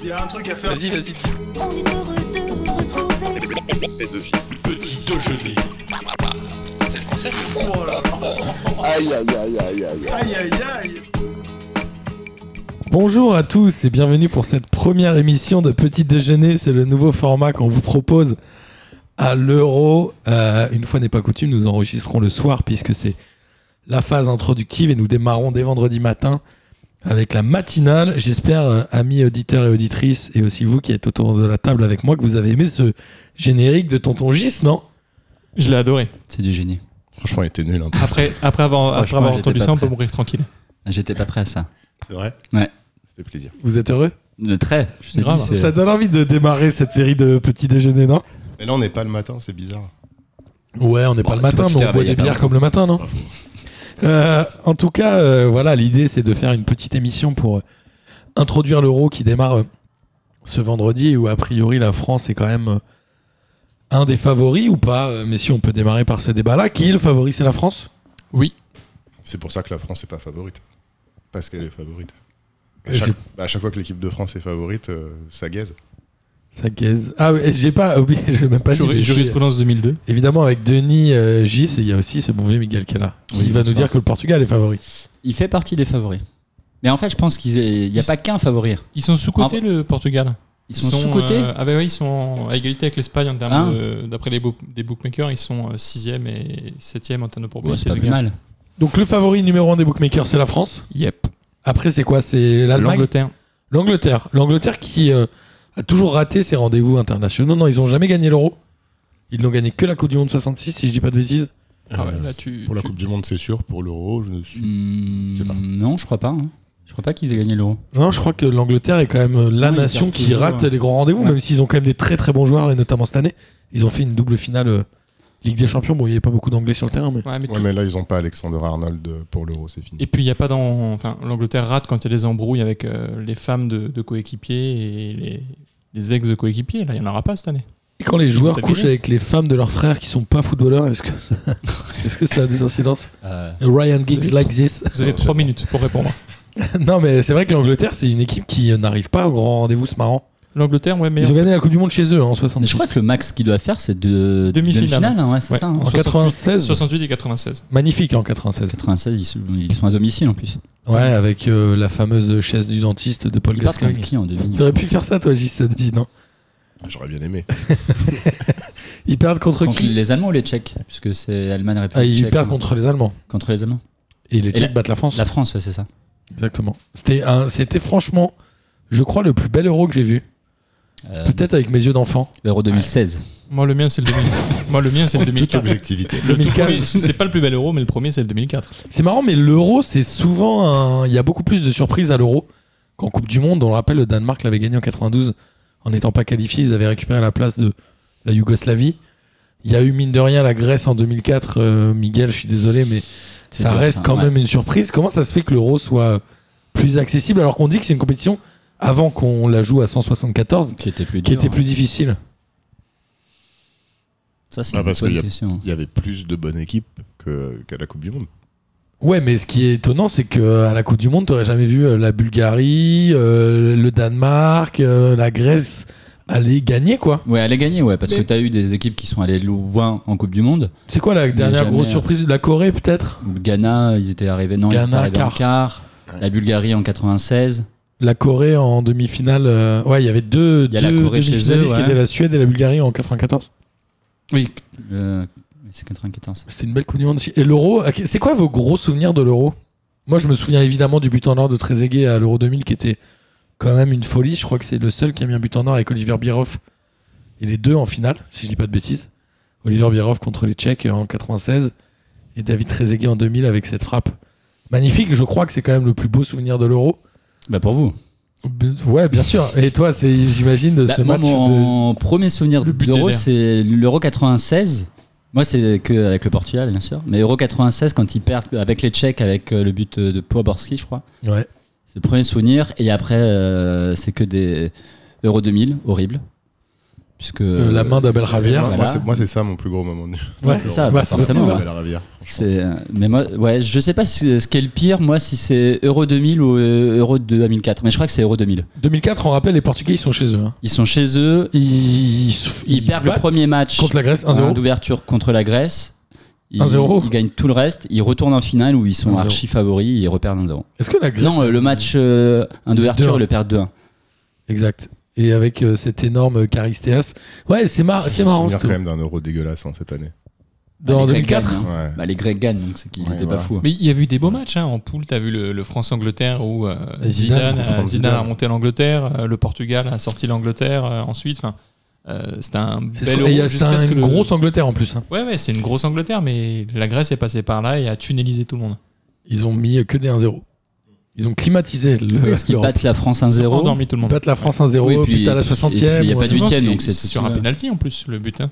Il y a un truc à faire. Vas-y, vas-y. On est heureux de vous retrouver. Petit déjeuner. C'est le concept Oh là là. Aïe, aïe, aïe, aïe, aïe. Aïe aïe aïe. Bonjour à tous et bienvenue pour cette première émission de Petit Déjeuner. C'est le nouveau format qu'on vous propose à l'euro. Euh, une fois n'est pas coutume, nous enregistrons le soir puisque c'est la phase introductive et nous démarrons dès vendredi matin avec la matinale. J'espère, euh, amis auditeurs et auditrices, et aussi vous qui êtes autour de la table avec moi, que vous avez aimé ce générique de Tonton Gis, non Je l'ai adoré. C'est du génie. Franchement, il était nul. Hein. Après, après avoir, après Franchement, avoir j'étais entendu pas ça, on peut prêt. mourir tranquille. J'étais pas prêt à ça. C'est vrai Ouais. Ça fait plaisir. Vous êtes heureux De très. Je te Grave. dis, c'est- Ça donne envie de démarrer cette série de Petit Déjeuner, non Mais là, on n'est pas le matin, c'est bizarre. Ouais, on n'est Bon, pas le une fois matin, que tu mais t'es on boit des réveillé, bières pardon. comme le matin, non Euh, En tout cas, euh, voilà, l'idée c'est de faire une petite émission pour euh, introduire l'euro qui démarre euh, ce vendredi, où a priori la France est quand même euh, un des favoris ou pas. euh, mais si on peut démarrer par ce débat-là, qui est le favori C'est la France C'est pour ça que la France n'est pas favorite. Parce qu'elle est favorite. À Euh, chaque, j'ai- bah, à chaque fois que l'équipe de France est favorite, euh, ça gaze. Ça gaze. Ah, ouais, j'ai pas oublié, je même pas dit, mais Juri- je suis- Jurisprudence 2002. Évidemment, avec Denis euh, Gis, et il y a aussi ce bon vieux Miguel Kella qui Oui, va nous bonsoir. dire que le Portugal est favori. Il fait partie des favoris. Mais en fait, je pense qu'il n'y a pas qu'un favori. Ils sont sous-cotés, Ah le Portugal. Ils sont, sous-cotés. euh, ah bah ouais, ils sont à égalité avec l'Espagne en termes Hein de- d'après les book- des bookmakers, ils sont 6ème et 7ème en termes de Ouais, c'est probabilité pas de plus gain. mal. Donc le favori numéro un des bookmakers, c'est la France. Yep. Après, c'est quoi C'est l'Allemagne L'Angleterre. L'Angleterre. L'Angleterre qui euh, a toujours raté ses rendez-vous internationaux. Non, ils n'ont jamais gagné l'euro. Ils n'ont gagné que la Coupe du Monde 66, si je dis pas de bêtises. Ah ouais, Euh, là, tu- pour la tu- Coupe du Monde, c'est sûr. Pour l'Euro, je ne suis. Hmm, Je sais pas. non, je crois pas. hein. Je crois pas qu'ils aient gagné l'euro. Non, je crois que l'Angleterre est quand même euh, la Ouais, ils nation perdent qui toujours, rate ouais. les grands rendez-vous, Ouais. même s'ils ont quand même des très très bons joueurs, et notamment cette année. Ils ont fait une double finale euh, Ligue des Champions. Bon, il n'y avait pas beaucoup d'Anglais sur le terrain, mais. Ouais, mais Ouais, tout- mais là, ils n'ont pas Alexander Arnold euh, pour l'Euro, c'est fini. Et puis il y a pas dans enfin l'Angleterre rate quand il y a des embrouilles avec euh, les femmes de, de coéquipiers et les, les ex de coéquipiers, là il y en aura pas cette année. Et quand les joueurs ont couchent terminé. avec les femmes de leurs frères qui sont pas footballeurs, est-ce que, est-ce que ça a des incidences Euh, Ryan Giggs like this. Vous avez Non, 3 c'est bon. minutes pour répondre. non, mais c'est vrai que l'Angleterre, c'est une équipe qui euh, n'arrive pas au grand rendez-vous, c'est marrant. L'Angleterre, ouais, mais Ils ont gagné la Coupe du Monde chez eux hein, en mais 66. je crois que le max qu'il doit faire, c'est de Demi-finale. demi-finale, hein, ouais, c'est Ouais, ça. hein. En 96. 68 et 96. Magnifique en 96. 96, ils sont, ils sont à domicile en plus. Ouais, avec euh, la fameuse chaise du dentiste de Paul Ils partent Gascoigne. contre qui en demi hein. T'aurais pu faire ça, toi, Gis, samedi, non J'aurais bien aimé. Ils perdent contre Contre qui les Allemands ou les Tchèques Puisque c'est Allemagne République ah, Ils Tchèque, perdent hein. contre les Allemands. Contre les Allemands. Et les Et Tchèques la- battent la France. La France, ouais, c'est ça. Exactement. C'était un- c'était franchement, je crois, le plus bel euro que j'ai vu. Euh, Peut-être avec mes yeux d'enfant. L'Euro 2016. Moi le mien c'est le 2000. Moi le mien c'est le Toute 2004. objectivité. Le tout 2004. premier, c'est pas le plus bel euro, mais le premier c'est le 2004. C'est marrant, mais l'euro, c'est souvent un- Il y a beaucoup plus de surprises à l'euro qu'en Coupe du Monde. On le rappelle, le Danemark l'avait gagné en 92 en n'étant pas qualifié. Ils avaient récupéré la place de la Yougoslavie. Il y a eu, mine de rien, la Grèce en 2004. euh, Miguel, je suis désolé, mais C'est ça dur, reste ça, quand ouais. même une surprise. Comment ça se fait que l'euro soit plus accessible alors qu'on dit que c'est une compétition avant qu'on la joue à 174 Qui était plus qui dur. hein. était plus difficile Ça, c'est Ah, une parce bonne qu'il y a- question. Il y avait plus de bonnes équipes que- qu'à la Coupe du Monde. Ouais, mais ce qui est étonnant, c'est que euh, à la Coupe du Monde, t'aurais jamais vu euh, la Bulgarie, euh, le Danemark, euh, la Grèce aller gagner quoi. Ouais, elle a gagné, ouais, parce Mais- que t'as eu des équipes qui sont allées loin en Coupe du Monde. C'est quoi la dernière jamais, grosse euh, surprise de la Corée peut-être Ou le Ghana, ils étaient arrivés, non, ils Ghana, étaient arrivés en quart. quart. La Bulgarie en 96. La Corée en demi-finale. euh, ouais, il y avait deux, Il y a la deux Corée chez eux, demi-finalistes qui ouais. étaient la Suède et la Bulgarie en 94. Oui. euh, c'est 94. C'était une belle Coupe du Monde. aussi. Et l'Euro, ok, c'est quoi vos gros souvenirs de l'Euro Moi, je me souviens évidemment du but en or de Trezeguet à l'Euro 2000 qui était quand même une folie. Je crois que c'est le seul qui a mis un but en or avec Oliver Bierhoff et les deux en finale, si je dis pas de bêtises. Oliver Bierhoff contre les Tchèques en 96 et David Trezeguet en 2000 avec cette frappe. Magnifique, je crois que c'est quand même le plus beau souvenir de l'Euro. Bah pour vous. B- Ouais, bien sûr. Et toi, c'est j'imagine de Bah, ce moi, match de mon premier souvenir Le but d'Euro, d'Eder. c'est l'Euro 96. Moi, c'est que avec le Portugal, bien sûr. Mais Euro 96, quand ils perdent avec les Tchèques, avec euh, le but euh, de Poborski, je crois. Ouais. C'est le premier souvenir. Et après, euh, c'est que des Euro 2000, horrible. puisque Euh, la main d'Abel Ravia. Moi, Voilà. c'est- Moi, c'est ça mon plus gros moment. de- Ouais, c'est ça, Le- bah, le- forcément, le- ouais. le- la rivière. C'est, euh, mais moi, ouais, je sais pas si- ce qui est le pire, moi, si c'est Euro 2000 ou euh, Euro 2004, mais je crois que c'est Euro 2000. 2004, on rappelle, les Portugais, ils sont chez eux. hein. Ils sont chez eux, Ils, ils, perdent le battent premier match Contre la Grèce, hein, 1-0. d'ouverture contre la Grèce. Ils, 1-0. ils gagnent tout le reste, ils retournent en finale où ils sont 1-0. archi favoris et ils repèrent 1-0. Est-ce que la Grèce. Non, euh, le match euh, un d'ouverture, 2-1. ils le perdent 2-1. Exact. Et avec euh, cet énorme Caristeas. Ouais, c'est mar- Je Ah, c'est me marrant. souviens ce quand truc. même d'un euro dégueulasse hein, cette année. Dans Les Grecs 2004 gagnent, hein. Ouais. Bah, les Grecs gagnent, donc c'est qu'ils Ouais, n'étaient voilà. pas fous. hein. Mais il y a eu des beaux matchs hein. en poule. T'as vu le, le France-Angleterre où euh, Zidane Zidane, contre euh, Zidane Zidane. a monté l'Angleterre, euh, le Portugal a sorti l'Angleterre euh, ensuite. Enfin, euh, c'était un hein. C'est ce bel qu'on- et il y euro a- c'est jusqu'à ce un- que une le... grosse Angleterre en plus. hein. Ouais, ouais, c'est une grosse Angleterre, mais la Grèce est passée par là et a tunnelisé tout le monde. Ils ont mis euh, que des 1-0. Ils ont climatisé le. Parce qu'ils l'Europe. battent la France Ils ont 1-0. endormi tout le Ils monde. battent la France 1-0, Oui, et puis puis- t'as la et puis- et puis 60e. il y a ou un pas de truc. Souvent, huitième, c'est- donc c'est c'est tout sur un là. penalty en plus le but, hein,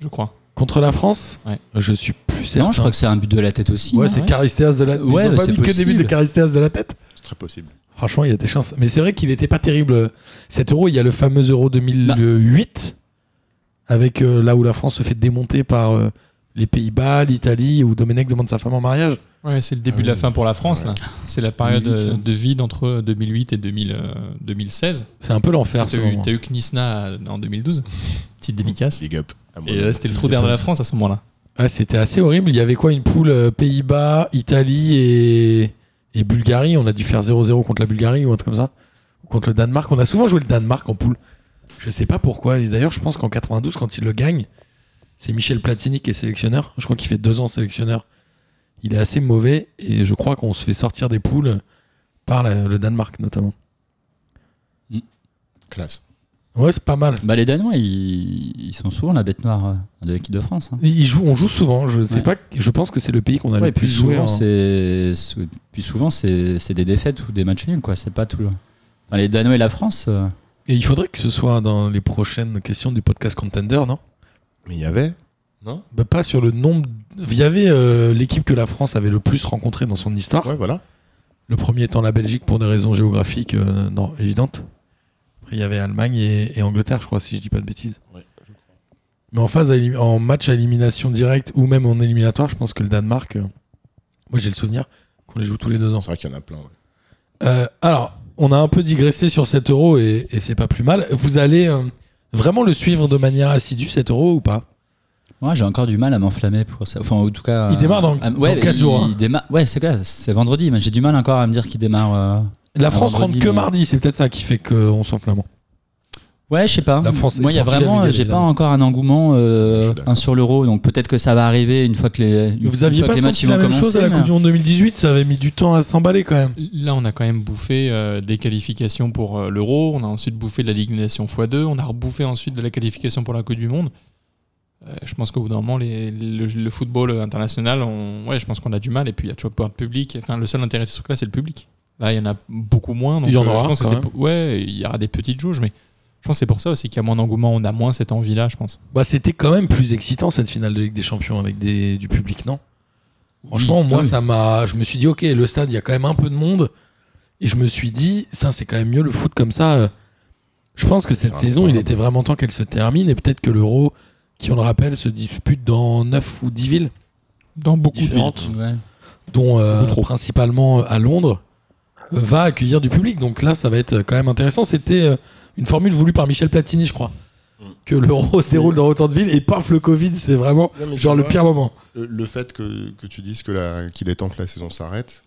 je crois. Contre la France Ouais. Je suis plus certain. Non, je crois que c'est un but de la tête aussi. Ouais, non c'est ouais. Caristeas de la tête. Ouais, Ils ont bah, pas c'est mis que des buts de possible. Caristeas de la tête. C'est très possible. Franchement, il y a des chances. Mais c'est vrai qu'il n'était pas terrible. Cet euro, il y a le fameux euro 2008, avec euh, là où la France se fait démonter par euh, les Pays-Bas, l'Italie, où Domenech demande sa femme en mariage. Ouais, c'est le début Ah de la oui. fin pour la France. là. C'est la période 2008, euh, ça. de vide entre 2008 et 2000, euh, 2016. C'est un peu l'enfer. Parce que ce T'as eu, moment. t'as eu Knisna euh, en 2012, petite dédicace. Big up. à mon Et euh, avis. c'était le trou d'air de la France à ce moment-là. Ouais, Ah, C'était assez horrible. Il y avait quoi Une poule euh, Pays-Bas, Italie et... et Bulgarie. On a dû faire 0-0 contre la Bulgarie ou un truc comme ça. Ou contre le Danemark. On a souvent joué le Danemark en poule. Je sais pas pourquoi. Et D'ailleurs, je pense qu'en 92, quand il le gagne, c'est Michel Platini qui est sélectionneur. Je crois qu'il fait deux ans sélectionneur. Il est assez mauvais et je crois qu'on se fait sortir des poules par la- le Danemark notamment. Classe. Ouais, c'est pas mal. Bah, les Danois, ils, ils sont souvent la bête noire euh, de l'équipe de France. hein. Et il joue- on joue souvent. Je sais Ouais. pas. Je pense que c'est le pays qu'on a Ouais, le et plus puis joué. souvent, en- c'est sou- puis souvent c'est c'est des défaites ou des matchs nuls quoi. C'est pas tout. le- Enfin, les Danois et la France. euh, Et il faudrait que ce soit dans les prochaines questions du podcast Contender, non Mais il y avait Bah, pas sur le nombre. Il y avait euh, l'équipe que la France avait le plus rencontrée dans son histoire. Ouais, voilà. Le premier étant la Belgique pour des raisons géographiques euh, non, évidentes. Après, il y avait Allemagne et, et Angleterre, je crois, si je dis pas de bêtises. Ouais, je Mais en phase à élim- en match à élimination directe ou même en éliminatoire, je pense que le Danemark, euh, moi j'ai le souvenir qu'on les joue tous les deux ans. C'est vrai qu'il y en a plein. ouais. Euh, alors, on a un peu digressé sur cet euro et, et c'est pas plus mal. Vous allez euh, vraiment le suivre de manière assidue cet euro ou pas Moi, j'ai encore du mal à m'enflammer pour ça. Enfin, en tout cas. Il démarre dans- euh, dans ouais, mais quatre il- jours, hein. il démarre- Ouais, c'est quoi C'est vendredi, mais j'ai du mal encore à me dire qu'il démarre. euh, La France vendredi, rentre que mais- mardi, c'est peut-être ça qui fait qu'on simplement. Ouais, je sais pas. La France et Moi, il y a Portugal, vraiment, bien euh, j'ai pas évidemment. encore un engouement Je euh, suis d'accord. un sur l'euro, donc peut-être que ça va arriver une fois que les. une Vous fois aviez que pas les matchs senti ils vont la même chose à la Coupe commencer, mais- hein. du Monde 2018 Ça avait mis du temps à s'emballer quand même. Là, on a quand même bouffé euh, des qualifications pour euh, l'Euro. On a ensuite bouffé de la Ligue des Nations x2. On a rebouffé ensuite de la qualification pour la Coupe du Monde. Euh, je pense qu'au bout d'un moment, les- le, le football international, on- ouais, je pense qu'on a du mal. Et puis, il y a toujours pas de public. Enfin, le seul intérêt de ce truc-là, c'est le public. Là, il y en a beaucoup moins. donc, Il y en euh, aura, je pense que quand c'est même. pour- Ouais, il y aura des petites jauges, mais je pense que c'est pour ça aussi qu'il y a moins d'engouement. On a moins cette envie-là, je pense. Bah, c'était quand même plus excitant cette finale de Ligue des Champions avec des, du public, non Franchement, Oui, moi, oui. ça m'a. Je me suis dit, ok, le stade, il y a quand même un peu de monde. Et je me suis dit, ça, c'est quand même mieux le foot comme ça. Euh, Je pense que cette C'est saison, il incroyable. était vraiment temps qu'elle se termine. Et peut-être que l'Euro, qui on le rappelle, se dispute dans 9 ou 10 villes Dans beaucoup de villes. différentes. Ouais. dont euh, Beaucoup trop. principalement euh, à Londres, euh, va accueillir du public. Donc là, ça va être euh, quand même intéressant. C'était euh, une formule voulue par Michel Platini, je crois. Mm. Que l'euro se déroule dans autant de villes et paf, le Covid, c'est vraiment Non, mais tu genre le vois, pire moment. Le, Euh, le fait que, que tu dises que la- qu'il est temps que la saison s'arrête,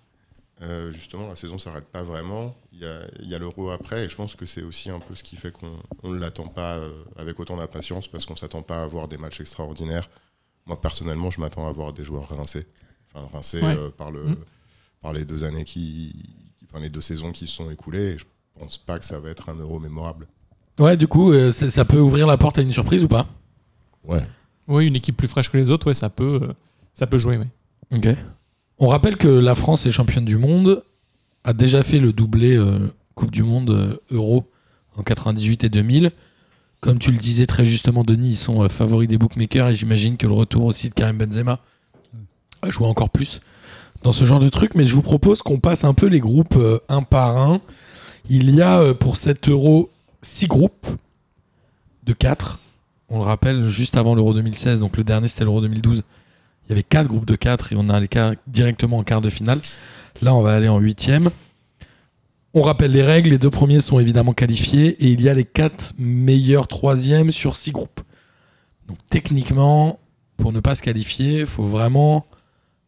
euh, justement, la saison s'arrête pas vraiment. Il y a, il y a l'euro après, et je pense que c'est aussi un peu ce qui fait qu'on on ne l'attend pas euh, avec autant d'impatience, parce qu'on s'attend pas à voir des matchs extraordinaires. Moi, personnellement, je m'attends à voir des joueurs rincés. Enfin, rincés Ouais. euh, par, le, Mhm. par les deux années qui. Enfin, les deux saisons qui se sont écoulées. Et je pense pas que ça va être un euro mémorable. Ouais, du coup, euh, c'est- ça peut ouvrir la porte à une surprise ou pas Ouais. Oui, une équipe plus fraîche que les autres, ouais, ça peut, euh, ça peut jouer. ouais. Ok. On rappelle que la France est championne du monde, a déjà fait le doublé euh, Coupe du Monde euh, Euro en 98 et 2000. Comme tu le disais très justement, Denis, ils sont euh, favoris des bookmakers et j'imagine que le retour aussi de Karim Benzema a joué encore plus dans ce genre de truc. Mais je vous propose qu'on passe un peu les groupes euh, un par un. Il y a euh, pour cet Euro six groupes de 4 on le rappelle, juste avant l'Euro 2016, donc le dernier c'était l'Euro 2012, il y avait quatre groupes de quatre et on allait quart- directement en quart de finale. Là, on va aller en huitième. On rappelle les règles, les deux premiers sont évidemment qualifiés et il y a les quatre meilleurs troisièmes sur six groupes. Donc techniquement, pour ne pas se qualifier, il faut vraiment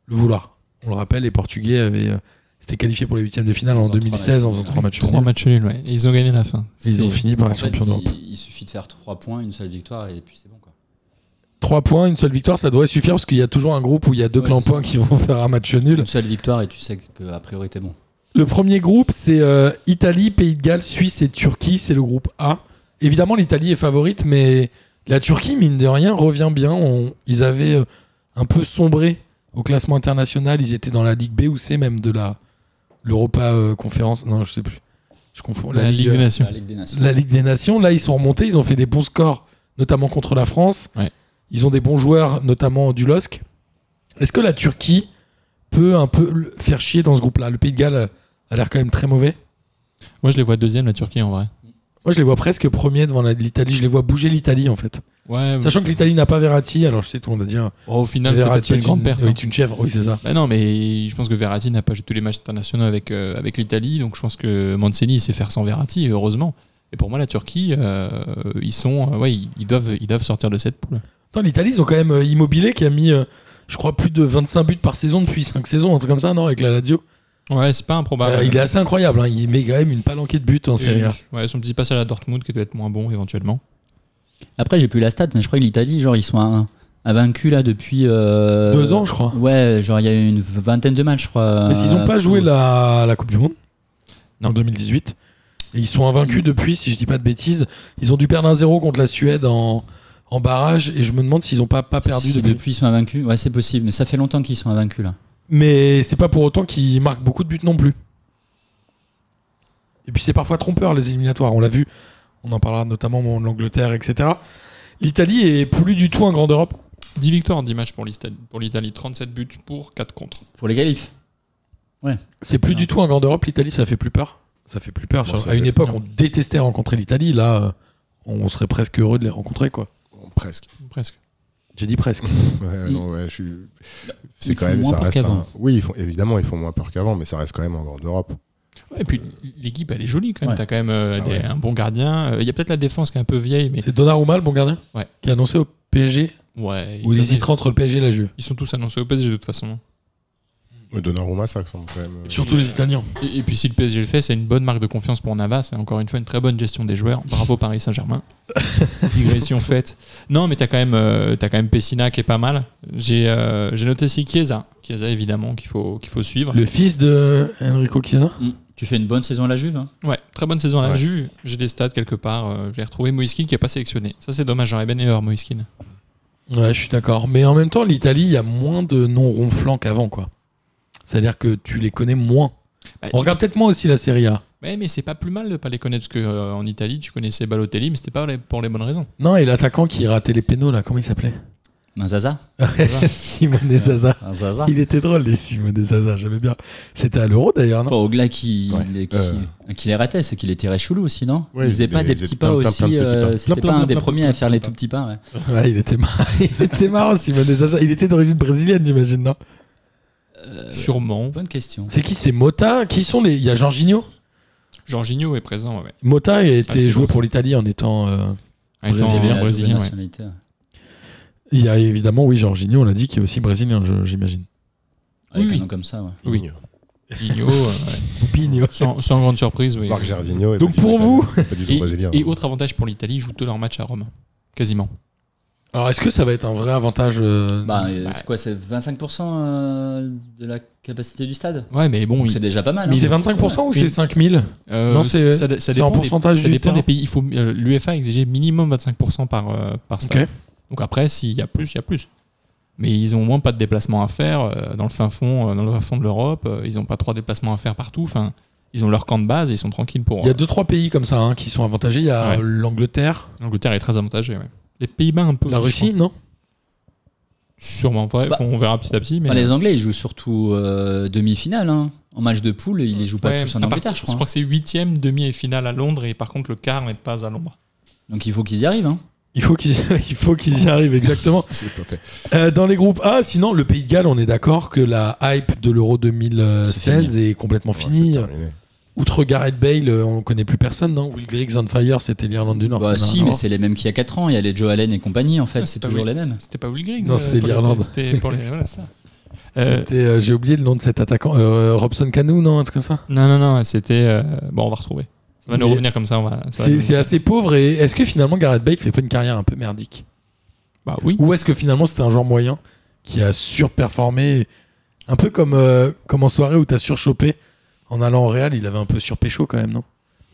le vouloir. On le rappelle, les Portugais avaient, euh, s'étaient qualifiés pour les huitièmes de finale en faisant trois 2016 en matchs. faisant trois matchs. Trois nuls. matchs nuls, ouais. Et ils ont gagné la fin. Ils ont C'est- fini par En être fait, champions d'Europe. il, il suffit de faire 3 points, une seule victoire et puis c'est bon quoi. Trois points, une seule victoire, ça devrait suffire parce qu'il y a toujours un groupe où il y a deux Ouais, clans c'est ça. points qui vont faire un match nul. Une seule victoire et tu sais que a priori t'es bon. Le premier groupe, c'est euh, Italie, Pays de Galles, Suisse et Turquie. C'est le groupe A. Évidemment, l'Italie est favorite, mais la Turquie, mine de rien, revient bien. On- ils avaient euh, un peu sombré au classement international. Ils étaient dans la Ligue B ou C même de la l'Europa euh, Conférence. Non, je sais plus. Je confonds. La Ligue des Nations. La Ligue des Nations. la Ligue des Nations. Là, ils sont remontés, ils ont fait des bons scores, notamment contre la France. Ouais. Ils ont des bons joueurs, notamment du LOSC. Est-ce que la Turquie peut un peu le- faire chier dans ce groupe-là Le Pays de Galles euh, a l'air quand même très mauvais. Moi, je les vois deuxième, la Turquie, en vrai. Moi, je les vois presque premiers devant la- l'Italie. Je les vois bouger l'Italie, en fait. Ouais, Sachant que l'Italie n'a pas Verratti, alors je sais, tout le monde va dire. bon, au final, Euh, c'est peut-être hein, Verratti pas une est grande perte. hein. est une chèvre, oui, c'est ça. Bah non, mais je pense que Verratti n'a pas joué tous les matchs internationaux avec, euh, avec l'Italie, donc je pense que Mancini il sait faire sans Verratti, et heureusement. Et pour moi, la Turquie, euh, ils sont, euh, ouais, ils, ils doivent, ils doivent sortir de cette poule. Attends, l'Italie, ils ont quand même euh, Immobilier qui a mis, euh, je crois, plus de 25 buts par saison depuis 5 saisons, un truc comme ça, non, avec la Lazio. Bah, Ouais, c'est pas improbable. Euh, il est assez incroyable, hein. il met quand même une palanquée de buts en Serie A. ouais, son petit passage à Dortmund qui doit être moins bon éventuellement. Après j'ai plus la stat mais je crois que l'Italie genre ils sont in- invaincus là depuis euh, Deux ans, je crois. Ouais, genre il y a eu une vingtaine de matchs je crois. euh, Parce qu'ils n'ont pas joué la, la Coupe du Monde Non. en 2018. Et ils sont invaincus depuis, si je dis pas de bêtises. Ils ont dû perdre 1-0 contre la Suède en, en barrage. Et je me demande s'ils n'ont pas, pas perdu Si depuis. depuis ils sont invaincus. Ouais, c'est possible mais ça fait longtemps qu'ils sont invaincus là. Mais c'est pas pour autant qu'ils marquent beaucoup de buts non plus. Et puis c'est parfois trompeur les éliminatoires. On l'a vu. On en parlera notamment de l'Angleterre, etc. L'Italie est plus du tout en grande Europe. 10 victoires en 10 matchs pour l'Ista- pour l'Italie, 37 buts pour 4 contre. Pour les qualifs. C'est plus Non. du tout en grande Europe. L'Italie, ça fait plus peur. Ça fait plus peur. Bon, Sur- ça à fait une plus époque, peur. on détestait rencontrer l'Italie. Là, euh, on serait presque heureux de les rencontrer, quoi. Bon, presque. Presque. J'ai dit presque. Ouais, non, ouais, je suis. C'est Ils quand font même, moins ça peur reste. qu'avant. un- Oui, ils font- évidemment, ils font moins peur qu'avant, mais ça reste quand même en grande Europe. Ouais, et puis l'équipe, elle est jolie quand même. Ouais. T'as quand même euh, Ah des- ouais. un bon gardien. Euh, Il y a peut-être la défense qui est un peu vieille, mais C'est Donnarumma, le bon gardien Ouais. Qui est annoncé au PSG ouais, Ou il ils- hésitera entre le PSG et la Juve ils sont tous annoncés au PSG de toute façon. Mais Donnarumma, ça ressemble quand même. euh, Surtout les Italiens. Et, et puis si le PSG le fait, c'est une bonne marque de confiance pour Navas. C'est encore une fois une très bonne gestion des joueurs. Bravo Paris Saint-Germain. Digression faite. Non, mais t'as quand même, euh, t'as quand même Pessina qui est pas mal. J'ai, euh, j'ai noté aussi Chiesa, Chiesa évidemment qu'il faut, qu'il faut suivre. Le fils de Enrico Chiesa Mm. Tu fais une bonne saison à la Juve hein. Ouais, très bonne saison à la Ouais. Juve. J'ai des stats quelque part. euh, je vais retrouver Moiskin qui est pas sélectionné. Ça c'est dommage. J'aurais bien aimé voir Moiskin. Ouais, je suis d'accord. Mais en même temps, l'Italie, il y a moins de noms ronflants qu'avant, quoi. C'est-à-dire que tu les connais moins. Bah, On regarde peut-être moins aussi la Serie A. Ouais, mais c'est pas plus mal de pas les connaître parce que euh, en Italie tu connaissais Balotelli, mais c'était pas les- pour les bonnes raisons. Non, et l'attaquant qui ratait les pénaux, là, comment il s'appelait Un Zaza. Simone Zaza. Un Zaza. Il était drôle, les Simone Zaza, j'aimais bien. C'était à l'euro d'ailleurs, non Enfin, Ogla qui, Ouais. les- qui, Euh. qui les ratait, c'est qu'il les tirait chelou aussi, non Ouais, Il faisait il pas les des faisait petits plein, pas plein, plein de aussi. petits pas. euh, Plein, C'était plein, pas un plein, des plein, premiers plein, à faire plein, les plein. tout petits pas. ouais. Ouais, il était marrant, il était marrant Simone Zaza. Il était d'origine brésilienne, j'imagine, non Euh, Sûrement. Bonne question. C'est qui C'est Mota Qui sont les. Il y a Jorginho Jorginho est présent. Ouais. Mota a Ah, été c'est joué bon, ça. pour l'italie en étant. euh, En étant Brésilien, La brésilien, double ouais. nationalité, ouais. Il y a évidemment, oui, Jorginho, on l'a dit, qui est aussi brésilien, je- j'imagine. Avec Oui, un oui. nom comme ça, ouais. Oui. Ligne. Igno, euh, ouais. sans, sans grande surprise. Oui. Marc Gervinho. est Donc pas du pour tout vous- italien, pas du tout Et, brésilien. et autre avantage pour l'Italie, ils jouent tous leurs matchs à Rome. Quasiment. Alors, est-ce que ça va être un vrai avantage euh, Bah, euh, Bah. c'est quoi C'est 25% euh, de la capacité du stade Ouais, mais bon, Donc ils- c'est déjà pas mal. Mais hein. c'est 25% ou Oui. c'est 5000 euh, non, c'est- ça, ça c'est dépend en des- pourcentage ça du dépend terrain. des pays. Il faut euh, l'UEFA exigeait minimum 25% par euh, par stade. Ok. Donc après, s'il y a plus, il y a plus. Mais ils ont au moins pas de déplacements à faire euh, dans le fin fond, euh, dans le fin fond de l'Europe. euh, ils ont pas trois déplacements à faire partout. Enfin, ils ont leur camp de base et ils sont tranquilles pour. Il y a euh, 2-3 pays comme ça hein, qui sont avantagés. Il y a Ouais. euh, l'Angleterre, L'Angleterre euh, est très avantagée. ouais. Les Pays-Bas un peu. la aussi, je Russie, non crois. Sûrement. Ouais, Bah, faut- on verra petit à petit. Mais euh, Enfin, les Anglais, ils jouent surtout euh, demi-finale. hein. En match de poule, ils les jouent pas Ouais, tous en à part- Angleterre, je crois. que c'est huitième, demi et finale à Londres, et par contre le quart n'est pas à Londres. hein. Donc il faut qu'ils y arrivent. hein. Il faut qu'ils il faut qu'ils y arrivent, exactement. C'est pas fait. Euh, dans les groupes A, sinon, le Pays de Galles, on est d'accord que la hype de l'Euro 2016 est, complètement Ouais, finie. c'est terminé. Outre Gareth Bale, euh, on connaît plus personne, non Will Griggs on Fire, c'était l'Irlande du Nord. ça Bah, n'a si, rien à mais voir. c'est les mêmes qu'il y a 4 ans. Il y a les Joe Allen et compagnie, en fait. Ah, c'est c'est pas toujours oui. les mêmes. C'était pas Will Griggs. Non, euh, c'était pour les- l'Irlande. C'était pour les. Voilà, ça. Euh, C'était, euh, j'ai oublié le nom de cet attaquant, euh, Robson Canu, non, un truc comme ça. non, non, non, c'était. euh, Bon, on va retrouver. Ça va nous Mais- revenir comme ça. On va, ça C'est va nous- c'est assez pauvre. Et est-ce que finalement Gareth Bale fait pas une carrière un peu merdique Bah oui. Ou est-ce que finalement c'était un joueur moyen qui a surperformé Un peu comme, euh, comme en soirée où t'as surchopé en allant au Real, il avait un peu surpécho quand même, non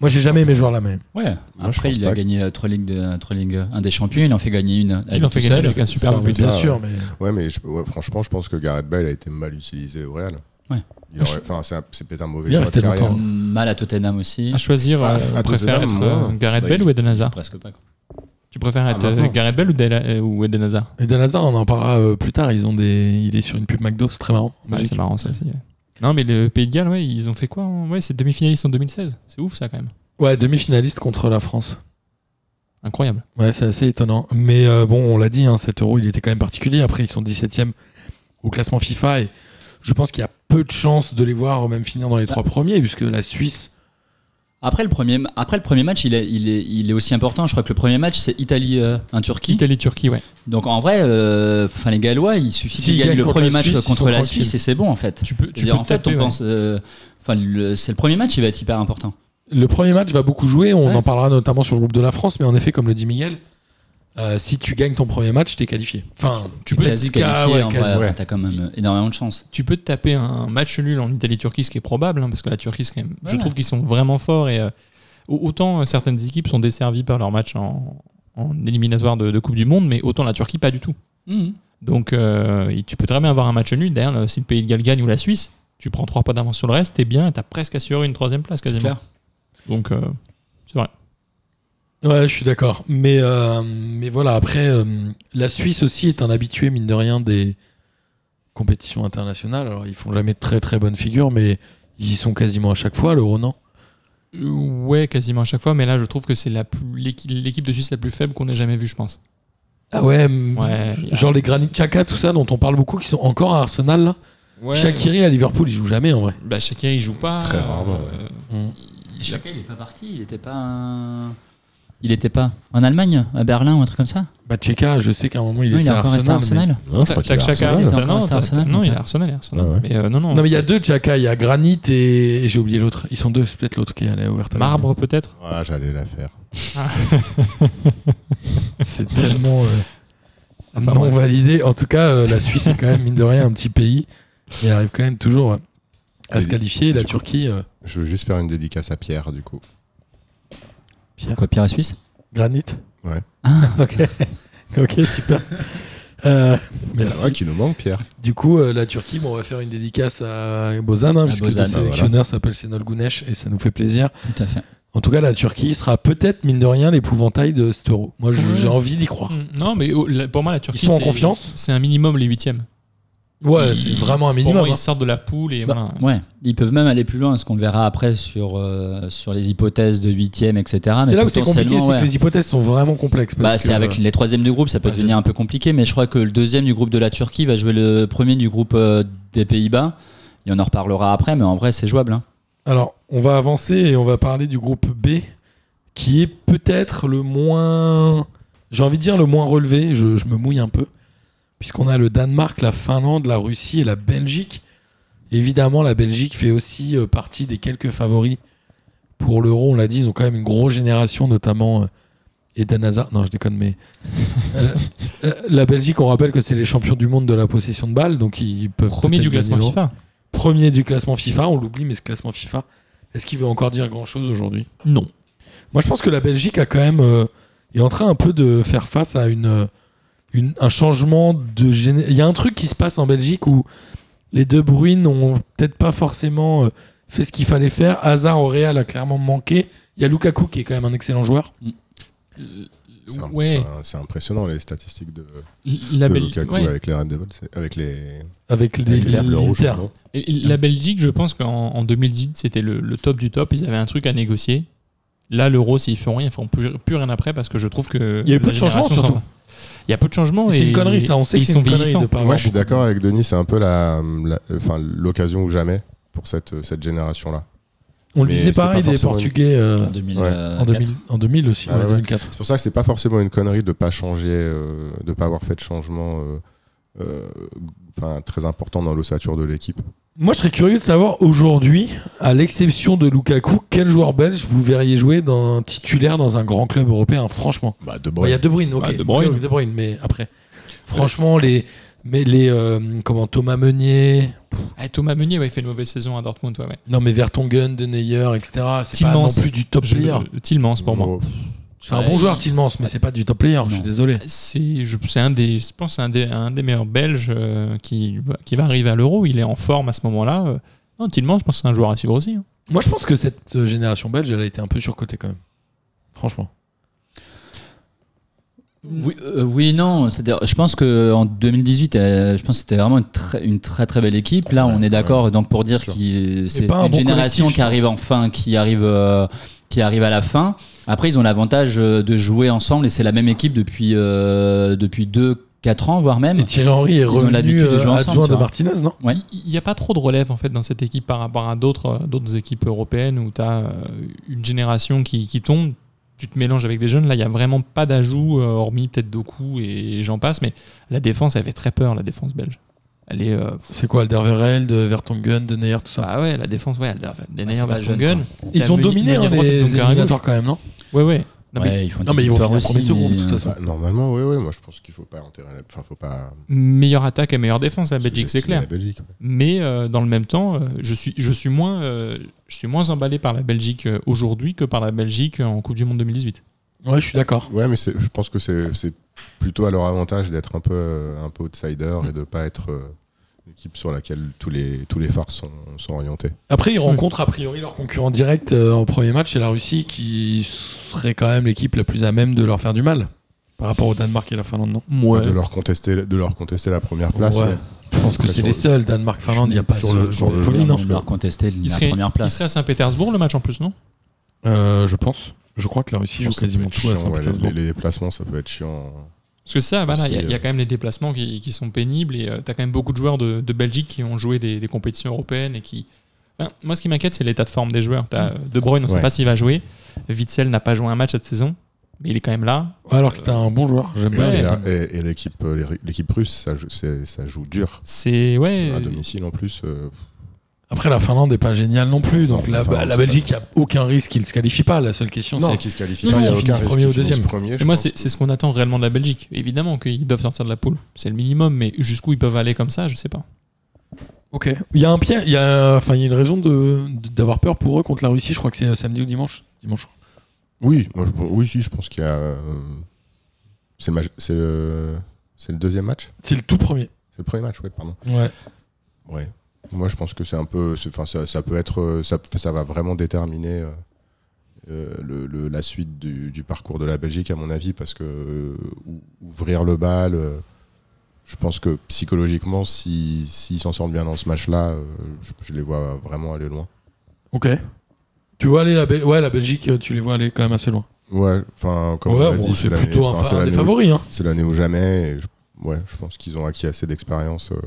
Moi j'ai jamais aimé jouer la même. Ouais. Moi, je Après, pense il a pas. gagné 3 ligues, de, trois ligues, euh, un des champions. Il en fait gagner une. à Il lui en fait tout gagner seul. avec un super but. bien ça, sûr, Ah, mais Ouais, mais je- ouais, franchement, je pense que Gareth Bale a été mal utilisé au Real. Ouais. Il aurait- Enfin, c'est un- c'est peut-être un mauvais Il est choix de resté carrière. longtemps. Mal à Tottenham aussi. À choisir, Ah, euh, à on préfère Tottenham, être moi. euh, Gareth Bah, Bell il- ou Eden Hazard Presque pas. quoi. Tu préfères être bah, Ah, euh, maintenant. Gareth Bell ou, Dela- euh, ou Eden Hazard Eden Hazard, on en parlera euh, plus tard. Ils ont des, il est sur une pub McDo, c'est très marrant. en Ouais, Belgique. c'est marrant ça aussi. ouais. Non, mais le Pays de Galles, ouais, ils ont fait quoi en- Ouais, c'est demi-finaliste en 2016. C'est ouf ça quand même. ouais, demi-finaliste contre la France. Incroyable. Ouais, c'est assez étonnant. Mais euh, bon, on l'a dit, hein, cet euro, il était quand même particulier. Après, ils sont 17e au classement FIFA. Et je pense qu'il y a peu de chances de les voir euh, même finir dans les trois premiers, puisque la Suisse. Après le premier, après le premier match, il est, il, est, il est aussi important. Je crois que le premier match, c'est Italie, euh, un Turquie. Italie-Turquie, ouais. Donc en vrai, euh, enfin les Gallois, il suffit S'ils qu'ils gagnent gagnent le contre premier la match Suisse, ils sont contre la tranquilles. Suisse et c'est bon en fait. Tu peux, tu C'est-à-dire, peux en te fait, taper, on ouais. pense, euh, enfin le- c'est le premier match, il va être hyper important. Le premier match va beaucoup jouer. On Ouais. en parlera notamment sur le groupe de la France. Mais en effet, comme le dit Miguel, euh, si tu gagnes ton premier match, t'es qualifié. Enfin, tu peux T'as être se qualifié. qualifier, en vrai, quasi. enfin, ouais. t'as quand même euh, énormément de chance. Tu peux te taper un match nul en Italie-Turquie, ce qui est probable, hein, parce que la Turquie, c'est quand même- je Ouais. trouve qu'ils sont vraiment forts. Et, euh, au- autant euh, certaines équipes sont desservies par leur match en, en éliminatoire de, de Coupe du Monde, mais autant la Turquie, pas du tout. Mmh, Donc euh, et tu peux très bien avoir un match nul. D'ailleurs, là, si le pays de Galles gagne ou la Suisse, tu prends trois pas d'avance sur le reste, t'es bien, et t'as presque assuré une troisième place C'est quasiment. clair. Donc euh, c'est vrai. Ouais, je suis d'accord. Mais, euh, mais voilà, après, euh, la Suisse aussi est un habitué, mine de rien, des compétitions internationales. Alors, ils font jamais de très très bonne figure, mais ils y sont quasiment à chaque fois, l'Euro, non Euh, Ouais, quasiment à chaque fois, mais là je trouve que c'est la plus- l'équi- l'équipe de Suisse la plus faible qu'on ait jamais vue, je pense. Ah ouais, m- Ouais, y a- genre les Granit Chaka, tout ça, dont on parle beaucoup, qui sont encore à Arsenal, là. Ouais, Shaqiri à Liverpool, ils jouent jamais, en vrai. Bah, Shakiri il joue pas. Très rarement, ouais. euh, Chaka, il est pas parti, il était pas. un- Il était pas en Allemagne, à Berlin ou un truc comme ça. Bah, Cheka, je sais qu'à un moment, il non, était il est à encore resté Arsenal. à Arsenal. Non, je crois qu'il T'as est que Chaka, Arsenal. était t'as- encore non, resté à t'as- Arsenal, non, donc, il est hein. Arsenal, il est Arsenal. Ah ouais. Mais euh, non, non, mais il y a c'est- deux Chaka, il y a Granit et, et j'ai oublié l'autre. Ils sont deux, c'est peut-être l'autre qui est allé à Overton. Marbre peut-être. Ah, j'allais la faire. C'est tellement euh, Enfin, Ah, non bref. validé. En tout cas, euh, la Suisse est quand même, mine de rien, un petit pays. Et arrive quand même toujours euh, à Et se qualifier. La du coup- Turquie, euh, Je veux juste faire une dédicace à Pierre, du coup. Quoi, Pierre et Suisse granit. Ouais. Ah. ok. Ok, super. Euh, C'est merci. vrai qu'il nous manque, Pierre. Du coup, euh, la Turquie, bon, on va faire une dédicace à Bozan, hein, À bah puisque Bozan, le sélectionneur s'appelle Senol Gounesh et ça nous fait plaisir. Tout à fait. En tout cas, la Turquie sera peut-être, mine de rien, l'épouvantail de cet euro. Moi, je- Ouais. j'ai envie d'y croire. Mm, Non, mais oh, la- pour moi, la Turquie. sont en c'est- confiance C'est un minimum les huitièmes. Ouais, Ils- c'est vraiment un Pour minimum. moi, ils hein. sortent de la poule et Bah, voilà. ouais, ils peuvent même aller plus loin, ce qu'on le verra après sur, euh, sur les hypothèses de huitième, etc. C'est Mais là où c'est compliqué, potentiellement, c'est ouais. que les hypothèses sont vraiment complexes. parce Bah, c'est que, euh, avec les troisièmes du groupe, ça peut ouais, c'est devenir un peu compliqué, mais je crois que le deuxième du groupe de la Turquie va jouer le premier du groupe euh, des Pays-Bas. Et on en reparlera après, mais en vrai, c'est jouable. hein. Alors, on va avancer et on va parler du groupe B, qui est peut-être le moins, j'ai envie de dire le moins relevé, je, je me mouille un peu, puisqu'on a le Danemark, la Finlande, la Russie et la Belgique. Évidemment, la Belgique fait aussi euh, partie des quelques favoris pour l'euro, on l'a dit, ils ont quand même une grosse génération, notamment euh, Eden Hazard, non je déconne, mais euh, euh, la Belgique, on rappelle que c'est les champions du monde de la possession de balles, donc ils peuvent... Premier peut-être du gagner classement l'Euro FIFA. premier du classement FIFA. On l'oublie, mais ce classement FIFA, est-ce qu'il veut encore dire grand-chose aujourd'hui Non. Moi, je pense que la Belgique a quand même euh, est en train un peu de faire face à une, euh, une un changement de. géné- Il y a un truc qui se passe en Belgique où les deux Bruyne ont peut-être pas forcément euh, fait ce qu'il fallait faire. Hazard au Real a clairement manqué. Il y a Lukaku qui est quand même un excellent joueur. C'est un- Ouais. c'est un- C'est impressionnant, les statistiques de, La, de Bel- Lukaku ouais. avec les Red Devils. c'est- Avec les, Avec les, avec les les Bleus Rouges, leaders. pardon. Et- et la Belgique, je pense qu'en en 2018, c'était le, le top du top. Ils avaient un truc à négocier. Là, l'euro, s'ils font rien, ils feront plus, plus rien après parce que je trouve que. Il y a eu peu la de changements, génération s'en surtout. va. Il y a peu de changements. C'est et- une connerie, ça. On sait et que ils c'est sont une connerie vieillissants. de pas avoir Moi, je suis beaucoup. d'accord avec Denis, c'est un peu la, la- enfin, l'occasion ou jamais pour cette, cette génération-là. On le Mais disait c'est pareil pas des forcément une- Portugais euh, en 2000. ouais. euh, en, 2000, en 2000 aussi, Ah ouais, ouais. 2004. C'est pour ça que c'est pas forcément une connerie de pas changer, euh, de pas avoir fait de changement euh, euh, enfin, très important dans l'ossature de l'équipe. Moi, je serais curieux de savoir aujourd'hui, à l'exception de Lukaku, quel joueur belge vous verriez jouer dans un titulaire dans un grand club européen, franchement. Bah, de Bon, Il y a De Bruyne, ok. Bah, De Bruyne. Oui, oui, De Bruyne, mais après. Franchement, les. Mais les. euh, comment Thomas Meunier. Ah, Thomas Meunier, ouais, il fait une mauvaise saison à Dortmund. Ouais, ouais. Non, mais Vertonghen, Deneyer, etc. C'est pas non Tielemans. plus du top Je- player. Tielemans, pour moi. C'est un bon joueur, Tillmans, mais c'est pas du top player, je suis Non. désolé. C'est, je, c'est un des, je pense, que c'est un des, un des meilleurs Belges euh, qui, va- qui va arriver à l'Euro. Il est en forme à ce moment-là. Euh, Non, Tillman, je pense que c'est un joueur à suivre aussi. hein. Moi, je pense que cette euh, génération belge, elle a été un peu surcotée quand même. Franchement. Oui, euh, oui, non. C'est-à-dire, je pense que en 2018, euh, je pense que c'était vraiment une très, une très très belle équipe. Là, Ouais, on est d'accord. Donc pour dire Sûr. que c'est pas un une bon génération collectif, qui je arrive pense. enfin, qui arrive, euh, qui arrive à la fin. Après, ils ont l'avantage euh, de jouer ensemble et c'est la même équipe depuis euh, depuis deux, quatre ans, voire même. Et Thierry Henry est ont revenu l'habitude de euh, jouer ensemble, tu adjoint de vois. Martinez, non Ouais. Il n'y a pas trop de relève en fait dans cette équipe par rapport à d'autres, euh, d'autres équipes européennes où tu as une génération qui, qui tombe. Tu te mélanges avec des jeunes. Là, il n'y a vraiment pas d'ajout, euh, hormis peut-être Doku et j'en passe. Mais la défense, elle fait très peur, la défense belge. Elle est. euh, pff, C'est quoi, Alderweireld, de Vertonghen, De Neyer, tout ça ah ouais, la défense, ouais, elle des c'est meilleurs pas jeune, Vertonghen. Ils ont T'as dominé hein, Meunier à droite et les Dunker à gauche. éliminatoires quand même, non Ouais, ouais. Non, mais Ouais, ils font Non, mais ils vont faire finir premier de ce groupe, de euh, toute façon. bah, normalement, oui, oui. Moi, je pense qu'il faut pas enterrer. la- Enfin, faut pas. meilleure attaque et meilleure défense la Belgique, c'est sous-estimer clair. La Belgique. Mais euh, dans le même temps, euh, je suis, je, suis moins, euh, je suis moins emballé par la Belgique euh, aujourd'hui que par la Belgique en Coupe du Monde 2018. Ouais, je suis d'accord. Ouais, mais c'est- je pense que c'est c'est plutôt à leur avantage d'être un peu euh, un peu outsider et de pas être euh, l'équipe sur laquelle tous les tous les phares sont, sont orientés. Après, ils rencontrent a priori leur concurrent direct euh, en premier match, c'est la Russie, qui serait quand même l'équipe la plus à même de leur faire du mal par rapport au Danemark et la Finlande, non Moi, De leur contester de leur contester la première place. Ouais. ouais. Je pense que Après, c'est sur les le- seuls, Danemark, Finlande, il n'y a pas sur de le- sur le- folie, non On va contester il la serait, première il place. serait à Saint-Pétersbourg le match en plus, non Euh, Je pense. Je crois que la Russie Je joue pense que ça peut quasiment être tout à chiant, ouais, Saint-Pétersbourg. les, les déplacements, ça peut être chiant. Parce que ça, voilà, il y a- Aussi, il y, a quand même les déplacements qui, qui sont pénibles et tu as quand même beaucoup de joueurs de, de Belgique qui ont joué des, des compétitions européennes et qui. Enfin, moi, ce qui m'inquiète, c'est l'état de forme des joueurs. T'as euh, De Bruyne, on ne sait Ouais. pas s'il va jouer. Witzel n'a pas joué un match cette saison, mais il est quand même là. Ouais, alors que c'était un bon joueur, j'aime Et, bien. Ouais. là- et- et l'équipe euh, les- l'équipe russe, ça joue, c'est- ça joue dur. C'est ouais. À domicile en plus. euh, Après, la Finlande n'est pas géniale non plus, donc Non, la la, bah, Finlande, la c'est Belgique, il n'y a aucun risque qu'ils ne se qualifient pas. La seule question, non, c'est qui se qualifie non, pas, non, il y a ils aucun finissent risque premier qu'ils ou finissent deuxième. premier, Et je moi, pense. c'est c'est ce qu'on attend réellement de la Belgique. Évidemment qu'ils doivent sortir de la poule. C'est le minimum, mais jusqu'où ils peuvent aller comme ça, je sais pas. Ok. Il y a un piège, il y a, enfin, il y a une raison de- de- d'avoir peur pour eux contre la Russie. Je crois que c'est euh, samedi ou dimanche. Dimanche. Oui, moi, je, oui, si, je pense qu'il y a. euh, C'est le, match- c'est le, c'est le deuxième match C'est le tout premier. C'est le premier match, oui, pardon. Ouais. Ouais. Moi, je pense que c'est un peu. c'est- Enfin, ça, ça peut être. euh, Ça, ça va vraiment déterminer euh, euh, le, le- la suite du, du parcours de la Belgique, à mon avis, parce que euh, ou- ouvrir le bal. euh, je pense que psychologiquement, si- s'ils s'en sortent bien dans ce match-là, euh, je, je les vois vraiment aller loin. Ok. Tu vois aller la, Bel- ouais, la Belgique, euh, tu les vois aller quand même assez loin. Ouais, enfin, comme ouais, on l'a bon, dit, c'est la- plutôt un, enfin, c'est un la des néo- favoris. hein. C'est l'année ou jamais. et je, ouais, je pense qu'ils ont acquis assez d'expérience. euh.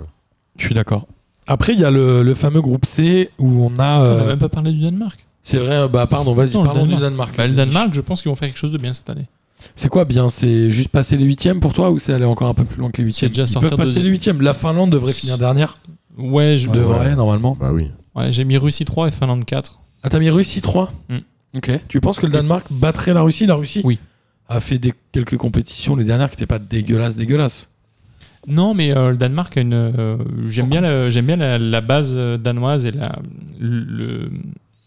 Je suis d'accord. Après, il y a le, le fameux groupe C où on a. On euh, n'a même pas parlé du Danemark. c'est vrai, euh, bah pardon, vas-y, Non, le parlons du Danemark. Bah, le Danemark, je pense qu'ils vont faire quelque chose de bien cette année. C'est quoi bien C'est juste passer les huitièmes pour toi ou c'est aller encore un peu plus loin que les huitièmes déjà Ils sortir peuvent passer deuxième. les huitièmes. La Finlande devrait finir dernière. Ouais, je- Ouais. Devrait, normalement. Bah oui. ouais, j'ai mis Russie 3 et Finlande 4. Ah, t'as mis Russie 3 Mm. Ok. Tu penses que le Danemark battrait la Russie La Russie Oui. a fait des, quelques compétitions, les dernières qui n'étaient pas dégueulasses, dégueulasses. Non, mais euh, le Danemark a une. euh, j'aime bien, la, j'aime bien la, la base euh, danoise et la, le-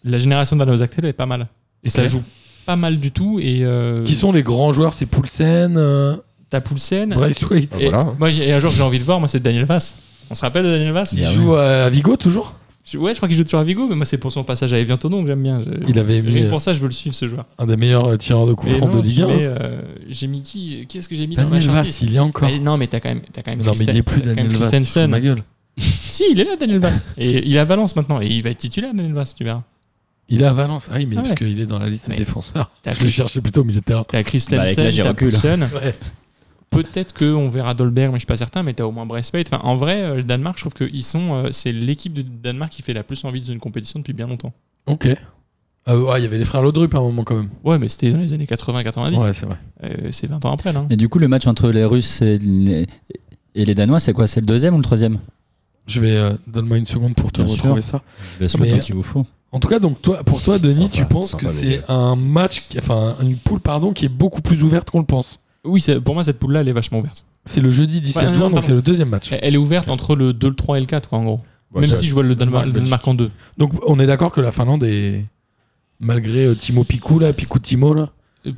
la génération danoise actuelle elle est pas mal. Et ça Ok. joue pas mal du tout. Et euh, Qui sont les grands joueurs C'est Poulsen, euh, t'as Poulsen. Braithwaite. Ah, Et voilà. Moi, j'ai- et un joueur que j'ai envie de voir, moi, c'est Daniel Vass. On se rappelle de Daniel Vass Il Ah joue à Vigo toujours Je- Ouais, je crois qu'il joue toujours à Vigo, mais moi c'est pour son passage à Eviantonon que j'aime bien. Je- Il avait mis Rien que euh, pour ça, je veux le suivre ce joueur. un des meilleurs euh, tireurs de coups Mais francs de non, Ligue 1. mais, euh, j'ai mis qui Qui est-ce que j'ai mis dans la Daniel Vass, shortlist il y a encore. Mais Non, mais t'as quand même, t'as quand même, non, mais il est Christen- plus t'as quand même Daniel Vass. il se fout de Christensen. ma gueule. Si, il est là, Daniel Vass. Et il est à Valence maintenant. Et il va être titulaire, Daniel Vass, tu verras. Il est à Valence. Ah oui, mais Ah parce ouais. qu'il est dans la liste des Mais- ah, défenseurs. T'as Je le cherchais plutôt au milieu de terrain. T'as Christensen, Bah, avec la t'as Girocule. Poulsen. Ouais. Peut-être qu'on verra Dolberg, mais je suis pas certain, mais t'as au moins Braithwaite. Enfin, en vrai, euh, le Danemark, je trouve que ils sont, euh, c'est l'équipe du Danemark qui fait la plus envie dans une compétition depuis bien longtemps. Ok. Ah ouais, il y avait les frères Laudrup à un moment quand même. Ouais, mais c'était dans les années 80-90. Ouais, c'est vrai. Euh, Ah c'est 20 ans après, là. hein. Et du coup, le match entre les Russes et les, et les Danois, c'est quoi C'est le deuxième ou le troisième Je vais euh, donne-moi une seconde pour te Bien retrouver ça. Le Mais- temps qu'il vous faut. En tout cas, donc toi, pour toi, Denis, Sympa, tu penses sympa, que les c'est un match, qui- enfin une poule pardon, qui est beaucoup plus ouverte qu'on le pense. Oui, c'est- pour moi, cette poule-là, elle est vachement ouverte. C'est le jeudi 17 Ouais, non, juin, non, donc pardon. c'est le deuxième match. Elle elle est ouverte entre le 2, le 3 et le 4, quoi, en gros. Bah, Même ça- si je vois le Danemark, le Danemark, Danemark en 2. Donc on est d'accord que la Finlande est, malgré euh, Timo Picou là, Picou Timo là,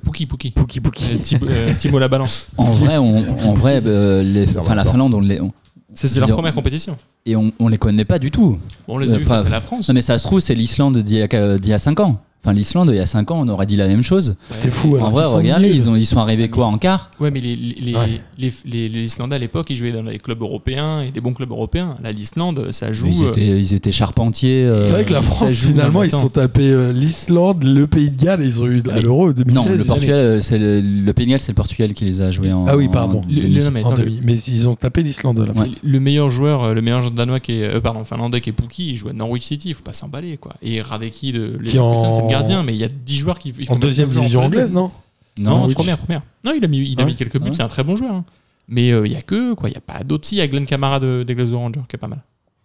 Pouki, Pouki. Pouki Pouki. Euh, Thibaut- euh, Thibaut la balance. En vrai, on- en vrai euh, les- Ferme la enfin, la porte. Finlande, on les, on- C'est c'est leur première compétition. et on, on les connaît pas du tout. Bon, on les a Euh, vus pas- face à la France. Non, mais ça se trouve, c'est l'Islande d'il y, a- euh, d'il y a 5 ans. Enfin, l'Islande, il y a 5 ans, on aurait dit la même chose. C'était fou. alors en vrai, qu'ils sont regardez, nuls. ils, ont, ils sont arrivés quoi en quart Ouais, mais les, les, les, Ouais. les- les- les Islandais à l'époque, ils jouaient dans les clubs européens et des bons clubs européens. Là, l'Islande, ça joue. ils euh, étaient, ils étaient charpentiers. euh, C'est vrai que la ça France, joue finalement, dans le ils se temps. sont tapés euh, l'Islande, le Pays de Galles, et ils ont eu de- à Mais- l'Euro en 2016. Non, le ils- Portugal, euh, c'est le, le Pays de Galles, c'est le Portugal qui les a joués en. Ah oui, pardon. en Le- le- demi. non, mais en attends, demi. Mais ils ont tapé l'Islande, la France. le, le meilleur joueur, euh, le meilleur joueur danois qui est, euh, pardon, finlandais qui est Pukki, il joue à Norwich City, il faut pas s'emballer quoi. Et Radeki de Leverkusen, en- c'est le gardien, mais il y a 10 joueurs qui ils font En le deuxième même jeu division en Premier. anglaise, non Non, Norwich. première, première. Non, il a mis, il a Ah mis ouais quelques buts, Ah ouais c'est un très bon joueur. hein. Mais euh, il y a que quoi, il y a pas d'autres. Si, il y a Glenn Camara de, des Glasgow Rangers qui est pas mal.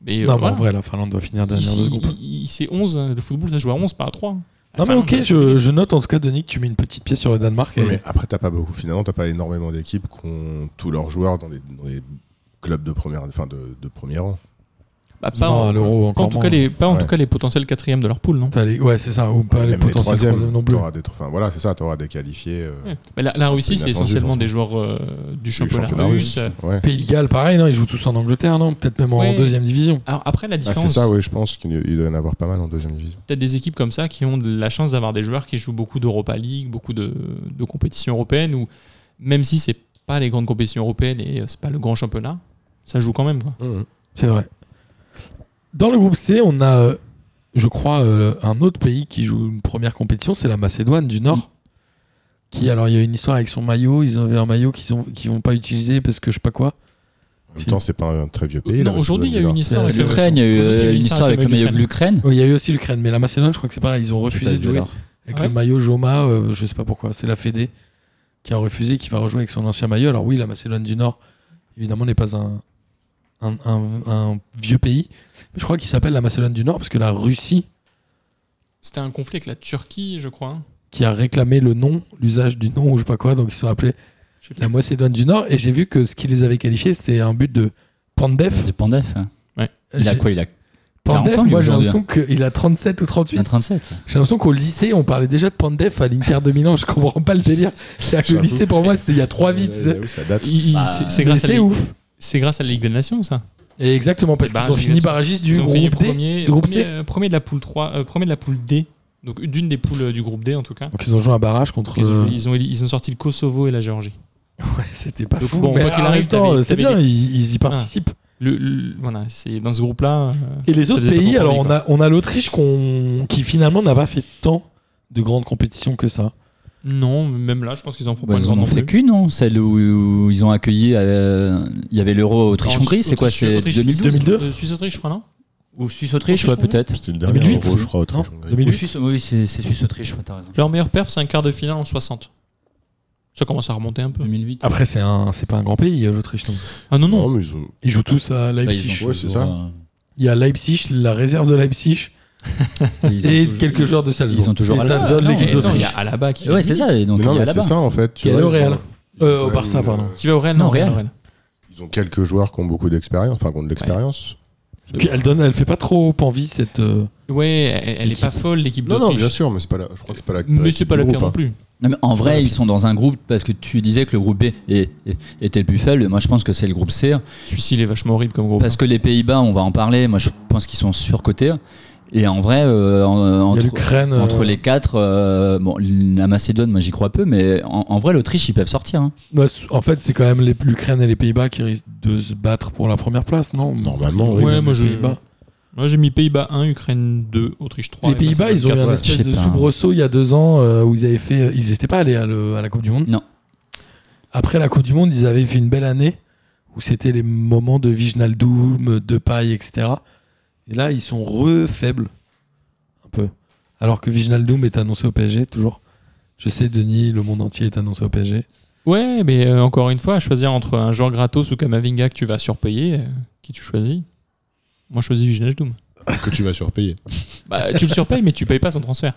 Mais Non, euh, mais en voilà. vrai, la Finlande doit finir dernière Ici, de ce groupe. il- il- c'est 11, hein, le football ça se joue à 11 pas à 3. hein. Non, La mais Finlande, ok, elle- je, je note en tout cas, Denis, que tu mets une petite pièce sur le Danemark. Et... Ouais, mais après, t'as pas beaucoup. Finalement, t'as pas énormément d'équipes qui ont tous leurs joueurs dans des, dans des clubs de première, enfin de, de premier rang. Bah, pas Non, en- à l'Euro, Pas en encore tout moins. cas les, pas en Ouais. tout cas les potentiels quatrièmes de leur poule, non T'as les- Ouais, c'est ça, ou pas les Même les potentiels troisièmes, troisièmes non plus. t'auras des, enfin voilà, c'est ça. T'auras des qualifiés euh, Ouais. Mais la, la Russie, Inattendu, c'est essentiellement forcément. des joueurs euh, du du championnat, championnat russe. euh, russe. Ouais. Pays de Galles, pareil, non, ils jouent tous en Angleterre, non Peut-être même en Ouais. deuxième division. Alors après, la Bah, Ah, différence, c'est ça, oui, je pense qu'il il doit y en avoir pas mal en deuxième division. peut-être des équipes comme ça qui ont de la chance d'avoir des joueurs qui jouent beaucoup d'Europa League, beaucoup de, de compétitions européennes, ou même si c'est pas les grandes compétitions européennes et euh, c'est pas le grand championnat, ça joue quand même. Quoi. C'est vrai. Dans le groupe C, on a, euh, je crois, euh, un autre pays qui joue une première compétition, c'est la Macédoine du Nord. Qui, alors, il y a une histoire avec son maillot, ils avaient un maillot qu'ils ont, qu'ils vont pas utiliser parce que je sais pas quoi. En même temps, c'est pas un très vieux pays. non, aujourd'hui, il y a eu une histoire C'est C'est avec l'Ukraine, il y a eu Aujourd'hui, il y a euh, eu une histoire avec le maillot de l'Ukraine. l'Ukraine. Ouais, Oh, Il y a eu aussi l'Ukraine, mais la Macédoine, je crois que c'est pareil, ils ont refusé de jouer avec Ah le ouais maillot Joma, euh, je sais pas pourquoi, c'est la Fédé qui a refusé, qui va rejouer avec son ancien maillot. Alors oui, la Macédoine du Nord, évidemment, n'est pas un, un, un- un vieux pays, mais je crois qu'il s'appelle la Macédoine du Nord parce que la Russie, C'était un conflit avec la Turquie, je crois. hein. qui a réclamé le nom, l'usage du nom ou je sais pas quoi, donc ils sont appelés Je sais plus. la Macédoine du Nord, et j'ai vu que ce qui les avait qualifiés, c'était un but de Pandef. De Pandef. hein. Il a J'ai- quoi Il a Pandef, 40 ans, lui, moi j'ai aujourd'hui, l'impression qu'il a 37 ou 38. il a 37. J'ai l'impression qu'au lycée, on parlait déjà de Pandef à l'Inter de Milan. Je comprends pas le délire. C'est-à-dire que le J'avoue. lycée, pour moi, c'était il y a trois vies. tu sais. Ça date. Il- il- c'est- C'est Mais grâce, à C'est la- ouf. c'est grâce à la Ligue des Nations, ça. Et exactement, parce Les qu'ils ont barrages, fini ils barragiste du Ils ont fini groupe D. premier, du groupe C. premier, euh, premier de la poule 3, euh, premier de la poule D, donc d'une des poules euh, du groupe D en tout cas. Donc ils ont joué un barrage contre. Ils ont, euh, joué- ils, ont, éli- ils ont sorti le Kosovo et la Géorgie. Ouais, c'était pas Donc fou. bon, mais quoi qu'il en arrive, euh, même temps, t'avais- c'est t'avais bien, ils, Ah. ils y participent. Le, le- voilà, c'est dans ce groupe-là. euh, Et les ça autres faisait pas pays, trop alors envie, on quoi. a, on a l'Autriche qu'on- qui finalement n'a pas fait tant de grandes compétitions que ça. Non, même là, je pense qu'ils en font Bah, pas une ils en grande ont non fait plus. qu'une, non Celle où, où ils ont accueilli. euh, il y avait l'Euro Autriche-Hongrie, c'est quoi Autriche- C'est Autriche- 2012 2002? Euh, Suisse-Autriche, je crois, non Ou Suisse-Autriche, ouais, Autriche-Hongrie peut-être. C'était le dernier 2008, Euro, je crois. non Autriche-Hongrie. 2008. Ou Suisse, oui, c'est c'est Suisse-Autriche, ouais, t'as raison. Leur meilleur perf, c'est un quart de finale en 60. Ça commence à remonter un peu. 2008. Après, c'est un- c'est pas un grand pays, l'Autriche. non. Ah non, non. Non, mais ils ont- Ils jouent tous à Bah, Leipzig. ils ont Ouais, c'est toujours, ça. euh, Il y a Leipzig, la réserve de Leipzig, euh, ils ont et toujours- quelques joueurs de Salzbourg. ils ont toujours Et Alaba. ça donne Non, l'équipe mais Attends, il y d'Autriche. a Alaba qui, Ouais, c'est ça. et Donc, Mais il non, y a mais là-bas. c'est ça en fait. tu Qui est vois, allé au ils Real. ont- ils ont Euh, au quand même Barça, une- pardon. qui va au Real. Non, Non, au Real, Real. au Real. Ils ont quelques joueurs qui ont beaucoup d'expérience, enfin qui ont de l'expérience. Puis elle donne, elle fait pas trop envie cette. euh, Ouais, elle, elle est pas folle, l'équipe Non, non, bien d'Autriche. sûr, mais c'est pas la, je crois que c'est pas la. Mais c'est pas la du pire groupe, non hein. plus. Non, mais en vrai, ils sont dans un groupe parce que tu disais que le groupe B est- est- était le plus faible. Moi, je pense que c'est le groupe C. hein. Celui-ci, il est vachement horrible comme groupe. Parce que les Pays-Bas, on va en parler. Moi, je pense qu'ils sont surcotés. Et en vrai, euh, en- Il y a entre, l'Ukraine. euh, entre les quatre, euh, bon, la Macédoine, moi, j'y crois peu, mais en, en vrai, l'Autriche, ils peuvent sortir. hein. bah, s- en fait, c'est quand même les- l'Ukraine et les Pays-Bas qui risquent de se battre pour la première place, non Normalement, Oui, Ouais, même moi, les je- Pays-Bas. hein. Moi, j'ai mis Pays-Bas 1, Ukraine 2, Autriche 3. les et Pays-Bas, Macédoine ils ont eu 4. un ouais, espèce je sais de pas. soubresaut il y a deux ans euh, où ils avaient fait. euh, Ils n'étaient pas allés à, le- à la Coupe du Monde. Non. Après la Coupe du Monde, ils avaient fait une belle année où c'était les moments de Vignaldoum, de Paille, etc. Et là, ils sont refaibles. Un peu. Alors que Vignaldoum est annoncé au PSG, toujours. Je sais, Denis, le monde entier est annoncé au PSG. Ouais, mais euh, encore une fois, à choisir entre un joueur gratos ou Kamavinga que tu vas surpayer, euh, qui tu choisis Moi, je choisis Viginage Doom. hein, que tu vas surpayer. Bah, tu le surpayes, mais tu payes pas son transfert.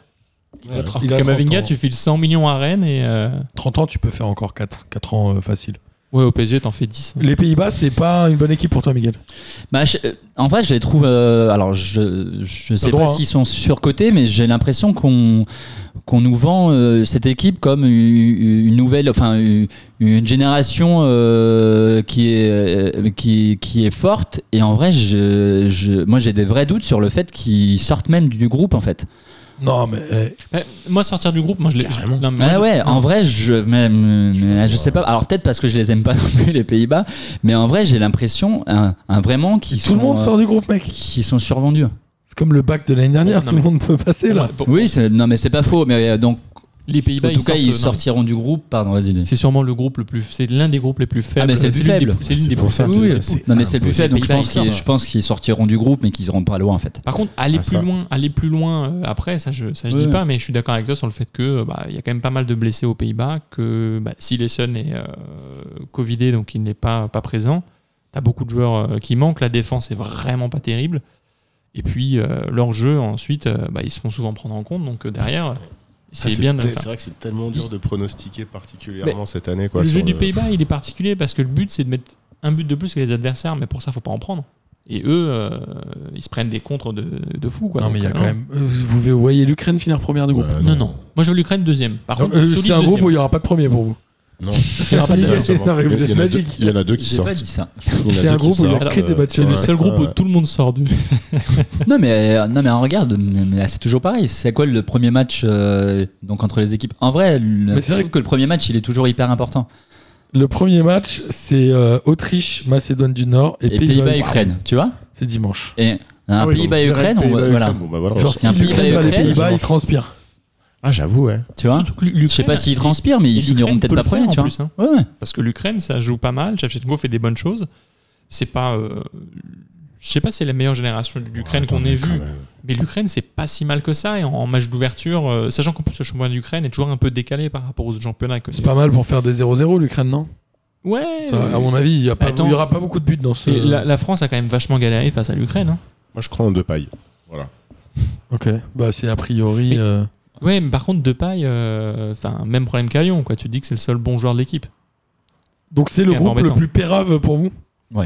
Alors Il que a 30 Kamavinga, ans. tu files 100 millions à Rennes et. euh, 30 ans, tu peux faire encore 4, ans euh, facile. Ouais, au PSG, t'en fais 10. Les Pays-Bas, c'est pas une bonne équipe pour toi, Miguel. Bah, je- euh, en vrai, je les trouve. euh, alors, je je sais le droit, pas hein. s'ils sont surcotés, mais j'ai l'impression qu'on qu'on nous vend euh, cette équipe comme une, une nouvelle, enfin une, une génération euh, qui est euh, qui, qui est forte. Et en vrai, je, je- moi, j'ai des vrais doutes sur le fait qu'ils sortent même du groupe, en fait. Non, mais euh, Ouais, moi, sortir du groupe, moi, je l'ai. je- non, mais moi, Ah je- ouais, en non. vrai, je, même, euh, je sais pas. Alors peut-être parce que je les aime pas non plus les Pays-Bas, mais en vrai, j'ai l'impression un, un vraiment qui tout le monde sort du groupe, mec. qui sont survendus. C'est comme le bac de l'année dernière, Non, tout le monde peut passer Pour là. moi, pour- Oui, c'est- non, mais c'est pas faux. Mais euh, donc, les en Pays-Bas, tout cas, ils sortent- euh, non, sortiront du groupe. Pardon, vas-y. Denis. C'est sûrement le groupe le plus. C'est l'un des groupes les plus faibles. mais c'est le plus l'une des- faible. C'est l'une des pour plus ça, faibles. c'est- Oui, oui. c'est Non, mais c'est le plus Impossible. faible. Donc, je Bah, pense ils sortent. qu'ils- je pense qu'ils sortiront du groupe, mais qu'ils iront pas loin en fait. Par contre, aller Ah, plus ça. loin, aller plus loin euh, après, ça je, ça, je dis Ouais. pas, mais je suis d'accord avec toi sur le fait que euh, bah, il y a quand même pas mal de blessés aux Pays-Bas, que bah, si Lesson est euh, covidé, donc il n'est pas, pas présent, t'as beaucoup de joueurs euh, qui manquent, la défense est vraiment pas terrible, et puis euh, leur jeu ensuite, euh, bah, ils se font souvent prendre en compte, donc euh, derrière, Ça, c'est bien de te- faire. C'est vrai que c'est tellement dur de pronostiquer particulièrement cette année. Quoi, le jeu sur du Pays-Bas, il est particulier parce que le but, c'est de mettre un but de plus que les adversaires, mais pour ça, faut pas en prendre. Et eux, euh, ils se prennent des contres de, de fou. Quoi. non, mais il y a Donc, quand euh, même. euh, Vous voyez l'Ukraine finir première du groupe. Ouais, Non, non. Moi, je veux l'Ukraine deuxième. Par Non, contre, euh, solide c'est un groupe deuxième. où il n'y aura pas de premier pour vous. Non. Il n'y aura pas de Exactement. Non, mais vous Il y êtes en a deux- magique. Il y en a deux qui J'ai pas sortent. dit ça. Il y en a C'est un deux qui groupe où il y a sortent, que des euh, matchs C'est le Ouais, seul groupe ouais, où ouais. tout le monde sort du. Non, mais euh, non, mais regarde, mais- mais là, c'est toujours pareil. C'est quoi le premier match euh, donc entre les équipes En vrai, le- Mais c'est je vrai trouve que le premier match, il est toujours hyper important. Le premier match, c'est euh, Autriche, Macédoine du Nord et, Et Pays-Bas, Ukraine, tu vois c'est dimanche. Et un Ah oui, donc Pays-Bas, direct Ukraine, on va- Pays-Bas, voilà. Ukraine. Bon, bah voilà, Genre, on si un sort. Pays-Bas, l'Ukraine bat les Ukraine, Pays-Bas, c'est ils transpirent. Ah, j'avoue, ouais. Tu vois Hein Je Je sais pas euh, s'ils transpirent, mais ils finiront peut-être pas premiers, tu vois. Plus, hein. Ouais, ouais. Parce que l'Ukraine, ça joue pas mal. Shevchenko fait des bonnes choses. C'est pas. euh, Je sais pas si c'est la meilleure génération d'Ukraine qu'on ait vue. Mais l'Ukraine, c'est pas si mal que ça. Et en, en match d'ouverture, euh, sachant qu'en plus, le championnat d'Ukraine est toujours un peu décalé par rapport aux autres championnats. que- C'est pas mal pour faire des 0-0, l'Ukraine, non Ouais. Ça, À mon avis, il n'y Attends. aura pas beaucoup de buts dans ce. Et la, la France a quand même vachement galéré face à l'Ukraine. hein. Moi, je crois en deux pailles. Voilà. Ok, bah c'est a priori. Mais- euh, Ouais, mais par contre, Depay, euh, enfin, même problème qu'à Lyon, quoi. Tu te dis que c'est le seul bon joueur de l'équipe. Donc c'est C'est le un peu groupe le embêtant. plus pérave pour vous Ah,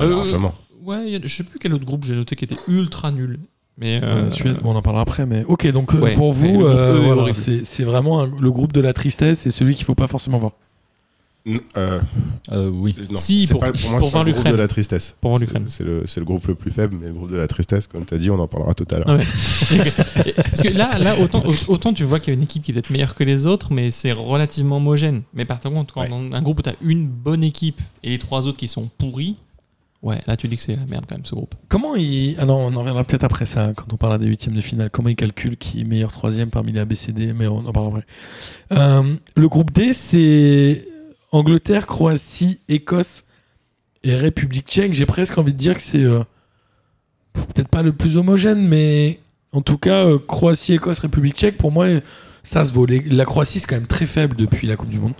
Euh, largement. Ouais, il y a- je sais plus quel autre groupe j'ai noté qui était ultra nul. Mais Euh, euh, Suède, bon, on en parlera après, mais ok, donc euh, ouais, pour mais le vous, groupe euh, E est voilà, horrible. c'est c'est vraiment un- le groupe de la tristesse et celui qu'il faut pas forcément voir. N- euh, Euh, oui. non, Si, c'est pour- pas- moi, pour c'est voir pas le groupe l'Ukraine. de la tristesse. Pour voir C'est- l'Ukraine. C'est le, c'est le groupe le plus faible, mais le groupe de la tristesse, comme tu as dit, on en parlera tout à l'heure. Ouais. parce que là, là autant, autant tu vois qu'il y a une équipe qui est peut-être meilleure que les autres, mais c'est relativement homogène. Mais par contre, quand Ouais. dans un groupe où t'as une bonne équipe et les trois autres qui sont pourris, ouais, là tu dis que c'est la merde quand même ce groupe. Comment il. Ah non, on en reviendra peut-être après ça, quand on parlera des huitièmes de finale. Comment il calcule qui est meilleur troisième parmi les ABCD, mais on en parlera après. Euh, le groupe D, c'est Angleterre, Croatie, Écosse et République tchèque. J'ai presque envie de dire que c'est euh, peut-être pas le plus homogène, mais en tout cas, euh, Croatie, Écosse, République tchèque, pour moi, ça se vaut. Les- La Croatie, c'est quand même très faible depuis la Coupe du Monde.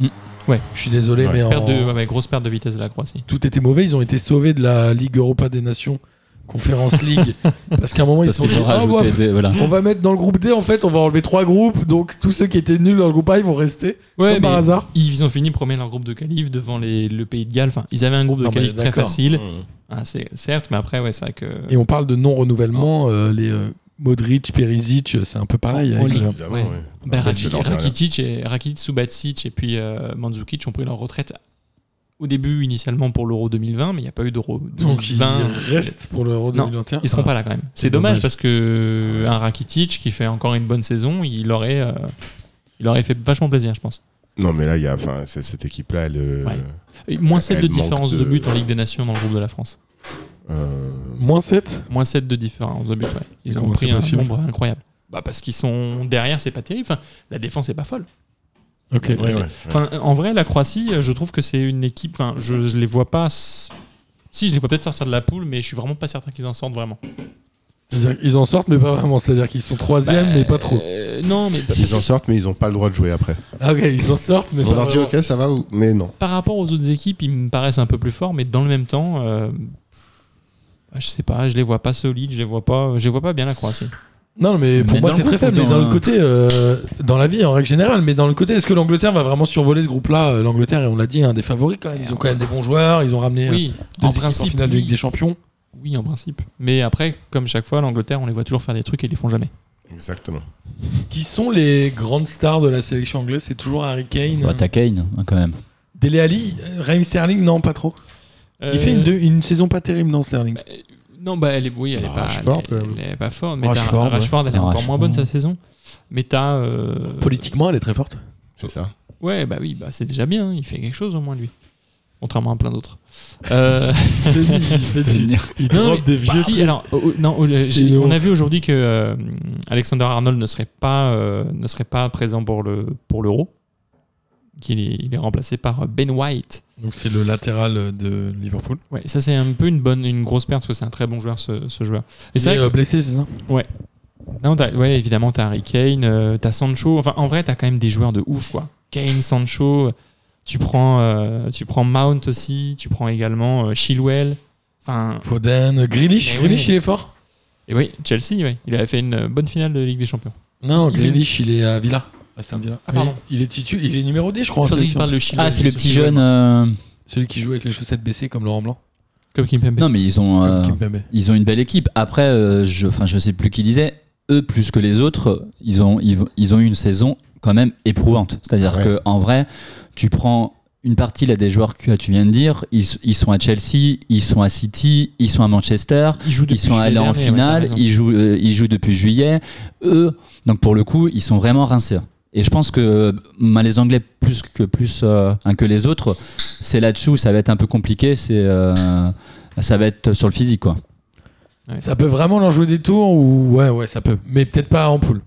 Mm. Ouais. Je suis désolé, Ouais. mais en- Perte de, ouais, ouais, grosse perte de vitesse de la Croatie. tout était mauvais. Ils ont été sauvés de la Ligue Europa des Nations, Conférence League, parce qu'à un moment ils Parce se sont qu'ils dit ont Ah, rajouté ouais, des- voilà. on va mettre dans le groupe D en fait, on va enlever trois groupes, donc tous ceux qui étaient nuls dans le groupe A ils vont rester comme par hasard. Ils ont fini premier de leur groupe de qualif devant les- le pays de Galles. Enfin, ils avaient un groupe de Non, mais qualif très d'accord. facile. Mmh. Ah, c'est- certes, mais après, ouais, c'est vrai que. Et on parle de non renouvellement, les euh, Modric, Perisic, euh, c'est un peu pareil. Ah. En avec Ligue. le- Évidemment, Ouais. ouais. Bah, Après, Rakitic- c'est leur dernière. Rakitic, et, Rakitic, Subacic et puis euh, Mandzukic ont pris leur retraite au début, initialement pour l'Euro 2020, mais il n'y a pas eu d'Euro donc ils 2020. restent pour l'Euro Non, 2021. Ils seront pas là quand même. C'est dommage, dommage. parce que euh, un Rakitic qui fait encore une bonne saison, il aurait, euh, il aurait fait vachement plaisir, je pense. Non, mais là, il y a, enfin, c'est- cette équipe-là, elle. euh, Ouais. Et moins 7 de Elle manque différence de... de- but en Ligue des Nations dans le groupe de la France. Euh, Moins 7 Moins 7 de différence de but, ouais. Mais Ils ont comment pris c'est un possible nombre incroyable. Bah parce qu'ils sont derrière, c'est pas terrible. Enfin, la défense est pas folle. Ok. ouais, ouais, ouais. Enfin, en vrai, la Croatie, euh, je trouve que c'est une équipe. Enfin, je, je les vois pas. s- Si, je les vois peut-être sortir de la poule, mais je suis vraiment pas certain qu'ils en sortent vraiment. C'est-à-dire qu'ils en sortent, mais pas vraiment. C'est-à-dire qu'ils sont troisième, mais pas trop. Euh, non, mais Ils en sortent, mais ils n'ont pas le droit de jouer après. Ah, ok, ils en sortent, mais On pas leur dit, vraiment. ok, ça va, ou- mais non. par rapport aux autres équipes, ils me paraissent un peu plus forts, mais dans le même temps, euh, je sais pas, je les vois pas solides, je les vois pas, je les vois pas bien la Croatie. Non, mais pour Mais moi, dans c'est le très groupe faible. ou Mais dans dans le un- côté, euh, dans la vie en règle générale, mais dans le côté, est-ce que l'Angleterre va vraiment survoler ce groupe-là Euh, L'Angleterre, et on l'a dit, est un des favoris quand même. Ils ont quand même des bons joueurs. Ils ont ramené Oui, euh, deux en équipes en principe. finale de oui. Ligue des Champions. Oui, en principe. Mais après, comme chaque fois, l'Angleterre, on les voit toujours faire des trucs et ils les font jamais. Exactement. Qui sont les grandes stars de la sélection anglaise C'est toujours Harry Kane. euh, Bah, t'as Kane, hein, quand même. Dele Alli, euh, Raheem Sterling, non, pas trop. Il fait Euh, une, deux- une saison pas terrible, non, Sterling. Bah, euh, non, bah, elle est, oui, elle est Bah, pas, Rashford, elle, est- quand même. elle est pas forte. Mais t'as- Rashford, Rashford, ouais. elle est encore Rashford. moins bonne sa saison. Mais t'as. euh, Politiquement, elle est très forte. C'est ça. Ouais, bah oui, bah c'est déjà bien. Il fait quelque chose au moins lui, contrairement à plein d'autres. Euh, il fait du- il Non, drop mais- des bah, vieux. si, trucs. alors, oh, oh, non, oh, C'est j'ai- une on a honte. vu aujourd'hui que euh, Alexander Arnold ne serait pas, euh, ne serait pas présent pour le pour l'Euro. Qu'il est, il est remplacé par Ben White. Donc c'est le latéral euh, de Liverpool. Ouais, ça c'est un peu une bonne, une grosse perte parce que c'est un très bon joueur ce, ce joueur. Et Il c'est est vrai euh, blessé, c'est ça que- non, t'as- ouais, évidemment t'as Harry Kane, euh, t'as Sancho. Enfin, en vrai t'as quand même des joueurs de ouf quoi. Kane, Sancho. Tu prends, euh, tu prends Mount aussi. Tu prends également euh, Chilwell. Enfin, Foden, euh, Grealish, Mais Grealish oui. il est fort et oui, Chelsea, ouais, il avait fait une euh, bonne finale de Ligue des Champions. Non, Ils Grealish il est à Villa. Aston Villa. Ah, pardon. Mais Il est titu, il est numéro 10 je crois. en Je pensais qu'il sélection. parle de Chilwell. Ah, c'est le petit Chilwell, jeune. euh, Celui qui joue avec les chaussettes baissées comme Laurent Blanc. Comme Kimpembe. Non, mais ils ont. Comme euh, Kimpembe. Ils ont une belle équipe. Après, euh, je, enfin, je sais plus qui disait, eux plus que les autres, ils ont, ils, vont- ils ont eu une saison quand même éprouvante. C'est-à-dire Ouais. que en vrai, tu prends une partie là des joueurs que tu viens de dire, ils, ils sont à Chelsea, ils sont à City, ils sont à Manchester, Ils jouent ils sont allés en finale, ils, jouent, euh, ils jouent depuis juillet. Eux, donc pour le coup, ils sont vraiment rincés. Et je pense que euh, bah, les Anglais, plus que, plus, euh, hein, que les autres, c'est là-dessous, ça va être un peu compliqué, c'est, euh, ça va être sur le physique. Quoi. Ça peut vraiment leur jouer des tours ou ouais ouais ça peut. Mais peut-être pas en poule.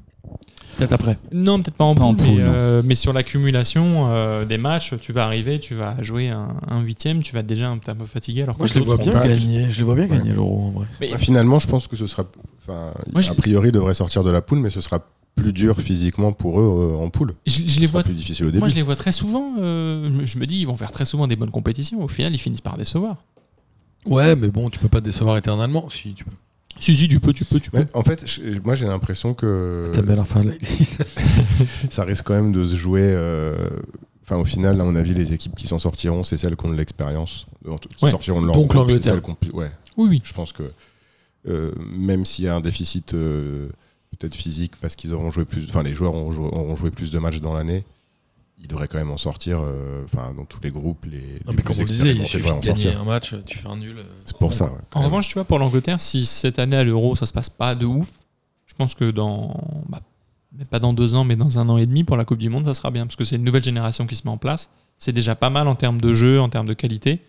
Peut-être après. Non, peut-être pas en Pas en poule, mais, poule, non. euh, mais sur l'accumulation euh, des matchs, tu vas arriver, tu vas jouer un, un huitième, tu vas déjà un, un peu fatigué. Alors que Moi je les vois d'autres bien sont- pas- gagner. Je les vois bien Ouais. gagner l'euro en vrai. Mais- Bah, finalement, je pense que ce sera. Enfin, Moi, je- a priori, ils devraient sortir de la poule, mais ce sera plus dur physiquement pour eux euh, en poule. je, je Ce les sera vois. plus difficile au début. Moi, je les vois très souvent. euh, je me dis, ils vont faire très souvent des bonnes compétitions. Au final, ils finissent par décevoir. Ouais mais bon tu peux pas décevoir éternellement si tu peux. Si, si, tu peux, tu peux, tu Mais en fait, je- moi j'ai l'impression que T'aimes bien leur faire la- ça risque quand même de se jouer. euh, Enfin, au final, à mon avis, les équipes qui s'en sortiront, c'est celles qui ont de l'expérience, en tout- qui Ouais. sortiront de leur Donc groupe, c'est l'Angleterre. celles qui ont pu- ouais, Oui, oui. je pense que euh, même s'il y a un déficit euh, peut-être physique parce qu'ils auront joué plus, enfin les joueurs auront joué, auront joué plus de matchs dans l'année, ils devraient quand même en sortir. euh, Enfin, dans tous les groupes, les, Non, les mais plus comme on disait, il expérimentés suffit devraient de en gagner sortir. un match, tu fais un nul. euh, C'est pour ça. ouais, quand En même. revanche, tu vois, pour l'Angleterre, si cette année à l'Euro, ça se passe pas de ouf, je pense que dans. bah, mais pas dans deux ans, mais dans un an et demi, pour la Coupe du Monde, ça sera bien. Parce que c'est une nouvelle génération qui se met en place. C'est déjà pas mal en termes de jeu, en termes de qualité.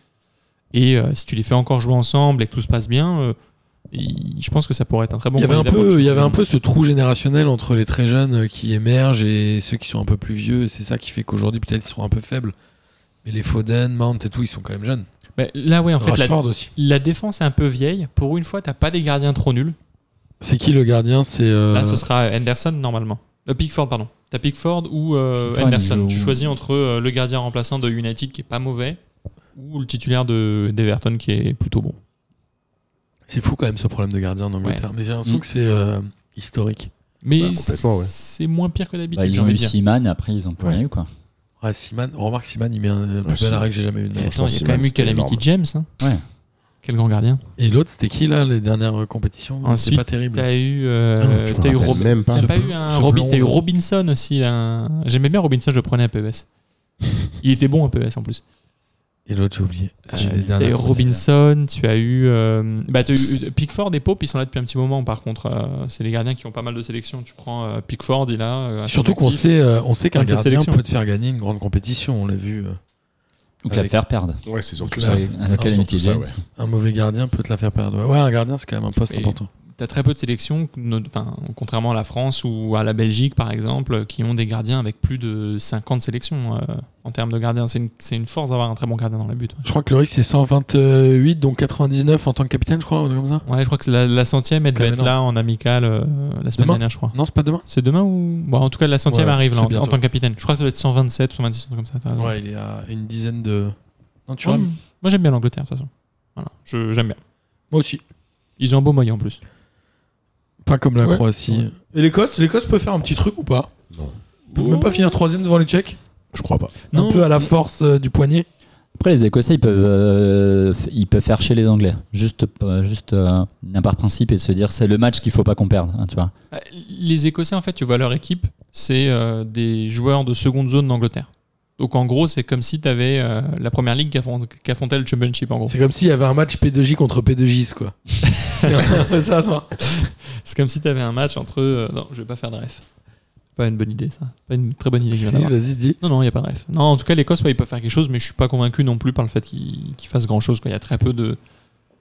Et euh, si tu les fais encore jouer ensemble et que tout se passe bien, euh, il- je pense que ça pourrait être un très bon il y avait un candidat pour le peu, il y champion avait un du peu ce trou générationnel entre les très jeunes euh, qui émergent et ceux qui sont un peu plus vieux. et C'est ça qui fait qu'aujourd'hui peut-être ils sont un peu faibles. Mais les Foden, Mount et tout, ils sont quand même jeunes. monde. Mais là, Ah, ouais, en fait, la, Rashford aussi. la défense est un peu vieille. Pour une fois, t'as pas des gardiens trop nuls. C'est qui le gardien C'est euh, Là, ce sera Henderson normalement. Euh, Pickford, pardon. T'as Pickford ou euh, Pickford, Henderson. il joue. Tu choisis entre euh, le gardien remplaçant de United qui est pas mauvais ou le titulaire de d'Everton qui est plutôt bon. c'est fou quand même ce problème de gardien en Angleterre. Mais j'ai l'impression Mm. que c'est euh, historique. Mais Bah, complètement, ouais. c'est moins pire que d'habitude. Bah, j'ai ils ont envie eu de dire. Siman, après ils ont plus Ouais. rien eu quoi. Ouais, Siman, remarque Siman, il met un, le Ouais, plus bel c'est- arrêt que j'ai jamais eu. de ma Mais vie. attends, il y a Francis quand même eu Mann, c'était Calamity énorme. James. hein. Ouais. Quel grand gardien. Et l'autre, c'était qui là les dernières euh, compétitions C'est Ensuite, pas terrible. T'as eu, euh, Ah, Je me t'as eu rappelle Rob- même pas. t'as Ce pas blond- eu un ce Robin- blond, t'as eu là. Robinson aussi. là, un- J'aimais bien Robinson, je le prenais à PES. Il était bon à PES en plus. Et l'autre, j'ai oublié. J'ai les T'as dernières eu compétitions. Robinson, tu as eu, euh, bah, t'as eu Pickford et Pope, ils sont là depuis un petit moment. Par contre, euh, c'est les gardiens qui ont pas mal de sélections. Tu prends euh, Pickford, il a. euh, à son Surtout qu'on actif. sait, euh, on sait qu'un Avec cette gardien sélection. peut te faire gagner une grande compétition. On l'a vu. euh, Ou te la Avec- faire perdre. Ouais, c'est surtout Donc ça. là, Avec avec surtout Calamity ça, Jane. ouais. Un mauvais gardien peut te la faire perdre. Ouais, un gardien, c'est quand même un poste Et- important. T'as très peu de sélections, no- enfin, contrairement à la France ou à la Belgique par exemple, qui ont des gardiens avec plus de 50 sélections euh, en termes de gardiens. C'est une, c'est une force d'avoir un très bon gardien dans les buts. Je crois que Loris, c'est 128, donc 99 en tant que capitaine, je crois, un truc comme ça. Ouais, je crois que c'est la, la centième, elle C'est quand devait même être là en amical euh, la semaine Demain dernière, je crois. Non, c'est pas demain C'est demain ou bon, En tout cas, la centième Ouais, arrive là, c'est en, en bientôt. tant que capitaine. Je crois que ça doit être 127, 126, un truc comme ça. t'as raison. Ouais, il est à une dizaine de. Non, tu Ouais, vois Moi, j'aime bien l'Angleterre, de toute façon. Voilà, je- j'aime bien. Moi aussi. Ils ont un beau moyen en plus. Pas comme la Ouais. Croatie. Et l'Écosse L'Écosse peut faire un petit truc ou pas Non. Ils peuvent même pas finir troisième devant les Tchèques Je crois pas. Un peu à la force euh, du poignet. Après, les Écossais, ils peuvent, euh, f- ils peuvent faire chez les Anglais. Juste, euh, juste euh, d'un par principe et se dire c'est le match qu'il faut pas qu'on perde. hein, tu vois. Euh, Les Écossais, en fait, tu vois, leur équipe, c'est euh, des joueurs de seconde zone d'Angleterre. Donc, en gros, c'est comme si tu avais la première ligue qui affron- qui affrontait le Championship, en gros. C'est comme s'il y avait un match P2J contre P2Js, quoi. c'est un peu ça, non C'est comme si tu avais un match entre. euh, non, je vais pas faire de ref. Pas une bonne idée, ça. Pas une très bonne idée. que je Si, viens d'avoir. Vas-y, dis. Non, non, il n'y a pas de ref. Non, en tout cas, l'Écosse, ouais, ils peuvent faire quelque chose, mais je suis pas convaincu non plus par le fait qu'ils qu'ils fassent grand-chose. quoi. Il y a très peu de.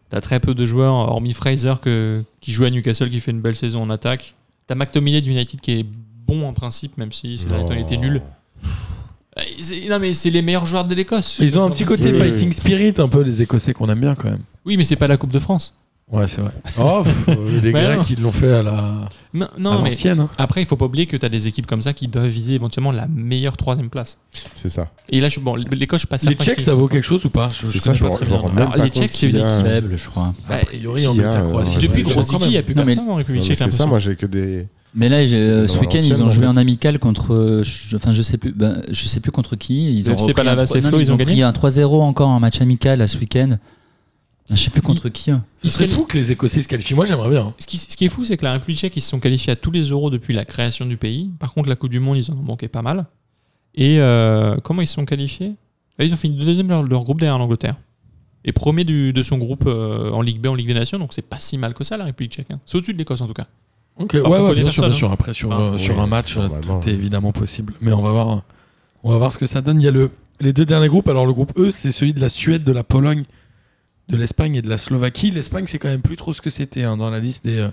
T'as très peu de joueurs, hormis Fraser que, qui joue à Newcastle, qui fait une belle saison en attaque. T'as McTominay du United qui est bon en principe, même si c'est Non. il était nul. Euh, c'est- Non, mais c'est les meilleurs joueurs de l'Écosse. Ils ont un petit côté Oui, oui, oui. fighting spirit, un peu, les Écossais qu'on aime bien quand même. Oui, mais c'est pas la Coupe de France. Ouais, c'est vrai. Oh, pff, euh, les Mais non. Grecs, ils l'ont fait à la- Non, à non mais l'ancienne. hein. après, il faut pas oublier que t'as des équipes comme ça qui doivent viser éventuellement la meilleure troisième place. C'est ça. Et là, je, bon, l'Écosse, je passe Les Tchèques, ça vaut quelque chose ou pas Je- C'est je ça, connais je pas me très je me bien. Ah, Bah, rends même Alors, pas les compte Tchèques, c'est qu'il y une a- équipe Faible, je crois. A priori, Qui a, Angleterre, euh, Croatie. ouais. Depuis ouais, je Grosicki, crois il même. n'y a plus Non, mais- personne en Non, République mais tchèque. j'ai C'est ça, l'impression. moi j'ai que des. Mais là, j'ai- euh, ce Dans week-end, ils l'ancienne, ont en joué fait. en amical contre, euh, je- enfin, je sais plus, ben, je sais plus contre qui. Ils Le ont FC repris un Palavas trois- et non, Flo, mais ils ont repris gagné. un 3-0 encore un match amical là, ce week-end. Je sais plus contre qui. hein. Il serait fou que les Écossais se qualifient. Moi, j'aimerais bien. Ce qui, ce qui est fou, c'est que la République tchèque, ils se sont qualifiés à tous les euros depuis la création du pays. Par contre, la Coupe du Monde, ils en ont manqué pas mal. Et euh, comment ils se sont qualifiés Ah, Ils ont fini deuxième de leur, leur groupe derrière l'Angleterre. Et premier du- de son groupe euh, en Ligue B, en Ligue des Nations, donc c'est pas si mal que ça la République tchèque. hein. C'est au-dessus de l'Écosse en tout cas. Ok, Alors ouais, qu'on ouais, connaît bien sûr, Ah, personne, bien sûr. Après, sur, Ah, euh, oui, sur un match, euh, normalement. tout est évidemment possible. Mais on va voir, on va voir ce que ça donne. Il y a le, les deux derniers groupes. Alors, le groupe E, c'est celui de la Suède, de la Pologne, de l'Espagne et de la Slovaquie. L'Espagne, c'est quand même plus trop ce que c'était hein, dans la liste des, euh,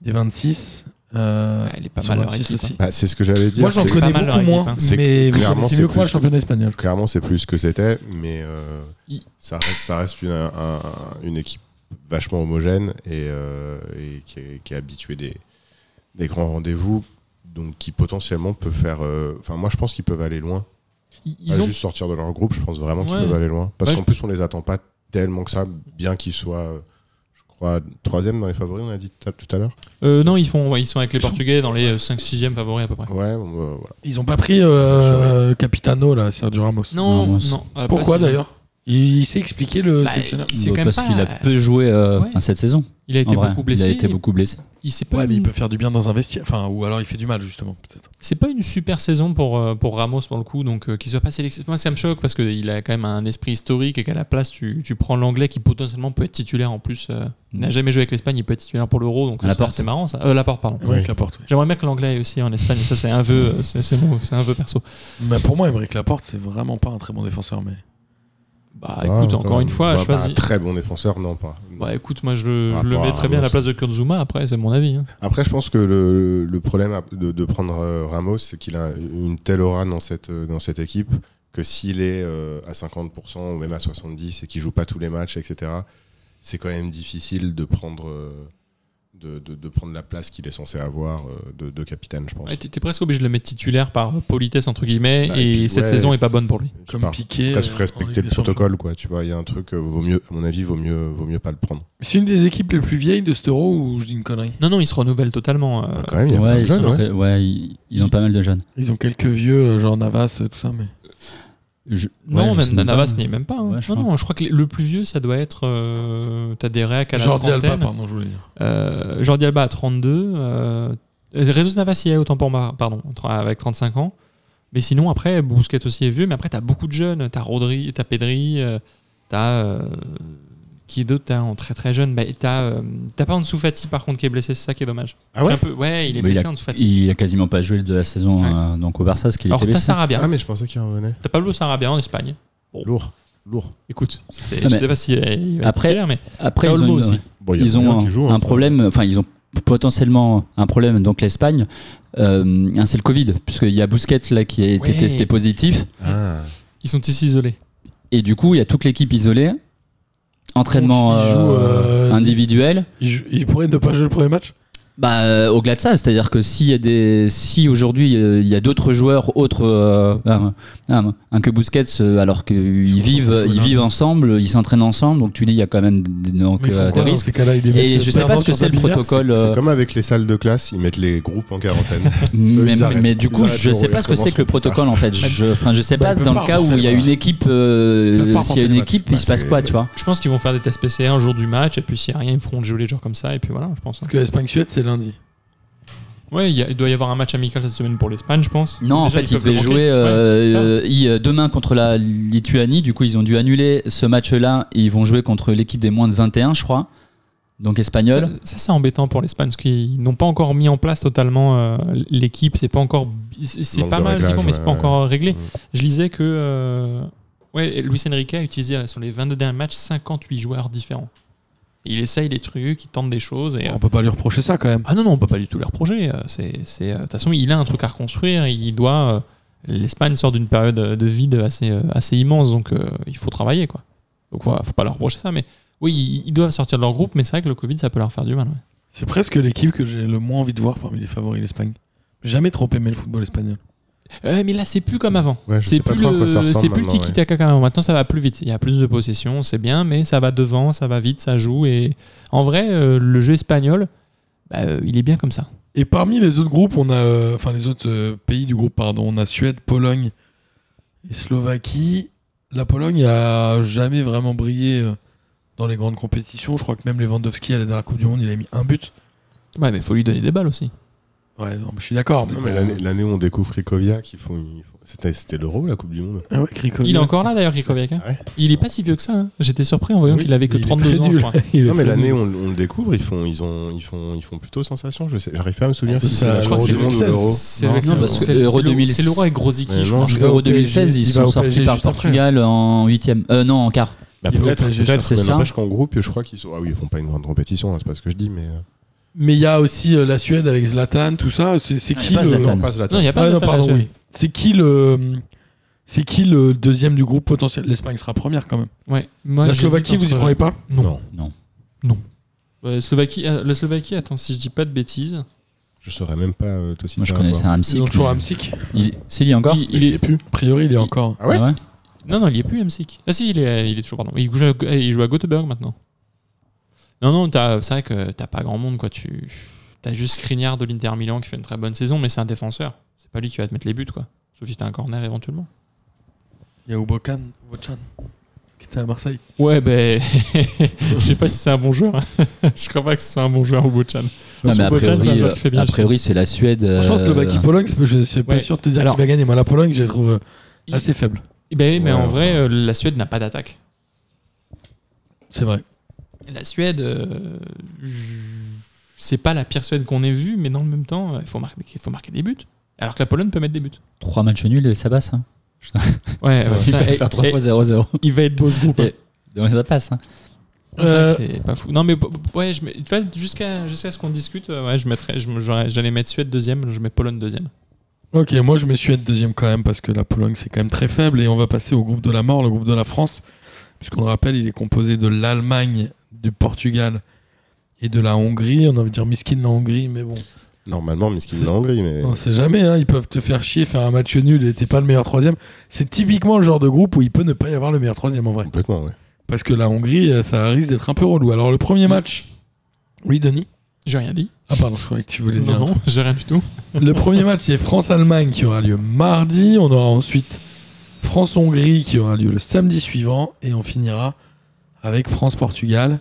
des 26. Euh, Ouais, elle est pas sur mal, leur 26 équipe, hein. aussi. Bah, c'est ce que j'allais dire. Moi, j'en c'est- connais pas mal, leur beaucoup équipe, moins, hein. C'est mais vous clairement, connaissez c'est mieux que moi le plus- championnat espagnol. Clairement, c'est plus ce que c'était, mais euh, Il- ça reste, ça reste une, un- un- une équipe vachement homogène et, euh, et qui, est, qui est habituée des, des grands rendez-vous, donc qui potentiellement peut faire. euh, Enfin, moi, je pense qu'ils peuvent aller loin. Ils, Pas ils ont juste sortir de leur groupe, je pense vraiment qu'ils Ouais. peuvent aller loin. Parce Ouais, qu'en je- plus, on les attend pas tellement que ça, bien qu'ils soient, euh, je crois, troisième dans les favoris, on a dit t- tout à l'heure. euh, non, ils font, ouais, ils sont avec les Portugais dans les 5-6e favoris à peu près. Ouais, bon, bah, voilà. Ils ont pas pris euh, Capitano, là, Sergio Ramos. Non, Non, non. moi, c'est- euh, Pourquoi pas si- d'ailleurs Il, il s'est expliqué le Bah, sélectionneur. il s'est quand même parce pas- qu'il a peu joué euh, Ouais. cette saison. Il a été en vrai. beaucoup blessé. Il a été beaucoup blessé. il s'est pas Ouais, mais il peut faire du bien dans un vestiaire. Enfin, ou alors il fait du mal, justement, peut-être. C'est pas une super saison pour, euh, pour Ramos pour le coup, donc euh, qu'il soit pas sélectionné. Moi, ça me choque parce qu'il a quand même un esprit historique et qu'à la place, tu, tu prends l'anglais qui potentiellement peut être titulaire en plus. euh, il n'a jamais joué avec l'Espagne, il peut être titulaire pour l'Euro, donc ça, c'est Laporte. c'est marrant ça. Euh, Laporte, pardon. Emmerich Laporte, oui. J'aimerais bien que l'anglais aille aussi en Espagne, ça c'est un vœu, euh, c'est c'est mon- c'est un vœu perso. Mais pour moi, Emmerich Laporte, c'est vraiment pas un très bon défenseur. Mais Bah Ah, écoute, encore une fois, bah, je bah, choisis. Très bon défenseur, non pas. Bah écoute, moi je le, Par je le rapport à mets très bien à la Ramos. place de Kurzuma après, c'est mon avis. hein. Après, je pense que le, le problème à- de, de prendre euh, Ramos, c'est qu'il a une telle aura dans cette, euh, dans cette équipe que s'il est euh, à 50% ou même à 70% et qu'il joue pas tous les matchs, etc., c'est quand même difficile de prendre, euh, de, de- de prendre la place qu'il est censé avoir euh, de, de capitaine, je pense. Ouais, T'es t'es presque obligé de le mettre titulaire par politesse entre guillemets, Bah, et et, puis, cette ouais. saison est pas bonne pour lui. Tu comme pars- Piqué. presque euh, en respecter Ligue le des Champions. protocole, quoi. Tu vois, il y a un truc, euh, vaut mieux, à mon avis, vaut mieux, vaut mieux pas le prendre. C'est une des équipes les plus vieilles de cet euro ou je dis une connerie Non, non, il se renouvelle totalement. euh, Bah, quand même, il y a plein de ils, jeunes, sont ouais. très- ouais, ils- ils ont pas mal de jeunes. Ils ont quelques vieux, euh, genre Navas, euh, tout ça. Mais... Je- ouais, Non, je sais même même Navas pas. n'y est même pas. hein. Ouais, je non, crois. non, je crois que les- le plus vieux, ça doit être. Euh, T'as des réacs à la Jordi trentaine. Alba, pardon, je voulais dire. Euh, Jordi Alba à 32. Euh, Rezos Navas y est, autant pour moi, pardon, tra- avec 35 ans. Mais sinon, après, Bousquet aussi est vieux, mais après, t'as beaucoup de jeunes. T'as Rodri, t'as Pedri, euh, t'as. euh, qui est d'autre T'as en très très jeune. Bah, et T'as euh, t'as pas Ansu Fati par contre qui est blessé, c'est ça qui est dommage. Ah ouais C'est un peu- ouais, il est Mais blessé a, Ansu Fati. il a quasiment pas joué de la saison Ouais. euh, donc au Barça, ce qu'il Alors était t'as blessé. Sarabia. Ah, mais je pensais qu'il revenait. T'as Pablo Sarabia en Espagne. Lourd. Lourd. Écoute, c'est- Non, je mais- sais pas si il va Après- être titulaire, mais Après, ils Paolo ont, une- aussi. Bon, il y a ils plein ont qui un, jouent, hein, un ça. problème, enfin, ils ont potentiellement un problème, donc l'Espagne. Euh, un, c'est le Covid, puisqu'il y a Busquets là qui a été Ouais. testé positif. Ah. ils sont tous isolés. Et du coup, il y a toute l'équipe isolée. Entraînement Donc, ils jouent, euh, euh, individuel. Il, jou- il pourrait ne pas jouer le premier match Bah, euh, au-delà de ça, c'est-à-dire que s'il y a des, si aujourd'hui euh, il y a d'autres joueurs autres euh, un, un- un que Busquets, euh, alors qu'ils sont censés vivent, jouer ils lundi. vivent ensemble, ils s'entraînent ensemble, donc tu dis il y a quand même des, donc, Mais ils font euh, des quoi dans risques. ces cas-là, ils les Et mettent je sais pas permanents ce que sur c'est le Tabizard, protocole, C'est euh, comme avec les salles de classe, ils mettent les groupes en quarantaine. mais, ils mais- arrêtent. mais du Ils coup, arrêtent je le sais pas relais, ce que c'est que le commence plus tard. protocole en fait. Je, enfin, je sais Bah, pas. il peut Dans le pas, cas on où sait il y a pas. une équipe, Il peut euh, pas s'il y a une rentrer, équipe, ouais. il se passe Bah, quoi, c'est- tu vois Je pense qu'ils vont faire des tests PCR un jour du match, et puis s'il n'y a rien, ils feront jouer les joueurs comme ça, et puis voilà, je pense. hein. Parce que Espagne-Suède, c'est lundi. Ouais, il, y a- il doit y avoir un match amical cette semaine pour l'Espagne, je pense. Non, en Déjà, fait, ils peuvent le devaient manquer. jouer Ouais, ça. euh, i- euh, demain contre la Lituanie. Du coup, ils ont dû annuler ce match-là. Ils vont jouer contre l'équipe des moins de 21, je crois. Donc espagnole. Ça, ça, c'est embêtant pour l'Espagne parce qu'ils n'ont pas encore mis en place totalement euh, l'équipe. C'est pas encore, c'est- c'est Manque pas de mal qu'ils font, réglage, mais c'est pas ouais, encore réglé. Mm. Je lisais que, euh, ouais, Luis Enrique a utilisé euh, sur les 22 derniers matchs 58 joueurs différents. Il essaye des trucs, il tente des choses. Et, euh, On peut pas lui reprocher ça quand même. ah non, non, on peut pas du tout leur projet. euh, c'est- c'est, euh, De toute façon, il a un truc à reconstruire. Il doit. euh, L'Espagne sort d'une période euh, de vide assez, euh, assez immense, donc euh, il faut travailler. quoi. Donc, voilà, faut pas leur reprocher ça. Mais oui, ils- ils doivent sortir de leur groupe, mais c'est vrai que le Covid, ça peut leur faire du mal. ouais. C'est presque l'équipe que j'ai le moins envie de voir parmi les favoris l'Espagne. J'ai Jamais trop aimé le football espagnol. Ouais, Euh, mais là, c'est plus comme avant. Ouais, je c'est sais pas plus, trop à quoi ça le... ressemble c'est plus le maintenant, tiki taka quand même. Maintenant, ça va plus vite. Il y a plus de possession, c'est bien, mais ça va devant, ça va vite, ça joue. Et en vrai, euh, le jeu espagnol, bah, euh, il est bien comme ça. Et parmi les autres groupes, on a, euh, enfin les autres euh, pays du groupe, pardon, on a Suède, Pologne et Slovaquie. La Pologne a jamais vraiment brillé euh, dans les grandes compétitions. Je crois que même Lewandowski à la dernière Coupe du Monde, il a mis un but. Ouais, mais faut lui donner des balles aussi. Ouais, non, mais je suis d'accord. Non, mais l'année- l'année où on découvre Rikoviak, ils font, ils font- c'était c'était l'euro, la Coupe du Monde. Ah ouais, Krikoviak. Il est encore là d'ailleurs, Krikoviak. hein. Ah ouais Il est pas si vieux que ça. hein. J'étais surpris en voyant Oui, qu'il avait que mais il est 32 très ans, je nul. crois. Il est non, mais très l'année nul. où on, on le découvre, ils font, ils ont, ils font, ils font plutôt sensation. Je sais, j'arrive pas à me souvenir C'est si ça, c'est la je crois Coupe que du Ah, Monde c'est ou 2016. l'euro. C'est Non, vrai que non, c'est- parce que c'est- Euro c'est le- 2016. C'est le roi et Grozicki, Mais je non, pense. je- que- va au Euro 2016, ils PSG, il va sont au sortis PSG par juste après. Portugal en huitième. Euh, non, en quart. Bah, Il va au peut-être, PSG, peut-être, c'est mais ça. n'empêche qu'en groupe, je crois qu'ils sont. Ah oui, ils font pas une grande compétition, hein, c'est pas ce que je dis, mais. euh, Mais il y a aussi euh, la Suède avec Zlatan, tout ça. C'est c'est Ah, qui il y a pas le- Zlatan. Non, pas Zlatan. Non, il y a pas Ah de non, appel à la pardon, chaîne. oui. C'est qui le. C'est qui le deuxième du groupe potentiel L'Espagne sera première quand même. Ouais. Moi, la j'hésite Slovaquie, vous y entre- croyez pas euh, Non. Non. Ouais, Slovaquie, euh, la Slovaquie, attends, si je dis pas de bêtises. Je saurais même pas. euh, toi aussi, Moi, je t'as un connaissais joueur. Ramsic. Ils ont toujours mais- Hamsik. Il- C'est lié encore Il, Il, il y est est... plus. A priori, il est encore. Ah ouais Ah ouais Non, non, il y est plus, Hamsik. Ah si, il est, il est toujours, pardon. Il joue, à, euh, il joue à Göteborg maintenant. Non, non, t'as- c'est vrai que t'as pas grand monde, quoi. Tu as juste Skriniar de l'Inter Milan qui fait une très bonne saison, mais c'est un défenseur. C'est pas lui qui va te mettre les buts, quoi. Sauf si t'as un corner éventuellement. Il y a Ubokan, Ubochan, qui était à Marseille. Ouais, ben. je sais pas si c'est un bon joueur. hein. je crois pas que ce soit un bon joueur au Bochan. Non, mais a Bochan, c'est un priori, joueur qui fait bien. a priori, c'est la Suède. Franchement, euh, Slovaquie-Pologne, c'est- je suis pas Ouais. sûr de te dire Alors- qui va gagner. Moi, la Pologne, je la trouve euh, Il- assez faible. Ben, mais Ouais, en ouais. vrai, euh, la Suède n'a pas d'attaque. C'est vrai. La Suède, euh, c'est pas la pire Suède qu'on ait vue, mais dans le même temps, euh, il faut marquer, il faut marquer des buts. Alors que la Pologne peut mettre des buts. Trois matchs nuls et ça passe. hein. Ouais, ouais, Il putain, va et- faire 3 et- fois 0-0. il va être beau ce groupe. hein. Et- Donc ça passe. hein. C'est vrai Euh, que C'est pas fou. Non, mais p- p- ouais, je mets- tu vois, jusqu'à jusqu'à ce qu'on discute, euh, ouais, je mettrais, je me- j'aurais- j'allais mettre Suède deuxième, je mets Pologne deuxième. Ok, moi je me suis être deuxième quand même parce que la Pologne c'est quand même très faible et on va passer au groupe de la mort, le groupe de la France, puisqu'on le rappelle, il est composé de l'Allemagne, du Portugal et de la Hongrie. On a envie de dire miskin la Hongrie, mais bon, Normalement, mais ce C'est- qu'il l'a en Hongrie, mais. on sait jamais, hein, ils peuvent te faire chier, faire un match nul et t'es pas le meilleur troisième. C'est typiquement le genre de groupe où il peut ne pas y avoir le meilleur troisième en vrai. Complètement, ouais. Parce que la Hongrie, euh, ça risque d'être un peu relou. Alors le premier match, oui Denis J'ai rien dit. Ah pardon, je croyais que tu voulais dire un Non, truc. non, j'ai rien du tout. Le premier match, c'est France-Allemagne qui aura lieu mardi. On aura ensuite France-Hongrie qui aura lieu le samedi suivant. Et on finira avec France-Portugal.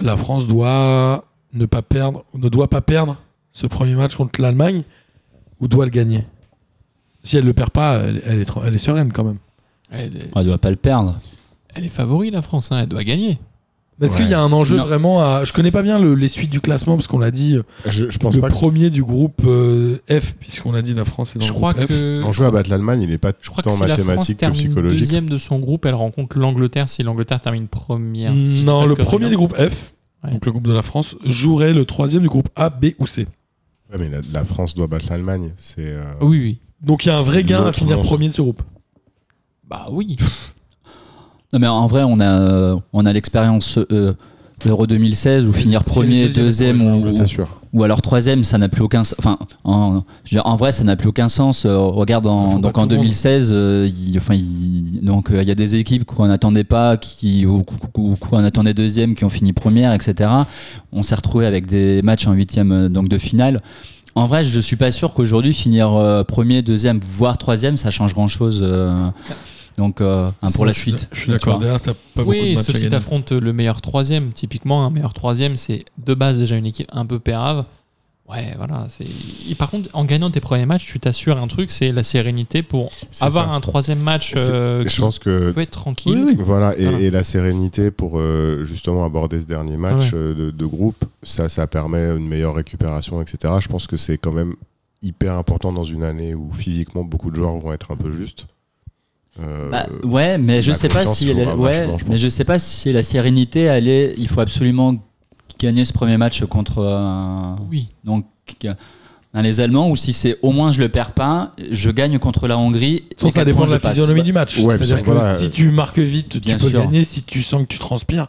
La France doit ne pas perdre, ne doit pas perdre ce premier match contre l'Allemagne ou doit le gagner. Si elle le perd pas, elle, elle est, tra- elle est sereine quand même. Elle, On ne Ah, doit pas le perdre. elle est favori la France, hein, elle doit gagner. Est-ce qu'il y a un enjeu Non. vraiment à. Je connais pas bien le- les suites du classement parce qu'on l'a dit. Je, je pense le pas que premier du groupe euh, F, puisqu'on a dit la France est dans Je le crois groupe F. que. en jeu à battre l'Allemagne, il n'est pas Je crois que tant si la France mathématique que termine psychologique. deuxième de son groupe, elle rencontre l'Angleterre si l'Angleterre termine première. si je dis pas Non, de le conneries, premier non. du groupe F, Ouais. donc le groupe de la France, jouerait le troisième du groupe A, B ou C. Ouais, mais la, la France doit battre l'Allemagne. C'est euh, Ah Oui, oui. Donc il y a un vrai C'est gain à l'autre finir monstre. premier de ce groupe. Bah oui. Non, mais en vrai, on a, euh, on a l'expérience euh, Euro 2016 où finir c'est premier, le deuxième, deuxième ouais, ou, ça, c'est sûr. ou alors troisième, ça n'a plus aucun sens. Enfin, en, je veux dire, en vrai, ça n'a plus aucun sens. Euh, regarde, en- Faut pas donc tout en le monde. 2016, euh, il, enfin, il- donc euh, il y a des équipes qu'on n'attendait pas, qui ou, ou- ou qu'on attendait deuxième, qui ont fini première, etc. On s'est retrouvé avec des matchs en huitième euh, donc de finale. En vrai, je suis pas sûr qu'aujourd'hui finir euh, premier, deuxième, voire troisième, ça change grand chose. donc euh, hein, pour la Je suis- suite. Je suis d'accord. Derrière, t'as pas beaucoup de Oui, matchs sauf à si gagner. t'affrontes le meilleur troisième. Typiquement, un meilleur troisième, c'est de base déjà une équipe un peu pérave. Ouais, voilà. c'est- Et par contre, en gagnant tes premiers matchs, tu t'assures un truc, c'est la sérénité pour C'est avoir ça. un troisième match C'est- euh, Je qui pense que peut être tranquille. Voilà, et, Voilà. et la sérénité pour euh, justement aborder ce dernier match Ah Ouais. euh, de, de groupe, ça, ça permet une meilleure récupération, etc. Je pense que c'est quand même hyper important dans une année où physiquement beaucoup de joueurs vont être un peu justes. Euh, Bah, ouais, mais je la sais pas confiance si elle est- jouera ouais, vachement, je pense. mais je sais pas si la sérénité elle est il faut absolument gagner ce premier match contre euh, Oui. donc euh, les Allemands ou si c'est au moins je le perds pas, je gagne contre la Hongrie Sauf et que ça quatre dépend points, de je la passe. physionomie du match. Ouais, C'est-à-dire parce que que voilà, si euh, tu marques vite, tu bien peux sûr. gagner. Si tu sens que tu transpires,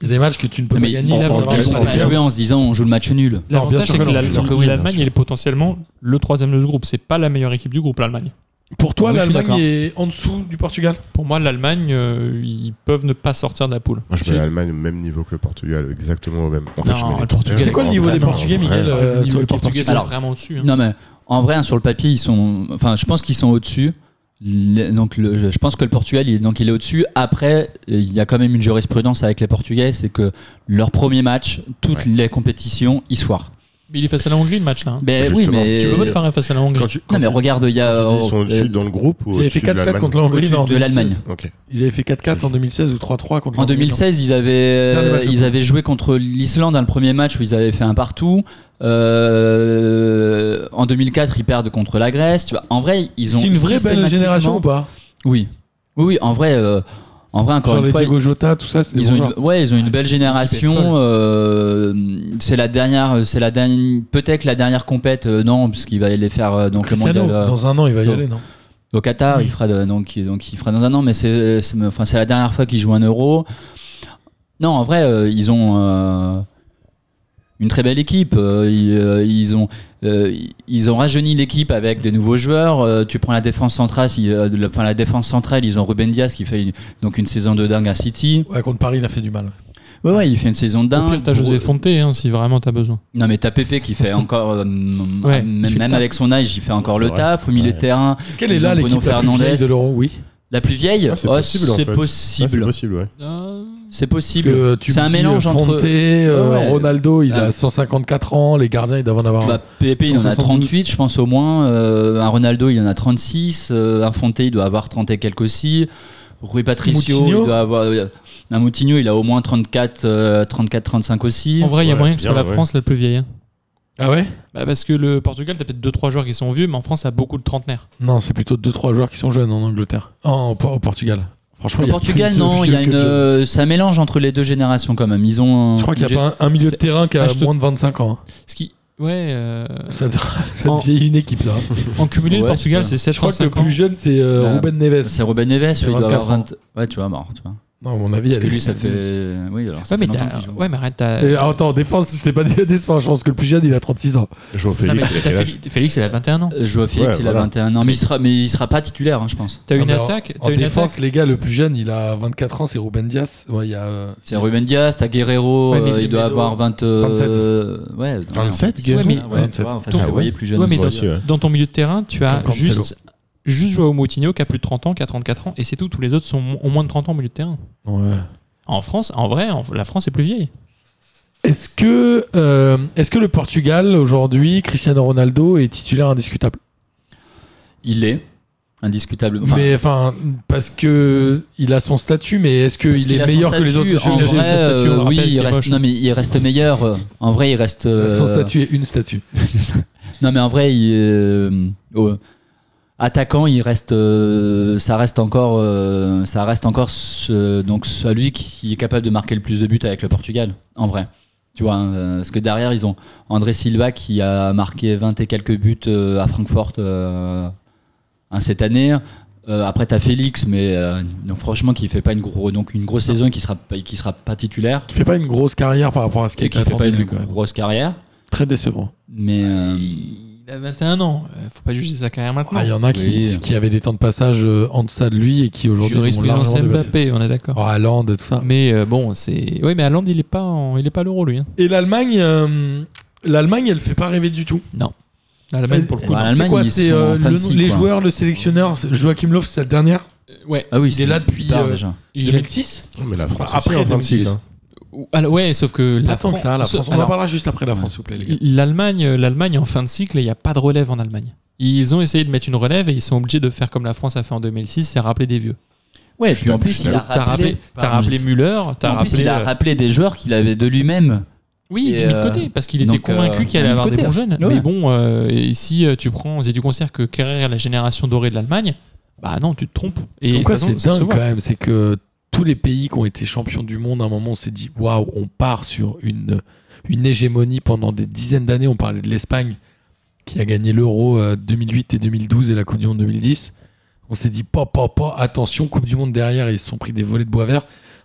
il y a des matchs que tu ne peux Mais pas gagner. ils là, en vous vont avez pas- un ils vont match à pas jouer en se disant on joue le match nul. Non, bien L'avantage, sûr que c'est que non, l'Al- bien sûr que oui, l'Allemagne, bien sûr. elle est potentiellement le troisième de ce groupe. C'est pas la meilleure équipe du groupe, l'Allemagne. Pour toi, Oui, je suis l'Allemagne est en dessous du Portugal Pour moi, l'Allemagne, euh, ils peuvent ne pas sortir de la poule. moi, je mets l'Allemagne au même niveau que le Portugal, exactement au même. En fait, Non, je mets les trois le Portugal, mêmes. C'est quoi le En niveau vrai, des non, en Portugais, vrai, Miguel euh, toi, le niveau des qui es Portugais, portugais c'est Alors, vraiment au-dessus. hein. Non mais en vrai hein, sur le papier ils sont enfin je pense qu'ils sont au-dessus. Le- Donc le- je pense que le Portugal il, donc il est au-dessus. Après euh, il y a quand même une jurisprudence avec les Portugais, c'est que leur premier match, toutes les compétitions, ils soirent. Mais il est face à la Hongrie, le match. là, hein. Ben Justement. oui mais Tu peux pas te faire face à la Hongrie. Quand tu, quand Non mais tu- regarde, il y a quand tu dis ils sont euh, au-dessus dans le groupe ou Ils avaient fait au-dessus de 4-4 l'Allemagne contre l'Hongrie au-dessus non, en de l'Allemagne. 2016. Ok. Ils avaient fait 4-4 en 2016 ou 3-3 contre en l'Hongrie, non 2016, ils avaient euh, Dernier match, je ils crois. avaient joué contre l'Islande dans le premier match où ils avaient fait un partout. Euh, en 2004, ils perdent contre la Grèce. Tu vois, en vrai, ils ont C'est une vraie belle systématiquement- génération ou pas Oui, oui, oui. En vrai, euh, en vrai, encore Genre une les fois, Diego Ah, Jota, tout ça, c'est des Ils bons ont une, joueurs. ouais, ils ont une belle est folle. génération. euh, c'est la dernière, c'est la dernière, peut-être la dernière compète. euh, non, puisqu'il va les faire euh, donc le Cristiano, mondial euh, dans un an, il va y non. aller, non au Qatar. Il fera de- donc, il- donc il fera dans un an, mais c'est, c'est- enfin, c'est la dernière fois qu'il joue un Euro. Non, en vrai, euh, ils ont euh, une très belle équipe. euh, ils, euh, ils ont euh, ils ont rajeuni l'équipe avec des nouveaux joueurs. euh, tu prends la défense centrale, si- euh, la- enfin la défense centrale, ils ont Ruben Diaz qui fait une- donc une saison de dingue à City. Ouais, contre Paris, il a fait du mal. Ouais, ouais, il fait une saison de dingue. Au pire, t'as Pour- José Fonte hein, si vraiment t'as besoin. Non mais t'as Pépé qui fait encore euh, m- Ouais, il même, fait le même taf. avec son âge il fait encore c'est le vrai. taf au milieu Ouais. de terrain Est-ce qu'elle est Ils là, ont Bruno l'équipe la plus Fernandes. vieille de l'Euro Oui. la plus vieille Ah, c'est oh, possible, en c'est fait. Ah, c'est possible possible, ouais. c'est Parce possible que tu c'est me un dis, mélange euh, entre Fonte, euh, Ouais. Ronaldo, il a Ah. 154 ans, les gardiens, ils doivent en avoir. bah, Pépé il en a 172. 38 je pense au moins euh, un Ronaldo il en a 36 euh, un Fonte il doit avoir 30 et quelques aussi Rui Patricio Moutinho il doit avoir euh, un Moutinho il a au moins 34 euh, 34 35 aussi En vrai, il y a Ouais, moyen que ce soit bien, la ouais. France la plus vieille. hein. Ah ouais Bah, parce que le Portugal, t'as peut-être 2-3 joueurs qui sont vieux, mais en France, t'as beaucoup de trentenaires. Non, c'est plutôt 2-3 joueurs qui sont jeunes en Angleterre. Ah, En- au- au Portugal. Franchement, au il y a Portugal plus de non il y a vieux que une de jeunes. euh, c'est un mélange entre les deux générations quand même ils ont Je crois qu'il n'y a un pas un, un milieu de c'est- terrain qui a Ah, je te- moins de 25 ans. hein. Ce qui. Ouais. euh, Ça, ça En- vieillit une équipe, là. En cumulé, le Ouais, Portugal, c'est Je crois que le 750 plus jeune, c'est euh, Bah, Ruben Neves. C'est Ruben Neves, oui, il doit 24 avoir ans. 20... Ouais, tu vois, mort, tu vois. Non, à mon avis, Parce elle que est- lui, ça fait... euh, Oui, alors, ça Ah Ouais, mais fait longtemps t'as- qu'il joue. ouais, mais arrête, t'as. Et, ah, attends, en défense, je t'ai pas dit la défense, je pense que le plus jeune, il a 36 ans. Joao Non, mais Félix, il a t'as quel âge Félix, Félix, il a 21 ans. Euh, Joao Félix, Ouais, il a voilà. 21 ans, mais il sera, mais il sera pas titulaire, hein, je pense. T'as Non, une mais en- attaque. En t'as une défense, attaque. les gars, le plus jeune, il a 24 ans, c'est Ruben Diaz. Ouais, il y a, euh, C'est Ruben Diaz, t'as Guerrero, Ouais, mais euh, il Semedo, doit avoir 20... euh, Ouais, 27 Ouais, mais- ouais, ouais, 27. tu vois, en fait, Donc- je le voyais plus jeune. Ouais, mais Moi dans, aussi, ouais. dans ton milieu de terrain, tu as Comme Cancelo. juste, juste Joao Moutinho qui a plus de 30 ans, qui a 34 ans, et c'est tout. Tous les autres sont mo- ont moins de 30 ans au milieu de terrain. ouais. En France, en vrai, en- la France est plus vieille. Est-ce que, euh, est-ce que le Portugal, aujourd'hui, Cristiano Ronaldo est titulaire indiscutable Il l'est. indiscutablement. Enfin, mais enfin, parce que il a son statut, mais est-ce parce qu'il qu'il est a son meilleur que les statut, autres En Il a vrai, son statut, on euh, le oui, rappelle, il qui est reste, moche. non, mais il reste meilleur. euh, En vrai, il reste. Son euh, statut est une statue. Non, mais en vrai, il, euh, euh, attaquant, il reste, euh, ça reste encore, euh, ça reste encore ce- donc celui qui est capable de marquer le plus de buts avec le Portugal, en vrai. Tu vois, hein, euh, parce que derrière, ils ont André Silva qui a marqué 20 et quelques buts euh, à Francfort euh, hein, cette année. Euh, après, tu as Félix, mais euh, donc, franchement, qui fait pas une, gros, donc une grosse saison et qui sera, pas- qui sera pas titulaire. Qui fait pas une grosse carrière par rapport à ce qu'il Et qui était fait pas attendu. une quand même. grosse carrière. Très décevant. Mais. euh, Il il a 21 ans. euh, Faut pas juger sa carrière maintenant. Ah, Il y en a qui, Oui. qui avaient des temps de passage euh, en deçà de lui et qui aujourd'hui ont Jurisprudence largement dépassé. Mbappé, on est d'accord. Oh, Haaland, tout ça. Mais euh, bon, c'est. Oui, mais Haaland, il est pas, en- il est pas à l'euro, lui. hein. Et l'Allemagne, euh, l'Allemagne, elle fait pas rêver du tout. L'Allemagne, pour le coup. Bah, non. l'Allemagne, c'est quoi ils C'est sont euh, en fin le- de cycle, les quoi. joueurs, le sélectionneur, c'est- Joachim Löw, c'est la dernière Ouais. ah oui, Il est c'est là depuis, tard, euh, déjà. 2006 Non, mais la France Après, aussi, en 26. 2006. hein. Ou- alors, ouais, sauf que Pas la tant France. que ça, la ce- France. On en alors, parlera juste après la France, s'il vous plaît, les gars. L'Allemagne, euh, l'Allemagne est en fin de cycle et il n'y a pas de relève en Allemagne. Ils ont essayé de mettre une relève et ils sont obligés de faire comme la France a fait en 2006, c'est rappeler des vieux. Ouais, Je puis en suis plus, il a Donc, T'as rappelé, rappelé, t'as pardon, rappelé j'ai- Müller, t'as en rappelé. plus, il a euh, rappelé des joueurs qu'il avait de lui-même. Oui, Et, mis de euh, côté, parce qu'il était donc, euh, convaincu qu'il allait mis de avoir des côté, bons jeunes. ouais. Mais bon, euh, et si euh, tu prends, si tu considères que Kerrer est la génération dorée de l'Allemagne, bah non, tu te trompes. Et de Pourquoi toute façon, c'est ça se dingue voit. quand même C'est que tous les pays qui ont été champions du monde, à un moment, on s'est dit waouh, on part sur une, une hégémonie pendant des dizaines d'années. On parlait de l'Espagne qui a gagné l'Euro euh, 2008 et 2012 et la Coupe du Monde 2010. On s'est dit pop, pop, pop, attention, Coupe du Monde derrière, ils se sont pris des volets de bois vert.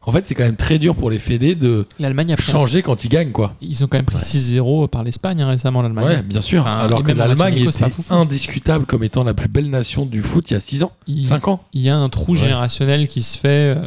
En fait, c'est quand même très dur pour les fédés de L'Allemagne a pris un- changer quand ils gagnent, quoi. Ils ont quand même pris 6-0 par l'Espagne hein, récemment, l'Allemagne. Ouais, bien sûr. Enfin, et Alors que même en matière l'Allemagne d'éco, c'est était pas foufou. indiscutable comme étant la plus belle nation du foot il y a 6 ans, Il- 5 ans. il y a un trou générationnel qui se fait. euh,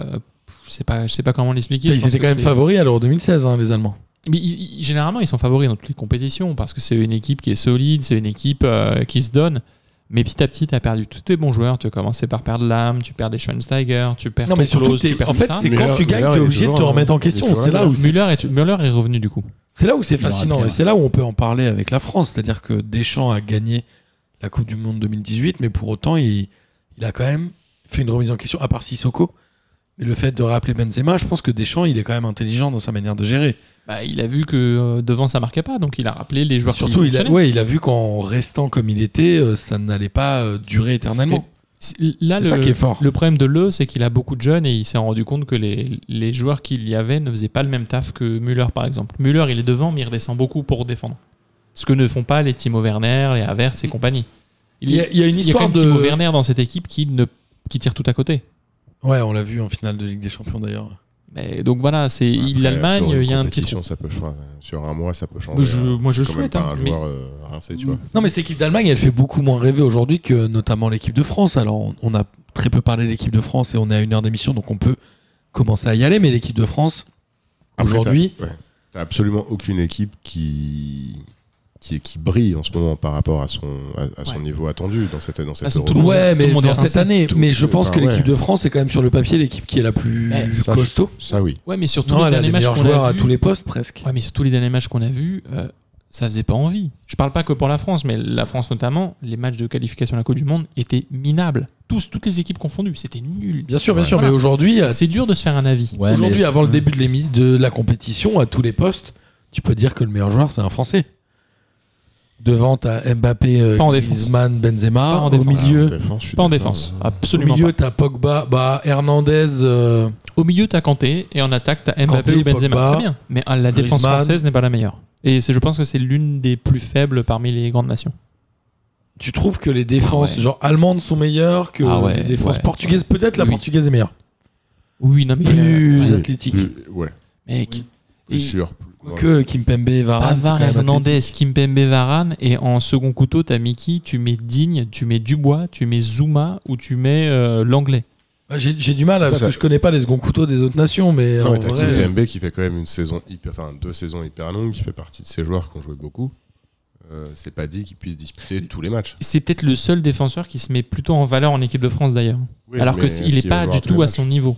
je sais pas, je sais pas comment l'expliquer. je Bah, Ils pense étaient que quand même c'est- favoris à l'Euro 2016, hein, les Allemands. Mais ils- ils- généralement, ils sont favoris dans toutes les compétitions parce que c'est une équipe qui est solide, c'est une équipe euh, qui se donne. Mais petit à petit, tu as perdu tous tes bons joueurs. Tu as commencé par perdre l'âme, tu perds des Schweinsteiger, tu perds. Non, mais ton surtout, Klose, t'es- tu perds en tout fait, ça. c'est quand Müller- tu gagnes, Müller, t'es il est obligé de te toujours, remettre en hein. Il question. est toujours C'est là là. où c'est Müller est, Müller est revenu du coup. c'est là où c'est Il aura fascinant appris, et c'est là où on peut en parler avec la France. C'est-à-dire que Deschamps a gagné la Coupe du Monde 2018, mais pour autant, il, il a quand même fait une remise en question, à part Sissoko. Mais le fait de rappeler Benzema, je pense que Deschamps, il est quand même intelligent dans sa manière de gérer. Bah, il a vu que euh, devant ça marquait pas, donc il a rappelé les joueurs. qui Surtout, il a, fonctionnaient. ouais, il a vu qu'en restant comme il était, euh, ça n'allait pas euh, durer éternellement. C'est- Là, C'est le, ça qui est fort. le problème de Le, c'est qu'il a beaucoup de jeunes et il s'est rendu compte que les, les joueurs qu'il y avait ne faisaient pas le même taf que Müller, par exemple. Müller, il est devant, mais il redescend beaucoup pour défendre. Ce que ne font pas les Timo Werner, les Havertz et compagnie. Il y a, il y a une Il y a quand histoire même Timo de. Werner dans cette équipe qui, ne, qui tire tout à côté. Ouais, on l'a vu en finale de Ligue des Champions d'ailleurs. Mais donc voilà, c'est Après, l'Allemagne, sur une il y a un petit trou. compétition, ça peut, je crois, euh, sur un mois, ça peut changer. Mais je- hein. moi, je C'est quand même souhaite, pas hein, un mais- Mm. joueur euh, rincé, tu vois. Non, mais cette équipe d'Allemagne, elle fait beaucoup moins rêver aujourd'hui que notamment l'équipe de France. Alors, on- on a très peu parlé de l'équipe de France et on est à une heure d'émission, donc on peut commencer à y aller. Mais l'équipe de France, Après, aujourd'hui, t'as- ouais. T'as absolument aucune équipe qui, qui, qui brille en ce moment par rapport à son, à, à son Ouais. Ah, niveau attendu dans cette, dans cette façon, Euro. tout le monde- ouais, tout le mais monde est dans cette rincé. année. Tout- mais je pense enfin, que l'équipe ouais. de France est quand même sur le papier l'équipe qui est la plus Eh, ça, je- costaud. Ça, oui. Ouais, mais surtout Non, les elle a les derniers matchs meilleurs qu'on a joueurs à vus- tous les postes presque. Ouais, mais surtout les derniers matchs qu'on a vus, euh, ça faisait pas envie. Je parle pas que pour la France, mais la France notamment, les matchs de qualification à la Coupe du Monde étaient minables. Tous, toutes les équipes confondues, c'était nul. Bien sûr, bien Ouais. sûr. Voilà. Mais aujourd'hui, euh, à- C'est dur de se faire un avis. Ouais, mais- aujourd'hui, avant le début de, l'émi- de la compétition, à tous les postes, tu peux dire que le meilleur joueur, c'est un Français. Devant, t'as Mbappé, euh, Pas en défense. Griezmann, Benzema. Pas en Au défense. milieu, Ah, défense, je suis Pas en d'accord. défense, Au absolument milieu, pas. t'as Pogba, bah, Hernandez, euh, Au milieu, t'as Kanté, et en attaque, t'as Mbappé Kanté, ou Benzema. Pogba, Très bien. Mais ah, la défense Griezmann. française n'est pas la meilleure. Et c'est- je pense que c'est l'une des plus faibles parmi les grandes nations. tu trouves que les défenses Ah ouais. genre allemandes sont meilleures que Ah ouais, les défenses ouais. portugaises Peut-être la Oui. portugaise est meilleure. Oui, non, mais. Plus euh, ouais, athlétique. Plus- ouais, mec. plus Et- sûr. plus- ouais. Que Kimpembe, Varane. Pavard, Ah, c'est quand même Hernandez, Kimpembe, Varane, et en second couteau, t'as Mickey, tu mets Digne, tu mets Dubois, tu mets Zuma ou tu mets euh, l'anglais. athlétique. Bah, J'ai j'ai du mal C'est parce ça. que je connais pas les seconds couteaux des autres nations, mais Non, en mais t'as vrai, Kim Pembe qui fait quand même une saison hyper, enfin deux saisons hyper longues, qui fait partie de ces joueurs qui ont joué beaucoup. Euh, c'est pas dit qu'ils puissent disputer tous les matchs. C'est peut-être le seul défenseur qui se met plutôt en valeur en équipe de France d'ailleurs. Oui, Alors mais que c- est-ce il n'est qu'il va pas jouer du tous les tout à matchs son niveau.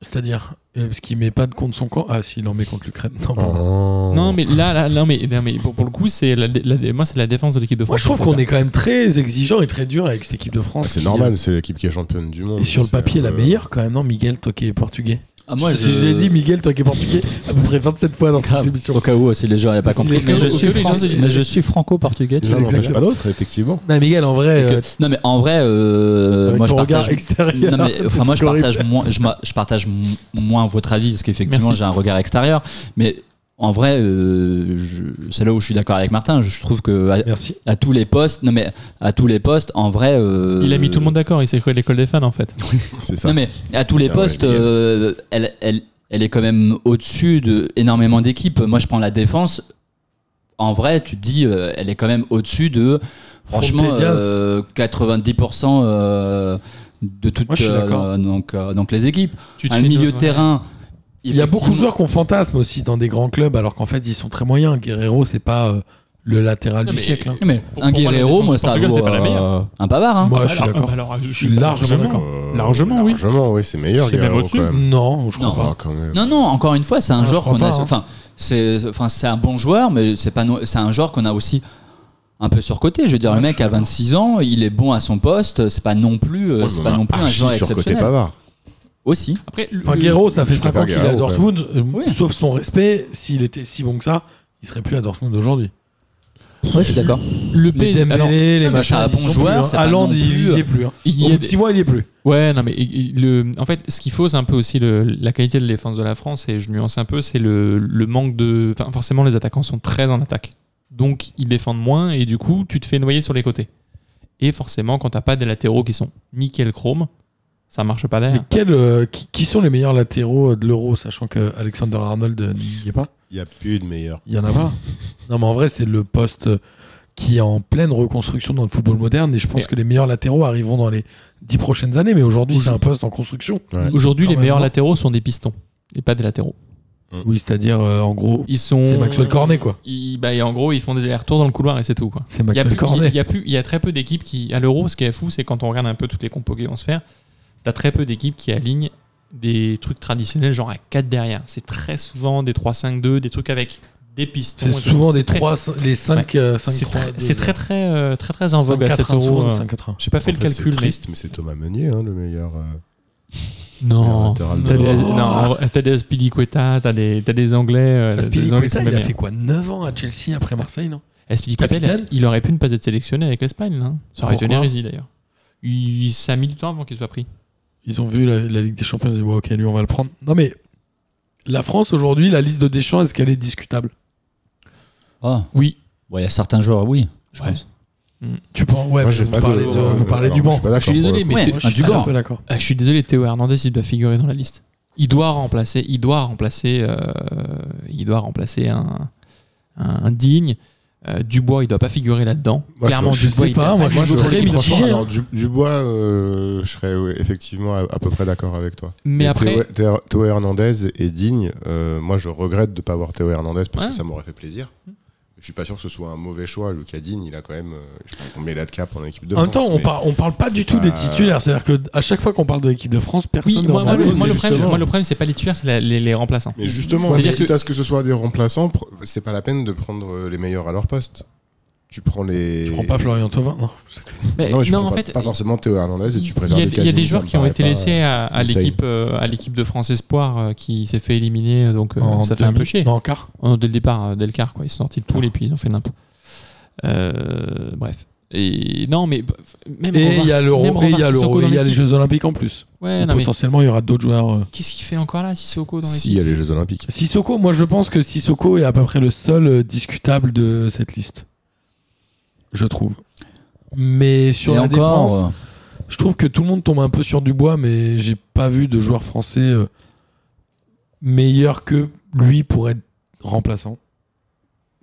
C'est-à-dire, euh, parce qu'il met pas de contre son camp. Ah, s'il en met contre l'Ukraine. Non, Ah, pardon. Non, Non, mais là, là, non, mais, non, mais pour, pour le coup, c'est la, dé- la dé- moi, c'est la défense de l'équipe de Moi, France. je trouve qu'on est quand même très exigeant et très dur avec cette équipe de France. Ah, c'est qui, euh, normal, c'est l'équipe qui est championne du monde. euh, Et sur le C'est, papier, la euh, meilleure quand même, non, Miguel, toi qui es portugais. Ah, moi, je je- j'ai dit Miguel, toi qui es portugais, à peu près 27 fois dans cette Grave. émission. Au cas où, si les gens n'avaient pas Si compris. les- Mais au je cas où suis les gens- français- mais je suis franco-portuguais. L'un n'empêche pas l'autre, effectivement. Non, Miguel, en vrai, Que- euh, Non, mais en vrai, euh, avec moi, je ton regard partage. extérieur. Non, mais, enfin, c'est moi, je horrible. partage, moins, je, m'a- je partage m- moins votre avis, parce qu'effectivement, Merci. j'ai un regard extérieur. Mais en vrai, euh, je- c'est là où je suis d'accord avec Martin. Je trouve que à, Merci. à tous les postes, non, mais à tous les postes, en vrai. euh, Il a mis tout le monde d'accord, il s'est cru à l'école des fans en fait. C'est ça. Non, mais à tous les Tiens, ouais, postes, Miguel. euh, elle, elle, elle est quand même au-dessus de énormément d'équipes. Moi, je prends la défense. En vrai, tu te dis, euh, elle est quand même au-dessus de, franchement, Fonte et Diaz. euh, 90% euh, de toutes Moi, je suis euh, d'accord. donc, euh, donc les équipes. Tu te un fais milieu une- de terrain. Il y a beaucoup de joueurs qu'on fantasme aussi dans des grands clubs, alors qu'en fait, ils sont très moyens. Guerrero, c'est pas euh, le latéral Non, du mais- siècle. hein. Mais Pour- un pour moi, la Guerrero, défense moi, du ça Portugal, vaut c'est pas la euh, meilleure. un Pavard. Hein. Moi, Ah, je suis alors- d'accord. ah, bah, alors, je suis largement d'accord. Euh, Largement, oui. Largement, oui, c'est meilleur. C'est même Guerrero, au-dessus. quand même. Non, je crois Non. pas. Ah, quand même. Non, non, encore une fois, c'est un Ah, je joueur crois qu'on a. pas, hein. Enfin, c'est enfin, c'est un bon joueur, mais c'est pas no- c'est un joueur qu'on a aussi un peu surcoté. Je veux dire, le mec a 26 ans, il est bon à son poste, c'est pas non plus, euh, Ouais, c'est mais pas on a non plus un archi joueur surcoté exceptionnel. Pavard. Aussi. Après, Enfin, le- Guerrero, ça fait je 5 préfère ans qu'il est à Guerrero, quand même. Dortmund. euh, Oui. Sauf son respect, s'il était si bon que ça, il serait plus à Dortmund aujourd'hui. Ouais, je suis d'accord. le Les PSG. alors, Dembélé, les mais machins, c'est un ils bon sont joueur, plus, hein. c'est pas Haaland, non il plus- il y est plus. hein. il y Au a bout de des- 6 mois, il y est plus. Ouais, non, mais il- il- le, en fait, ce qu'il faut, c'est un peu aussi le- la qualité de la défense de la France, et je nuance un peu, c'est le, le manque de. Enfin, forcément, les attaquants sont très en attaque. Donc, ils défendent moins, et du coup, tu te fais noyer sur les côtés. Et forcément, quand t'as pas des latéraux qui sont nickel chrome, ça marche pas Mais derrière. quel, euh, qui, qui sont les meilleurs latéraux euh, de l'Euro, sachant que Alexander Arnold euh, n'y est pas Il n'y a plus de meilleur. Il y en a pas. Non, mais en vrai, c'est le poste euh, qui est en pleine reconstruction dans le football moderne. Et je pense Et- que les meilleurs latéraux arriveront dans les dix prochaines années. Mais aujourd'hui, c'est un poste en construction. Ouais. Aujourd'hui, Quand les même, meilleurs non. latéraux sont des pistons, et pas des latéraux. Oui, c'est-à-dire, euh, en gros, Ils sont. C'est Maxwell Cornet, quoi. Ils- bah, et en gros, ils font des allers-retours dans le couloir, et c'est tout, quoi. c'est Il y a Maxwell plus- Cornet. il y a plus- il y a très peu d'équipes qui, à l'Euro, ce qui est fou, c'est quand on regarde un peu toutes les compos qui vont se faire, t'as très peu d'équipes qui alignent des trucs traditionnels, genre à 4 derrière. C'est très souvent des 3-5-2, des trucs avec des pistons. C'est et tout. souvent des très- 3, les euh, 5, C'est très, c'est très, très, euh, très, très en vogue à 7 euros. euh. 5-4. J'ai pas fait En le fait, calcul, C'est triste, mais c'est Thomas Meunier, hein, le meilleur. euh, mais. Non. latéral T'as des, droit. Oh. non, t'as des Aspilicueta, t'as des, t'as des Anglais. euh, les Anglais sont Aspilicueta, il a bien fait quoi 9 ans à Chelsea après Marseille, non meilleurs. Azpilicueta, il a- Capitaine il aurait pu ne pas être sélectionné avec l'Espagne, là. Ça aurait été une Pourquoi hérésie, d'ailleurs. Il, ça a mis du temps avant qu'il soit pris. Ils ont vu la, la Ligue des Champions, ils ont dit, Ouais, ok, lui, on va le prendre. Non, mais la France, aujourd'hui, la liste de Deschamps, est-ce qu'elle est discutable Ah. Oui. Bon, il y a certains joueurs, oui. Je Ouais. pense. Tu penses Ouais, Moi, j'ai vous pas parlez, de- de- vous parlez alors, du Je banc. suis pas d'accord Je suis pour désolé, le mais Ouais, Thé- Moi, un je suis Dubourg. un peu d'accord. Ah, je suis désolé, Théo Hernandez, il doit figurer dans la liste. Il doit remplacer, il doit remplacer, euh, il doit remplacer un, un, un digne. Euh, Dubois, il doit pas figurer là-dedans. Moi, Clairement, je- je Dubois, sais il pas, a- moi, il je joue pour suis l'équipe très de France. mitigé, hein. Alors, Du- Dubois, euh, je serais ouais, effectivement à, à peu près d'accord avec toi. Mais Et après, Théo- Théo, Théo Hernandez est digne. Euh, moi, je regrette de ne pas avoir Théo Hernandez parce Ouais. Hmm. que ça m'aurait fait plaisir. Je suis pas sûr que ce soit un mauvais choix. Lucas Digne, il a quand même. euh, Je sais pas combien il a de cap en équipe de En même France, temps, on, mais par- on parle pas c'est du tout pas- des titulaires. C'est-à-dire que à chaque fois qu'on parle de l'équipe de France, personne oui, ne moi, moi, le, remarque. moi, le problème, justement. moi, le problème, c'est pas les tueurs, c'est la- les, les remplaçants. Mais justement, C'est-à-dire c'est-à-dire que- quitte à ce que ce soit des remplaçants, pr- c'est pas la peine de prendre euh, les meilleurs à leur poste. Tu prends les. Je prends pas Florian Thauvin, hein, non. Mais Non, mais tu non, prends en pas, fait, pas forcément Théo Hernandez et tu il préfères y a, Lucas il y a Digne, des ça joueurs me qui ont paraît été pas- laissés à, à insane. l'équipe euh, à l'équipe de France Espoir euh, qui s'est fait éliminer, donc euh, ça fait un peu demi- chier. Non, en quart. Oh, dès le départ, euh, dès le quart, quoi. Ils sont sortis de Ah. poule et puis ils ont fait n'importe. Euh, bref. Et non, mais bah, même Et il y a Rovar- même l'Euro, et il y a Rovar Sissoko l'Euro, et il y dans a les l'équipe. Jeux Olympiques en plus. Ouais, Donc, non, mais potentiellement, il y aura d'autres joueurs. euh. qu'est-ce qu'il fait encore là, Sissoko dans Si, il y a les Jeux Olympiques. Sissoko, moi je pense que Sissoko est à peu près le seul euh, discutable de cette liste. Je trouve. Mais sur Et la encore, défense, euh, je trouve que tout le monde tombe un peu sur du bois, mais j'ai pas vu de joueur français euh, meilleur que lui pour être remplaçant.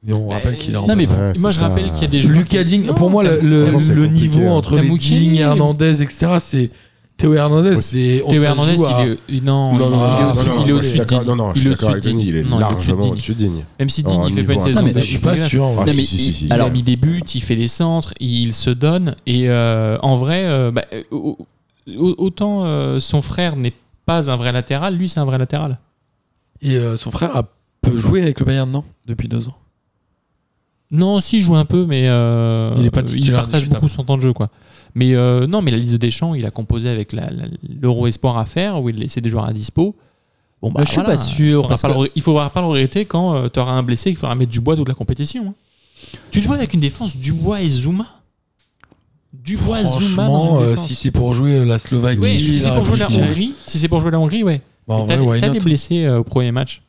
Et euh, on rappelle qu'il est Non, mais remplaçant. Bah, Ouais, moi c'est je ça. rappelle qu'il y a des joueurs. Lucas qui- Digne, Non, pour moi, t'as- le, le- vraiment, c'est le compliqué, niveau hein. entre T'as les Moukini. Digne, Hernandez, etc., c'est Théo Hernandez. Ouais, c'est- on Théo se Hernandez, joue à- il est. il- Non, Non, non, Ah, il est non, au-dessus- non, non, il est bah, je suis au-dessus de d'accord- Digne. non, non, je Il suis est d'accord au-dessus avec de Denis, il est Digne. Non, il est au-dessus de largement Digne. au-dessus de Digne. Même si Oh, Digne, il fait niveau pas une saison. Non, mais ça, je Je c'est suis pas dégueulasse. sûr. Ah, Non, si, mais si, si, il- si. Il a alors- mis des buts, il fait des centres, il se donne. Et euh, en vrai, euh, bah, euh, au- au- autant euh, son frère n'est pas un vrai latéral, lui c'est un vrai latéral. Et euh, son frère a peu joué avec le Bayern, non Depuis deux ans. Non, si, il joue un peu, mais euh, Il est pas il titulaire partage indiscutable. beaucoup son temps de jeu. quoi. Mais euh, non, mais la liste de Deschamps, il a composé avec la- la- l'Euro Espoir à faire, où il laissait des joueurs à dispo. Bon, bah, Bah, je suis voilà, pas sûr, faudra parce pas que- le re- Il ne faudra pas le regretter quand tu auras un blessé, qu'il faudra mettre Dubois toute la compétition. hein. Tu te vois avec une défense Dubois et Zuma Dubois, Ah, Zuma dans Franchement, une euh, défense. si c'est pour jouer euh, la Slovaquie, Ouais, si c'est la pour jouer la République tchèque, Hongrie, si c'est pour jouer la Hongrie, ouais. bah, en Mais T'as vrai, why t'as not des blessés euh, au premier match.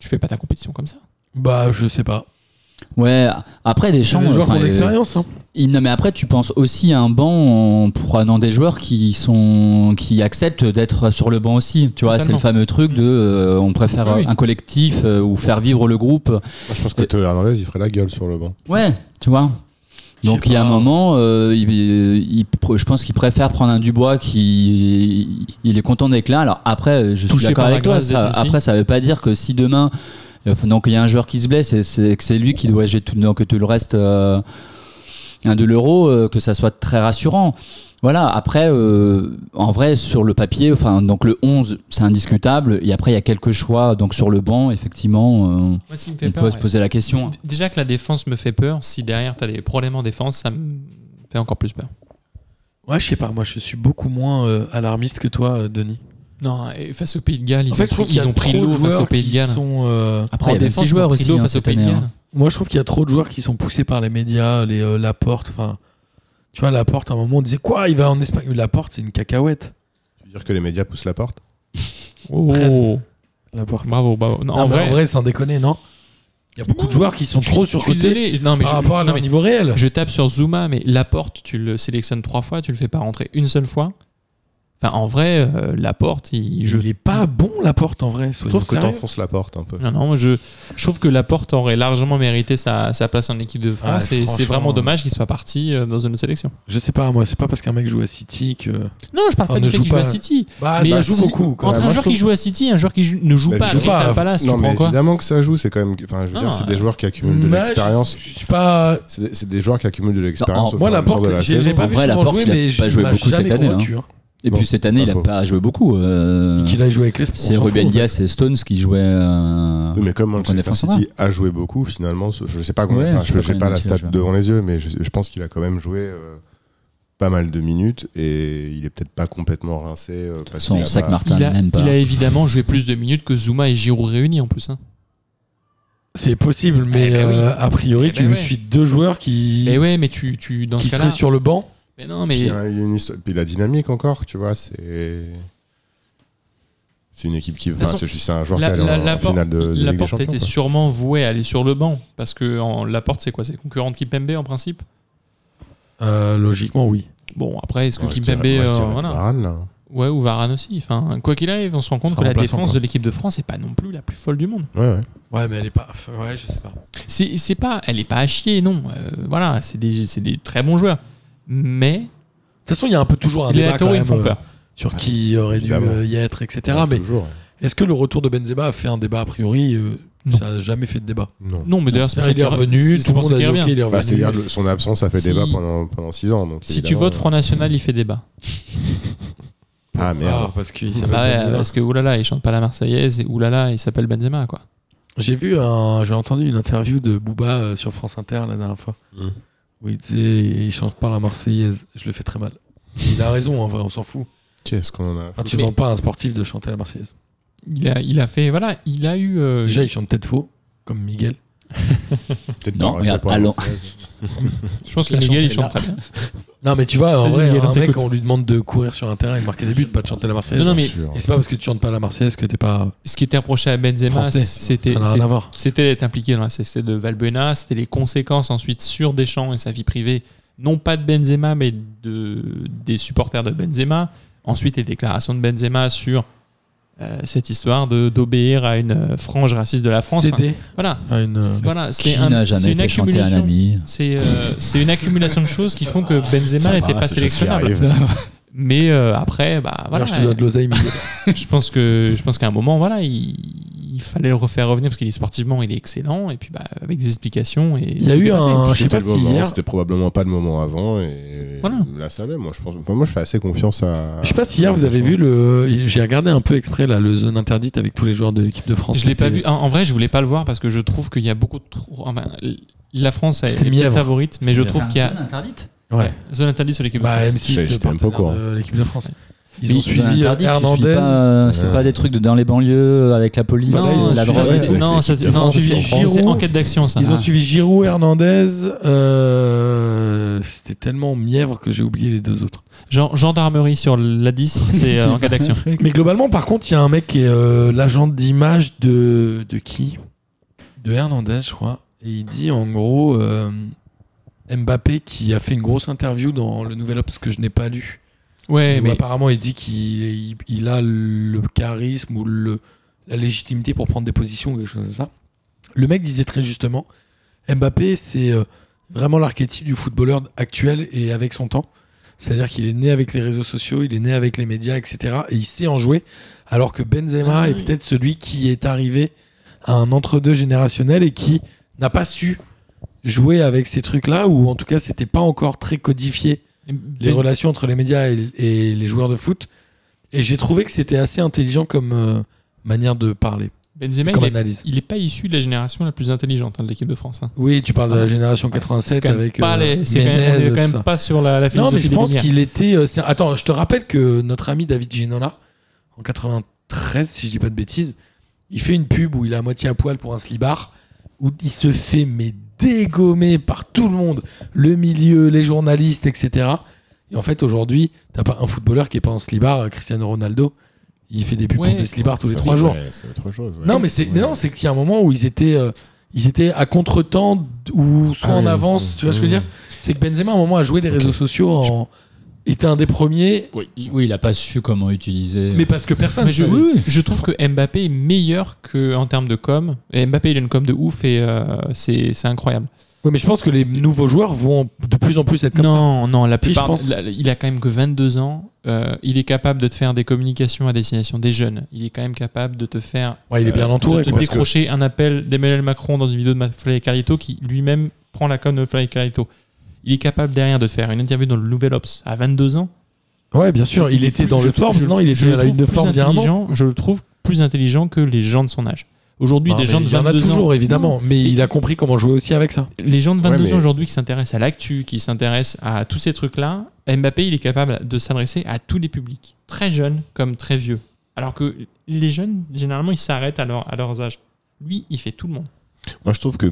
Tu fais pas ta compétition comme ça. Bah, je sais pas. euh, Ouais, après C'est Deschamps, des joueurs qui enfin, ont de euh, l'expérience. hein. il- non, mais après tu penses aussi à un banc en prenant des joueurs qui sont qui acceptent d'être sur le banc aussi. Tu vois, c'est le Totalement. fameux truc de euh, on préfère Oui, oui. un collectif euh, ou faire vivre le groupe. Moi, je pense que Théo Hernandez, il ferait la gueule sur le banc. Ouais, tu vois. Je sais Donc il y a un pas. moment, euh, il- il- il- je pense qu'il préfère prendre un Dubois qui il est content d'être là. Alors après, euh, je suis Touché d'accord par la avec toi. grâce ça- d'être ici. après, ça veut pas dire que si demain, euh, donc il y a un joueur qui se blesse, et c'est que c'est lui qui doit jouer tout, donc tout le reste euh, un de l'euro, euh, que ça soit très rassurant. Voilà. Après, euh, en vrai, sur le papier, enfin donc le 11, c'est indiscutable. Et après, il y a quelques choix. Donc sur le banc, effectivement, euh, Moi, ce qui me on fait peut se poser la question. hein. D- Déjà que la défense me fait peur, si derrière t'as des problèmes en défense, ça me fait encore plus peur. Ouais, je sais pas. Moi, je suis beaucoup moins euh, alarmiste que toi, euh, Denis. Non, et face au Pays de Galles, ils, en fait, ont, je trouve pris- qu'il y a ils ont pris trop de l'eau face joueurs au Pays qui de Galles. sont, euh, Après, il y en a 26 défense, ils joueurs ont pris aussi, l'eau hein, face au cette Pays de année, Galles. hein. Moi, je trouve qu'il y a trop de joueurs qui sont poussés par les médias, les euh, Laporte. Enfin, tu vois, Laporte, à un moment, on disait quoi Il va en Espagne. Laporte, c'est une cacahuète. Tu veux dire que les médias poussent la porte Oh, Laporte. bravo, bravo. Non, Non, en mais vrai, sans déconner, non Il y a beaucoup de joueurs qui sont trop je suis surcotés désolé. Non, mais par je, rapport à je- non, leur mais niveau réel. je tape sur Zuma, mais Laporte, tu le sélectionnes trois fois, tu le fais pas rentrer une seule fois. Enfin, en vrai, euh, Laporte, il, Je je l'ai pas bon, Laporte, en vrai. Je soyons trouve que sérieux. t'enfonces la porte un peu. Non, non, moi, je, je trouve que Laporte aurait largement mérité sa, sa place en équipe de France Ouais, et c'est franchement, vraiment ouais. dommage qu'il soit parti euh, dans une autre sélection. Je sais pas, moi, c'est pas parce qu'un mec joue à City que. Non, je parle Ah, pas ne du fait joue qu'il joue pas. à City. Bah, Mais ça bah, joue si. beaucoup. Quand Ouais, Entre moi, je même. un joueur qui trouve- joue à City et un joueur qui jou- ne joue Bah, pas il à joue Crystal pas. Palace, non, Ah, tu prends mais quoi évidemment que ça joue. C'est quand même. Enfin, je veux Ah, dire, c'est des joueurs qui accumulent de Moi, l'expérience. Je, je suis pas. C'est des, c'est des joueurs qui accumulent de l'expérience. Non, au Moi, fur et à mesure Laporte, de la j'ai saison. j'ai pas En vu vrai, souvent Laporte, jouer, il a mais pas je joué m'a beaucoup jamais cette année, convaincu, hein. Et Non, puis cette année, pas il a faux. pas joué beaucoup. euh, Qu'il a joué avec les c'est Ruben Diaz et Stones qui jouaient. euh, Oui, mais comme connaît Manchester pas City a joué beaucoup, finalement, ce- je sais pas combien, Ouais, enfin, je sais je pas n'ai combien pas la de minutes il a stat joué. devant les yeux, mais je, je pense qu'il a quand même joué euh, pas mal de minutes et il est peut-être pas complètement rincé. euh, parce Son qu'il a sac pas- Martin il a, n'aime pas. il a évidemment joué plus de minutes que Zuma et Giroud réunis en plus. hein. C'est possible, mais Eh ben oui. euh, a priori, Eh tu ben me ouais. suis deux joueurs qui, Mais ouais, mais tu, tu dans qui ce seraient cas-là. sur le banc. Mais non, mais Puis, hein, il y a une histoire- puis la dynamique encore, tu vois, c'est. C'est une équipe qui. enfin, façon, c'est juste un joueur la, qui allait la, en- en, Laporte- finale de, de Ligue des Laporte Champions, était quoi. sûrement voué à aller sur le banc parce que en, Laporte, c'est quoi C'est concurrent de Kimpembe en principe. Euh, logiquement, oui. Bon, après, est-ce que Ouais, je dirais- Kimpembe, ouais, je euh, dirais voilà. Varane, là. Ouais, ou Varane aussi. Enfin, quoi qu'il arrive, on se rend compte C'est que la remplaçant, défense quoi. de l'équipe de France n'est pas non plus la plus folle du monde. Ouais, ouais. Ouais, mais elle est pas. Ouais, je sais pas. C'est c'est pas, elle est pas à chier, non. Euh, voilà, c'est des, c'est des très bons joueurs. Mais De toute façon, il y a un peu toujours un les débat quand latéraux, ils même, me font euh, peur. sur qui aurait dû Évidemment. euh, y être, etc. Ouais, mais Toujours. est-ce que le retour de Benzema a fait un débat a priori euh, Non. Ça n'a jamais fait de débat. Non. Non, mais d'ailleurs, c'est pour ça il est qu'il revenu, c'est tout le pour ça monde a qu'il dit ok, revient. il est Bah, revenu. C'est-à-dire, le- son absence a fait Si- débat pendant, pendant 6 ans. Donc, Si tu évidemment, votes euh, Front National, il fait débat. Ah merde. Ah, parce qu'il Ah s'appelle ouais, Benzema. parce que oulala, il chante pas la Marseillaise et oulala, il s'appelle Benzema, quoi. J'ai vu un, j'ai entendu une interview de Booba euh, sur France Inter la dernière fois Mm. où il disait il chante pas la Marseillaise. Je le fais très mal. Il a raison en vrai, on s'en fout. Qu'est-ce qu'on en a Enfin, tu Mais- demandes pas à un sportif de chanter la Marseillaise. Il a, il a fait, voilà, il a eu. euh, Déjà, il chante peut-être faux, comme Miguel. Peut-être Non, par respect regarde, pour la allons. Marseillaise. je pense que la Miguel, il chanteuse, chante très bien. Non, mais tu vois, en Vas-y, vrai, Miguel, on un mec, t'écoute. on lui demande de courir sur un terrain et de marquer des buts, pas de chanter la Marseillaise. Non, non, Bien mais sûr. Et c'est pas parce que tu chantes pas la Marseillaise que t'es pas ce qui était reproché à Benzema, français. c'était Ça n'a rien à voir. c'était d'être impliqué dans la CST de Valbuena, c'était les conséquences ensuite sur Deschamps et sa vie privée, non pas de Benzema, mais de, des supporters de Benzema. Ensuite, les déclarations de Benzema sur euh, cette histoire de- d'obéir à une euh, frange raciste de la France. hein. Enfin, Céder voilà, à une. euh, C'est- voilà, Qui c'est un- n'a c'est jamais une fait chanter un accumulation. ami C'est euh, c'est une accumulation de choses qui font que Benzema Ça n'était va, pas c'est des choses qui sélectionnable. arrivent. Mais euh, après, bah voilà, D'ailleurs, je te dois de l'oseille, Miguel. je pense que je pense qu'à un moment voilà il, il fallait le refaire revenir parce qu'il est sportivement il est excellent et puis bah avec des explications et Il y a eu un. Je sais C'était pas le si moment, hier. C'était probablement pas le moment avant. Et Voilà. là, ça l'est. Moi, je pense. enfin, moi, je fais assez confiance à. Je sais pas si hier vous avez vu le. J'ai regardé un peu exprès là, le zone interdite avec tous les joueurs de l'équipe de France. Je l'ai pas C'était- vu. En, en vrai, je voulais pas le voir parce que je trouve qu'il y a beaucoup de trop. enfin, la France est C'était peut-être mi-avril. favorite, mais je C'était trouve qu'il y a interdite. Ouais. zone interdite sur l'équipe de Bah, France. M6, J'étais- c'est j'étais même pas au partenaire courant. de l'équipe de France. Ils Mais ont suivi euh, Hernandez. C'est Ouais. pas des trucs de dans les banlieues avec la police, Non, la c'est- drogue. c'est- non, ça- l'équipe de non, France, c'est- ils ont- c'est enquête d'action ça. Ils Ah. ont suivi Giroud, Hernandez. euh, C'était tellement mièvre que j'ai oublié les deux autres. Gen- gendarmerie sur l'ADIS, c'est euh, enquête d'action. Mais globalement, par contre, il y a un mec qui est euh, l'agent d'image de, de qui De Hernandez, je crois. Et il dit en gros euh, Mbappé qui a fait une grosse interview dans le Nouvel Obs que je n'ai pas lu. Ouais, Où mais apparemment, il dit qu'il il- il a le charisme ou le, la légitimité pour prendre des positions ou quelque chose comme ça. Le mec disait très justement Mbappé, c'est euh, vraiment l'archétype du footballeur actuel et avec son temps. C'est-à-dire qu'il est né avec les réseaux sociaux, il est né avec les médias, etc. Et il sait en jouer. Alors que Benzema Ah est oui. peut-être celui qui est arrivé à un entre-deux générationnel et qui n'a pas su jouer avec ces trucs-là, ou en tout cas, c'était pas encore très codifié les Ben- relations entre les médias et, et les joueurs de foot. Et j'ai trouvé que c'était assez intelligent comme euh, manière de parler, Benzema, comme il est, analyse. il est pas issu de la génération la plus intelligente hein, de l'équipe de France. hein. Oui, tu parles de la génération C'est 87 quand même avec pas euh, les- c'est quand même- Menez, on est tout quand même ça. pas sur la, la Non, philosophie mais je des pense Lumières. qu'il était. euh, c'est- Attends, je te rappelle que notre ami David Ginola, en 93, si je dis pas de bêtises, il fait une pub où il est à moitié à poil pour un slibard, où il se fait mais dégommer par tout le monde, le milieu, les journalistes, etc. Et en fait, aujourd'hui, t'as pas un footballeur qui est pas en slibard, euh, Cristiano Ronaldo, il fait des pubs Ouais. pour des slibards tous les Ça, trois c'est- jours. ouais, c'est autre chose, ouais. Non, mais c'est Ouais. non, c'est qu'il y a un moment où ils étaient, euh, ils étaient à contre-temps d- ou soit Ah en oui, avance. oui, Tu vois ce que je veux oui. dire C'est que Benzema, à un moment, a joué des réseaux sociaux, en... était un des premiers, Oui, il a pas su comment utiliser. mais parce que personne. Mais je, savait. je trouve que Mbappé est meilleur que en termes de com. Et Mbappé, il a une com de ouf et euh, c'est c'est incroyable. Ouais, mais je pense que les nouveaux joueurs vont de plus en plus être comme ça. non, non, la Si, je plupart. pense. la- il a quand même que 22 ans. euh, il est capable de te faire des communications à destination des jeunes. Il est quand même capable de te faire euh, Ouais, il est bien de entouré. te quoi. décrocher un appel d'Emmanuel Macron dans une vidéo de Mafalda Carito qui lui-même prend la com de Mafalda Carito. Il est capable derrière de te faire une interview dans le Nouvel Ops à 22 ans. Ouais, bien sûr, il était dans Je- le Forbes. je- Non, il je était le à la une trouve de plus Forbes il y a un an. intelligent- Je le trouve plus intelligent que les gens de son âge. Aujourd'hui, Non, des Ah, mais gens de il y en a 22 ans, toujours, évidemment, mais il a compris comment jouer aussi avec ça. les gens de Ouais, 22 mais- ans aujourd'hui qui s'intéressent à l'actu, qui s'intéressent à tous ces trucs-là, Mbappé, il est capable de s'adresser à tous les publics, très jeunes comme très vieux. Alors que les jeunes, généralement, ils s'arrêtent à, leur, à leurs âges. Lui, il fait tout le monde. Moi, je trouve que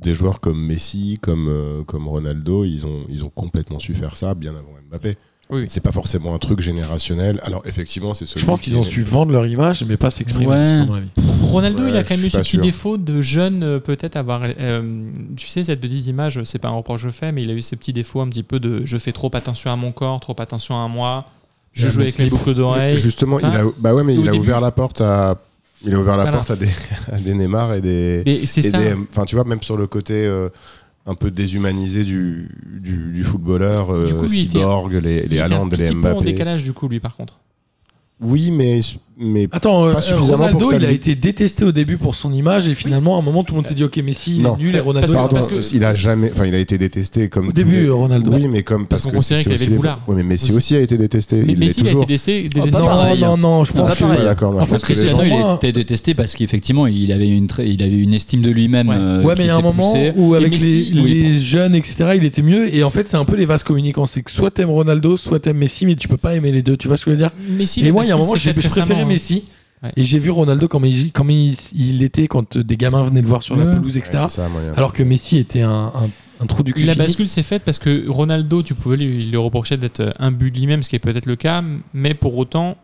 des joueurs comme Messi, comme, euh, comme Ronaldo, ils ont, ils ont complètement su faire ça bien avant Mbappé. Oui. C'est pas forcément un truc générationnel. Alors, effectivement, c'est celui Je pense qui qu'ils ont est- su vendre leur image, mais pas s'exprimer. Ouais. c'est mon avis. Ronaldo, Ouais, il a je quand même suis eu ce pas petit sûr. défaut de jeune, euh, peut-être avoir. euh, tu sais, cette petite image, euh, c'est pas un reproche que je fais, mais il a eu ces petits défauts un petit peu de je fais trop attention à mon corps, trop attention à moi, je Ouais, joue mais avec c'est- les boucles d'oreilles. Justement, Enfin, il a, bah ouais, mais Hein au il a début- ouvert la porte à, il a ouvert la Voilà. porte à des, à des Neymar et des, Et C'est et ça. des- enfin, tu vois, même sur le côté euh, un peu déshumanisé du, du, du footballeur, euh, Du coup, lui, il était- cyborg, les, Il les était un Haaland, petit les peu en Mbappé. décalage, du coup, lui, par contre. Oui, mais, mais Ah, Attends, euh, suffisamment pour Ronaldo, ça, il a lui. été détesté au début pour son image et finalement, à un moment, tout le monde s'est dit Ok, Messi, il est Non. nul et Parce- Ronaldo. parce il est Pardon, pas- que- il a jamais, enfin, il a été détesté comme Au tous les- début, euh, Ronaldo. Oui, mais comme parce, Parce qu'on que considérait c'est qu'il aussi avait le les- boulard. Oui, mais Messi Aussi. aussi a été détesté. Mais il Messi, l'est il a été toujours. délaissé. Non, délaissé. pas pareil. hein. non, non, je Non, pense je que suis pas d'accord. non, En je fait, pense que les Cristiano, gens- il moi, était détesté parce qu'effectivement, il avait une très- il avait une estime de lui-même. Ouais. euh, Ouais, qui mais il y a un était moment poussée. où avec Et Messi, les, oui, les jeunes, etc., il était mieux. Et en fait, c'est un peu les vases communicants. C'est que soit t'aimes Ronaldo, soit t'aimes Messi, mais tu peux pas aimer les deux. Tu vois ce que je veux dire Messi, Et moi, il y a un bascule, moment, c'est j'ai peut-être préféré récemment, hein. Messi. Ouais. Et j'ai vu Ronaldo comme il, comme il, il était quand des gamins venaient le voir sur la Ouais. pelouse, Ouais, etc. c'est ça, moyen. Alors que Messi était un, un, un trou du cul. La fini. bascule s'est faite parce que Ronaldo, tu pouvais lui, lui reprocher d'être euh, un but lui-même, ce qui est peut-être le cas, mais pour autant,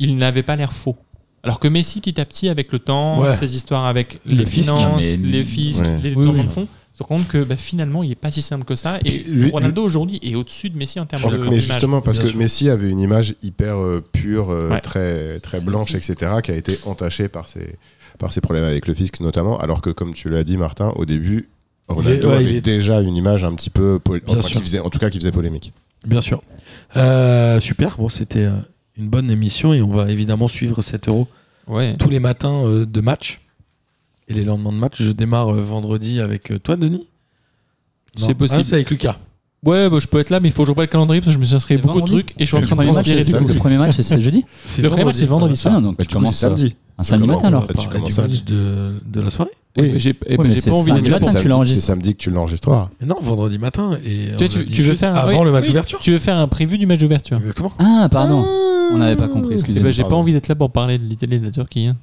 il n'avait pas l'air faux. Alors que Messi, petit à petit, avec le temps, Ouais. ses histoires avec Le les fisc. finances, Mais- les fiscs, Ouais. les Oui, tournements oui. de fond, se rend compte que bah, finalement, il n'est pas si simple que ça. Et Lui- Ronaldo, aujourd'hui, est au-dessus de Messi en termes Je pense de que- d'image. mais justement, parce bien que sûr. Messi avait une image hyper euh, pure, euh, Ouais. très, très blanche, etc., qui a été entachée par ses, par ses problèmes avec le fisc, notamment. Alors que, comme tu l'as dit, Martin, au début, Ronaldo ouais, avait il est- déjà une image un petit peu. pol- Bien enfin, qui sûr. faisait- en tout cas, qui faisait polémique. Bien sûr. Euh, super. Bon, c'était euh, une bonne émission et on va évidemment suivre cet euro Ouais. tous les matins euh, de match. Et les lendemains de match, je démarre euh, vendredi avec euh, toi, Denis. C'est Non. possible. Ah, c'est avec Lucas. Ouais, bah, je peux être là, mais il faut que je revoie le calendrier parce que je me suis inscrit à C'est beaucoup de vendredi trucs et je suis en C'est train le de premier match, transpirer. c'est du samedi. coup. Le premier match, c'est jeudi C'est Ah, Le premier match, c'est vendredi Ah soir. non, donc Bah, tu commences euh, samedi. un samedi matin alors. Tu Parle commences du samedi. match de, de la soirée Eh ben, Oui. j'ai eh ben, Ouais, mais j'ai c'est pas envie samedi d'être là. matin. C'est tu samedi- l'enregistres. c'est samedi que tu l'enregistreras. Mais Non, vendredi matin. Et on Tu, la vois, tu- tu diffuse veux faire un- avant oui, le match oui, d'ouverture Tu veux faire un preview du match d'ouverture Exactement. Ah, pardon. On n'avait pas compris, Eh excusez-moi. ben, j'ai pas pardon. envie d'être là pour parler de l'Italie et de la Turquie. hein.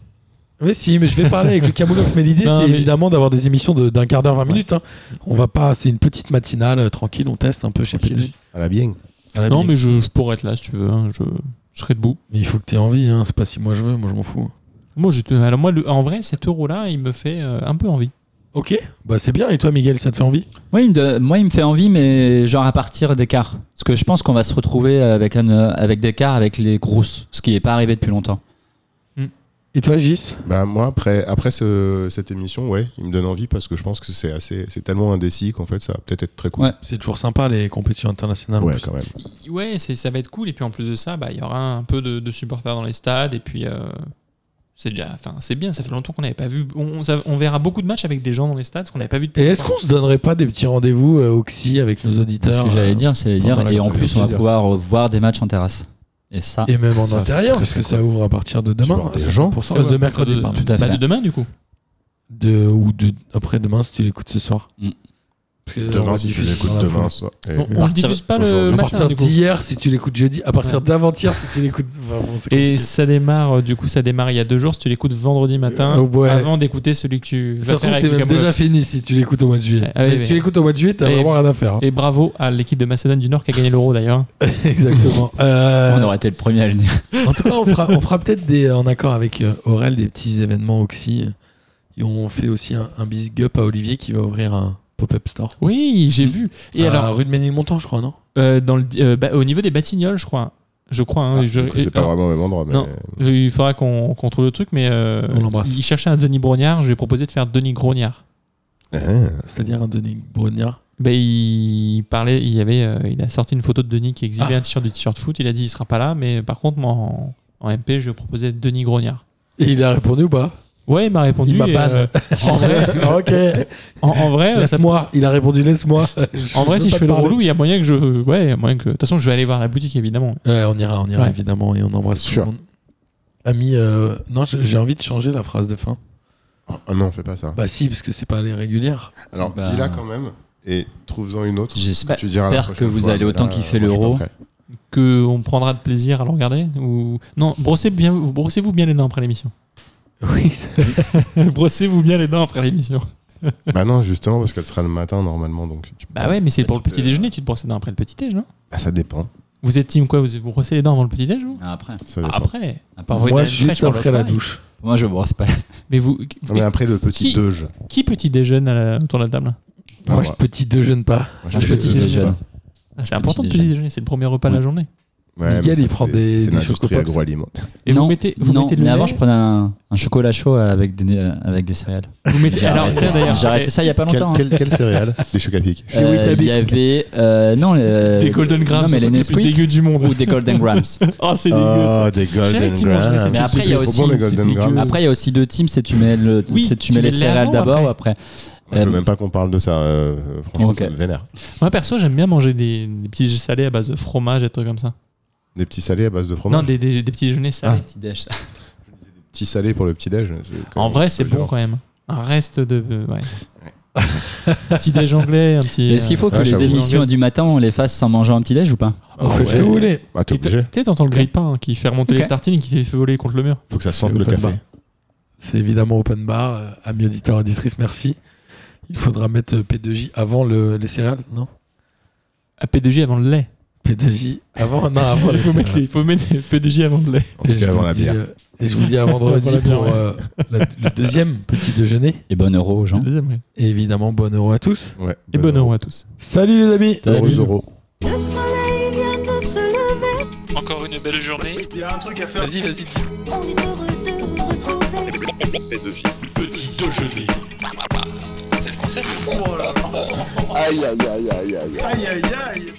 Mais si, mais je vais parler avec Lucas Moulox. Mais l'idée, Non, c'est mais- évidemment d'avoir des émissions de- d'un quart d'heure, 20 minutes. hein. On va pas. C'est une petite matinale euh, tranquille. On teste un peu chez Tranquille. À la bien. PDG. Non, mais je, je pourrais être là si tu veux. hein. Je, je serai debout. Mais il faut que t'aies envie. hein. C'est pas si moi je veux. Moi, je m'en fous. Moi, je, te- alors moi le- en vrai, cet euro-là, il me fait euh, un peu envie. Ok. Bah, c'est bien. Et toi, Miguel, ça te fait envie Moi il, me donne- moi, il me fait envie, mais genre à partir des quarts. Parce que je pense qu'on va se retrouver avec, un, euh, avec des quarts avec les grosses, ce qui n'est pas arrivé depuis longtemps. Et toi, Gis Bah moi après après ce- cette émission ouais il me donne envie parce que je pense que c'est assez c'est tellement indécis qu'en fait ça va peut-être être très cool. Ouais. C'est toujours sympa les compétitions internationales. en Ouais, plus. quand même. Ouais, c'est- ça va être cool. Et puis en plus de ça, bah, il y aura un peu de, de supporters dans les stades. Et puis, euh, c'est déjà, enfin, c'est bien. Ça fait longtemps qu'on n'avait pas vu. On, on sa- on verra beaucoup de matchs avec des gens dans les stades ce qu'on n'avait pas vu depuis. Et est-ce longtemps. qu'on se donnerait pas des petits rendez-vous euh, oxy avec nos auditeurs Ce que j'allais euh, dire, c'est dire. pendant la Et en campagne, plus, on c'est va dire pouvoir euh, voir des matchs en terrasse. Et ça, Et même en Ça, c'est intérieur, très, parce que très ça ouvre à partir de demain. voir des hein, gens. pour ça, Ouais, de mercredi, de, pardon. Tout à bah, fait. de demain du coup. De, ou de, après demain, si tu l'écoutes ce soir. Mm. Parce que on Demain si tu diffuse l'écoutes dans la demain foulée. ça. Et- On, on partir- diffuse pas le aujourd'hui. À match hein, partir du coup. d'hier, si tu l'écoutes jeudi. À partir Ouais. d'avant-hier, si tu l'écoutes. Enfin, bon, c'est Et compliqué. ça démarre, euh, du coup, ça démarre il y a deux jours. Si tu l'écoutes vendredi matin, Euh, ouais. avant d'écouter celui que tu vas ça se faire trouve, avec c'est même Lucas déjà Moulox. fini si tu l'écoutes au mois de juillet. Ah oui, Mais oui. si tu l'écoutes au mois de juillet, t'as Et- vraiment rien à faire. hein. Et bravo à l'équipe de Macédoine du Nord qui a gagné l'euro d'ailleurs. Exactement. Euh, on aurait été le premier à le dire. En tout cas, on fera, on fera peut-être des, en accord avec euh, Aurel des petits événements Oxy. Et on fait aussi un, un big up à Olivier qui va ouvrir un pop-up store. Oui, Hmm. j'ai vu. Et à alors, rue de Ménilmontant, je crois, non euh, dans le, euh, bah, au niveau des Batignolles, je crois. Je crois. hein, Ah, je- du coup, c'est et- pas alors, vraiment au même endroit mais Non. Il faudra qu'on qu'on trouve le truc, mais euh, On l'embrasse. il cherchait un Denis Brognard. Je lui ai proposé de faire Denis Grognard. Hein, C'est-à-dire un Denis Brognard. Ben, il parlait, il y avait, euh, il a sorti une photo de Denis qui exhibait Ah. un t-shirt du t-shirt foot. Il a dit il sera pas là, mais par contre moi en, en MP je lui ai proposé Denis Grognard. Et il a répondu ou pas Ouais, il m'a répondu. Il m'a et, ban. euh, en vrai, Ok, en, en vrai, euh, ça- laisse-moi. Il a répondu laisse-moi. en vrai, veux si pas je te fais le parler. relou, il y a moyen que je, ouais, il y a moyen que. De toute façon, je vais aller voir la boutique évidemment. Ouais, on ira, on ira Ouais. évidemment et on embrasse Sûr. tout le monde. Ami, euh, non, j'ai j'ai envie de changer la phrase de fin. Ah non fais pas ça. Bah si, parce que c'est pas les régulières. Alors Bah. dis-la quand même et trouve-en une autre. J'espère. tu diras la j'espère prochaine que vous fois, allez mais autant là, kiffer moi, je suis l'euro. pas prêt. Que on prendra de plaisir à le regarder ou non brossez bien, brossez-vous bien les dents après l'émission. Oui, c'est- brossez-vous bien les dents après l'émission. Bah non justement parce qu'elle sera le matin normalement donc. tu- Bah ouais, mais c'est pour le tu peux- petit déjeuner. Tu te brosses les dents après le petit déj, non Ah, ça dépend. Vous êtes team quoi Vous vous brossez les dents avant le petit déj vous Ah, Après, Ça Ah, dépend. Après. après, Ah oui, moi t'as une fraîche juste pour le après la travail. douche. moi je brosse pas. Mais vous, Non, mais après le petit Qui- déj. qui petit déjeune à la- autour de la table Ah, moi, moi. je petit déjeune pas. Moi, Un je petit déjeune déjeuner. pas. Ah, C'est Petit important le petit déjeuner. déjeuner, c'est le premier repas de la journée. Ouais, mais Miguel, ça, il prend c'est- des- C'est des l'industrie chocopops. agroalimentaire. Et non, vous mettez, vous non, mettez le mais lait, avant je prenais un, un chocolat chaud avec des, euh, avec des céréales. vous mettez, J'ai alors arrêté, tiens d'ailleurs, euh, j'ai arrêté ça il y a pas Quelle longtemps. hein. quelle- quelle céréale Des chocapics. Chez Euh, Weetabix. Il y avait euh, non eh, les, des Golden Grams, non, mais c'est les le truc le plus Nesquik dégueu du monde. ou des Golden Grams. Oh, c'est dégueu ça. Ah, des J'avais Golden dit, moi, je restais- Grams. Mais après, il y a C'est trop aussi- bon, les c'est Golden dégueu. Grams. Après il y a aussi deux teams, c'est tu mets le, Oui, c'est tu mets les le lait céréales avant, d'abord ou après. Moi, je veux Euh, même pas qu'on parle de ça. euh, franchement, Ok. ça me vénère. Moi perso, j'aime bien manger des, des petits salés à base de fromage et des trucs comme ça. Des petits salés à base de Non, fromage. des, des, des petits déjeuners Ah. salés. petit déj, ça. Des petits salés pour le petit déj. en vrai, c'est bon quand même. Un reste de. euh, ouais. petit déj anglais, un petit. euh, Mais Est-ce qu'il faut que euh, Ouais, les j'avoue. émissions du matin on les fasse sans manger un petit déj ou pas On fait ce que vous voulez. Ah, t'es euh, et t- obligé. Tu sais, t'entends le grille-pain hein, qui fait remonter Ok. les tartines et qui les fait voler contre le mur. Faut que ça C'est sente le open café. bar. C'est évidemment open bar. Euh, Amis auditeurs, auditrices, merci. Il faudra mettre euh, P2J avant le- les céréales, non À P2J avant le lait. P2J avant, non, avant Il les faut céréales. mettre, les- il faut mettre les P2J avant le lait. En tout Et je cas, avant vous la dis, bière. euh, Et je vous dis avant de Avant la redire bière, pour ouais. euh, la- le deuxième petit déjeuner. Et bon euro aux gens. Deuxième, ouais. Et évidemment, bon euro à tous. Ouais. Et bonne heure à tous. Salut les amis Heureux euros. Le soleil vient de se lever. Encore une belle journée. Il y a un truc à faire. Vas-y, vas-y. On est heureux de vous retrouver. Petit déjeuner. C'est le concept. Aïe, aïe, aïe.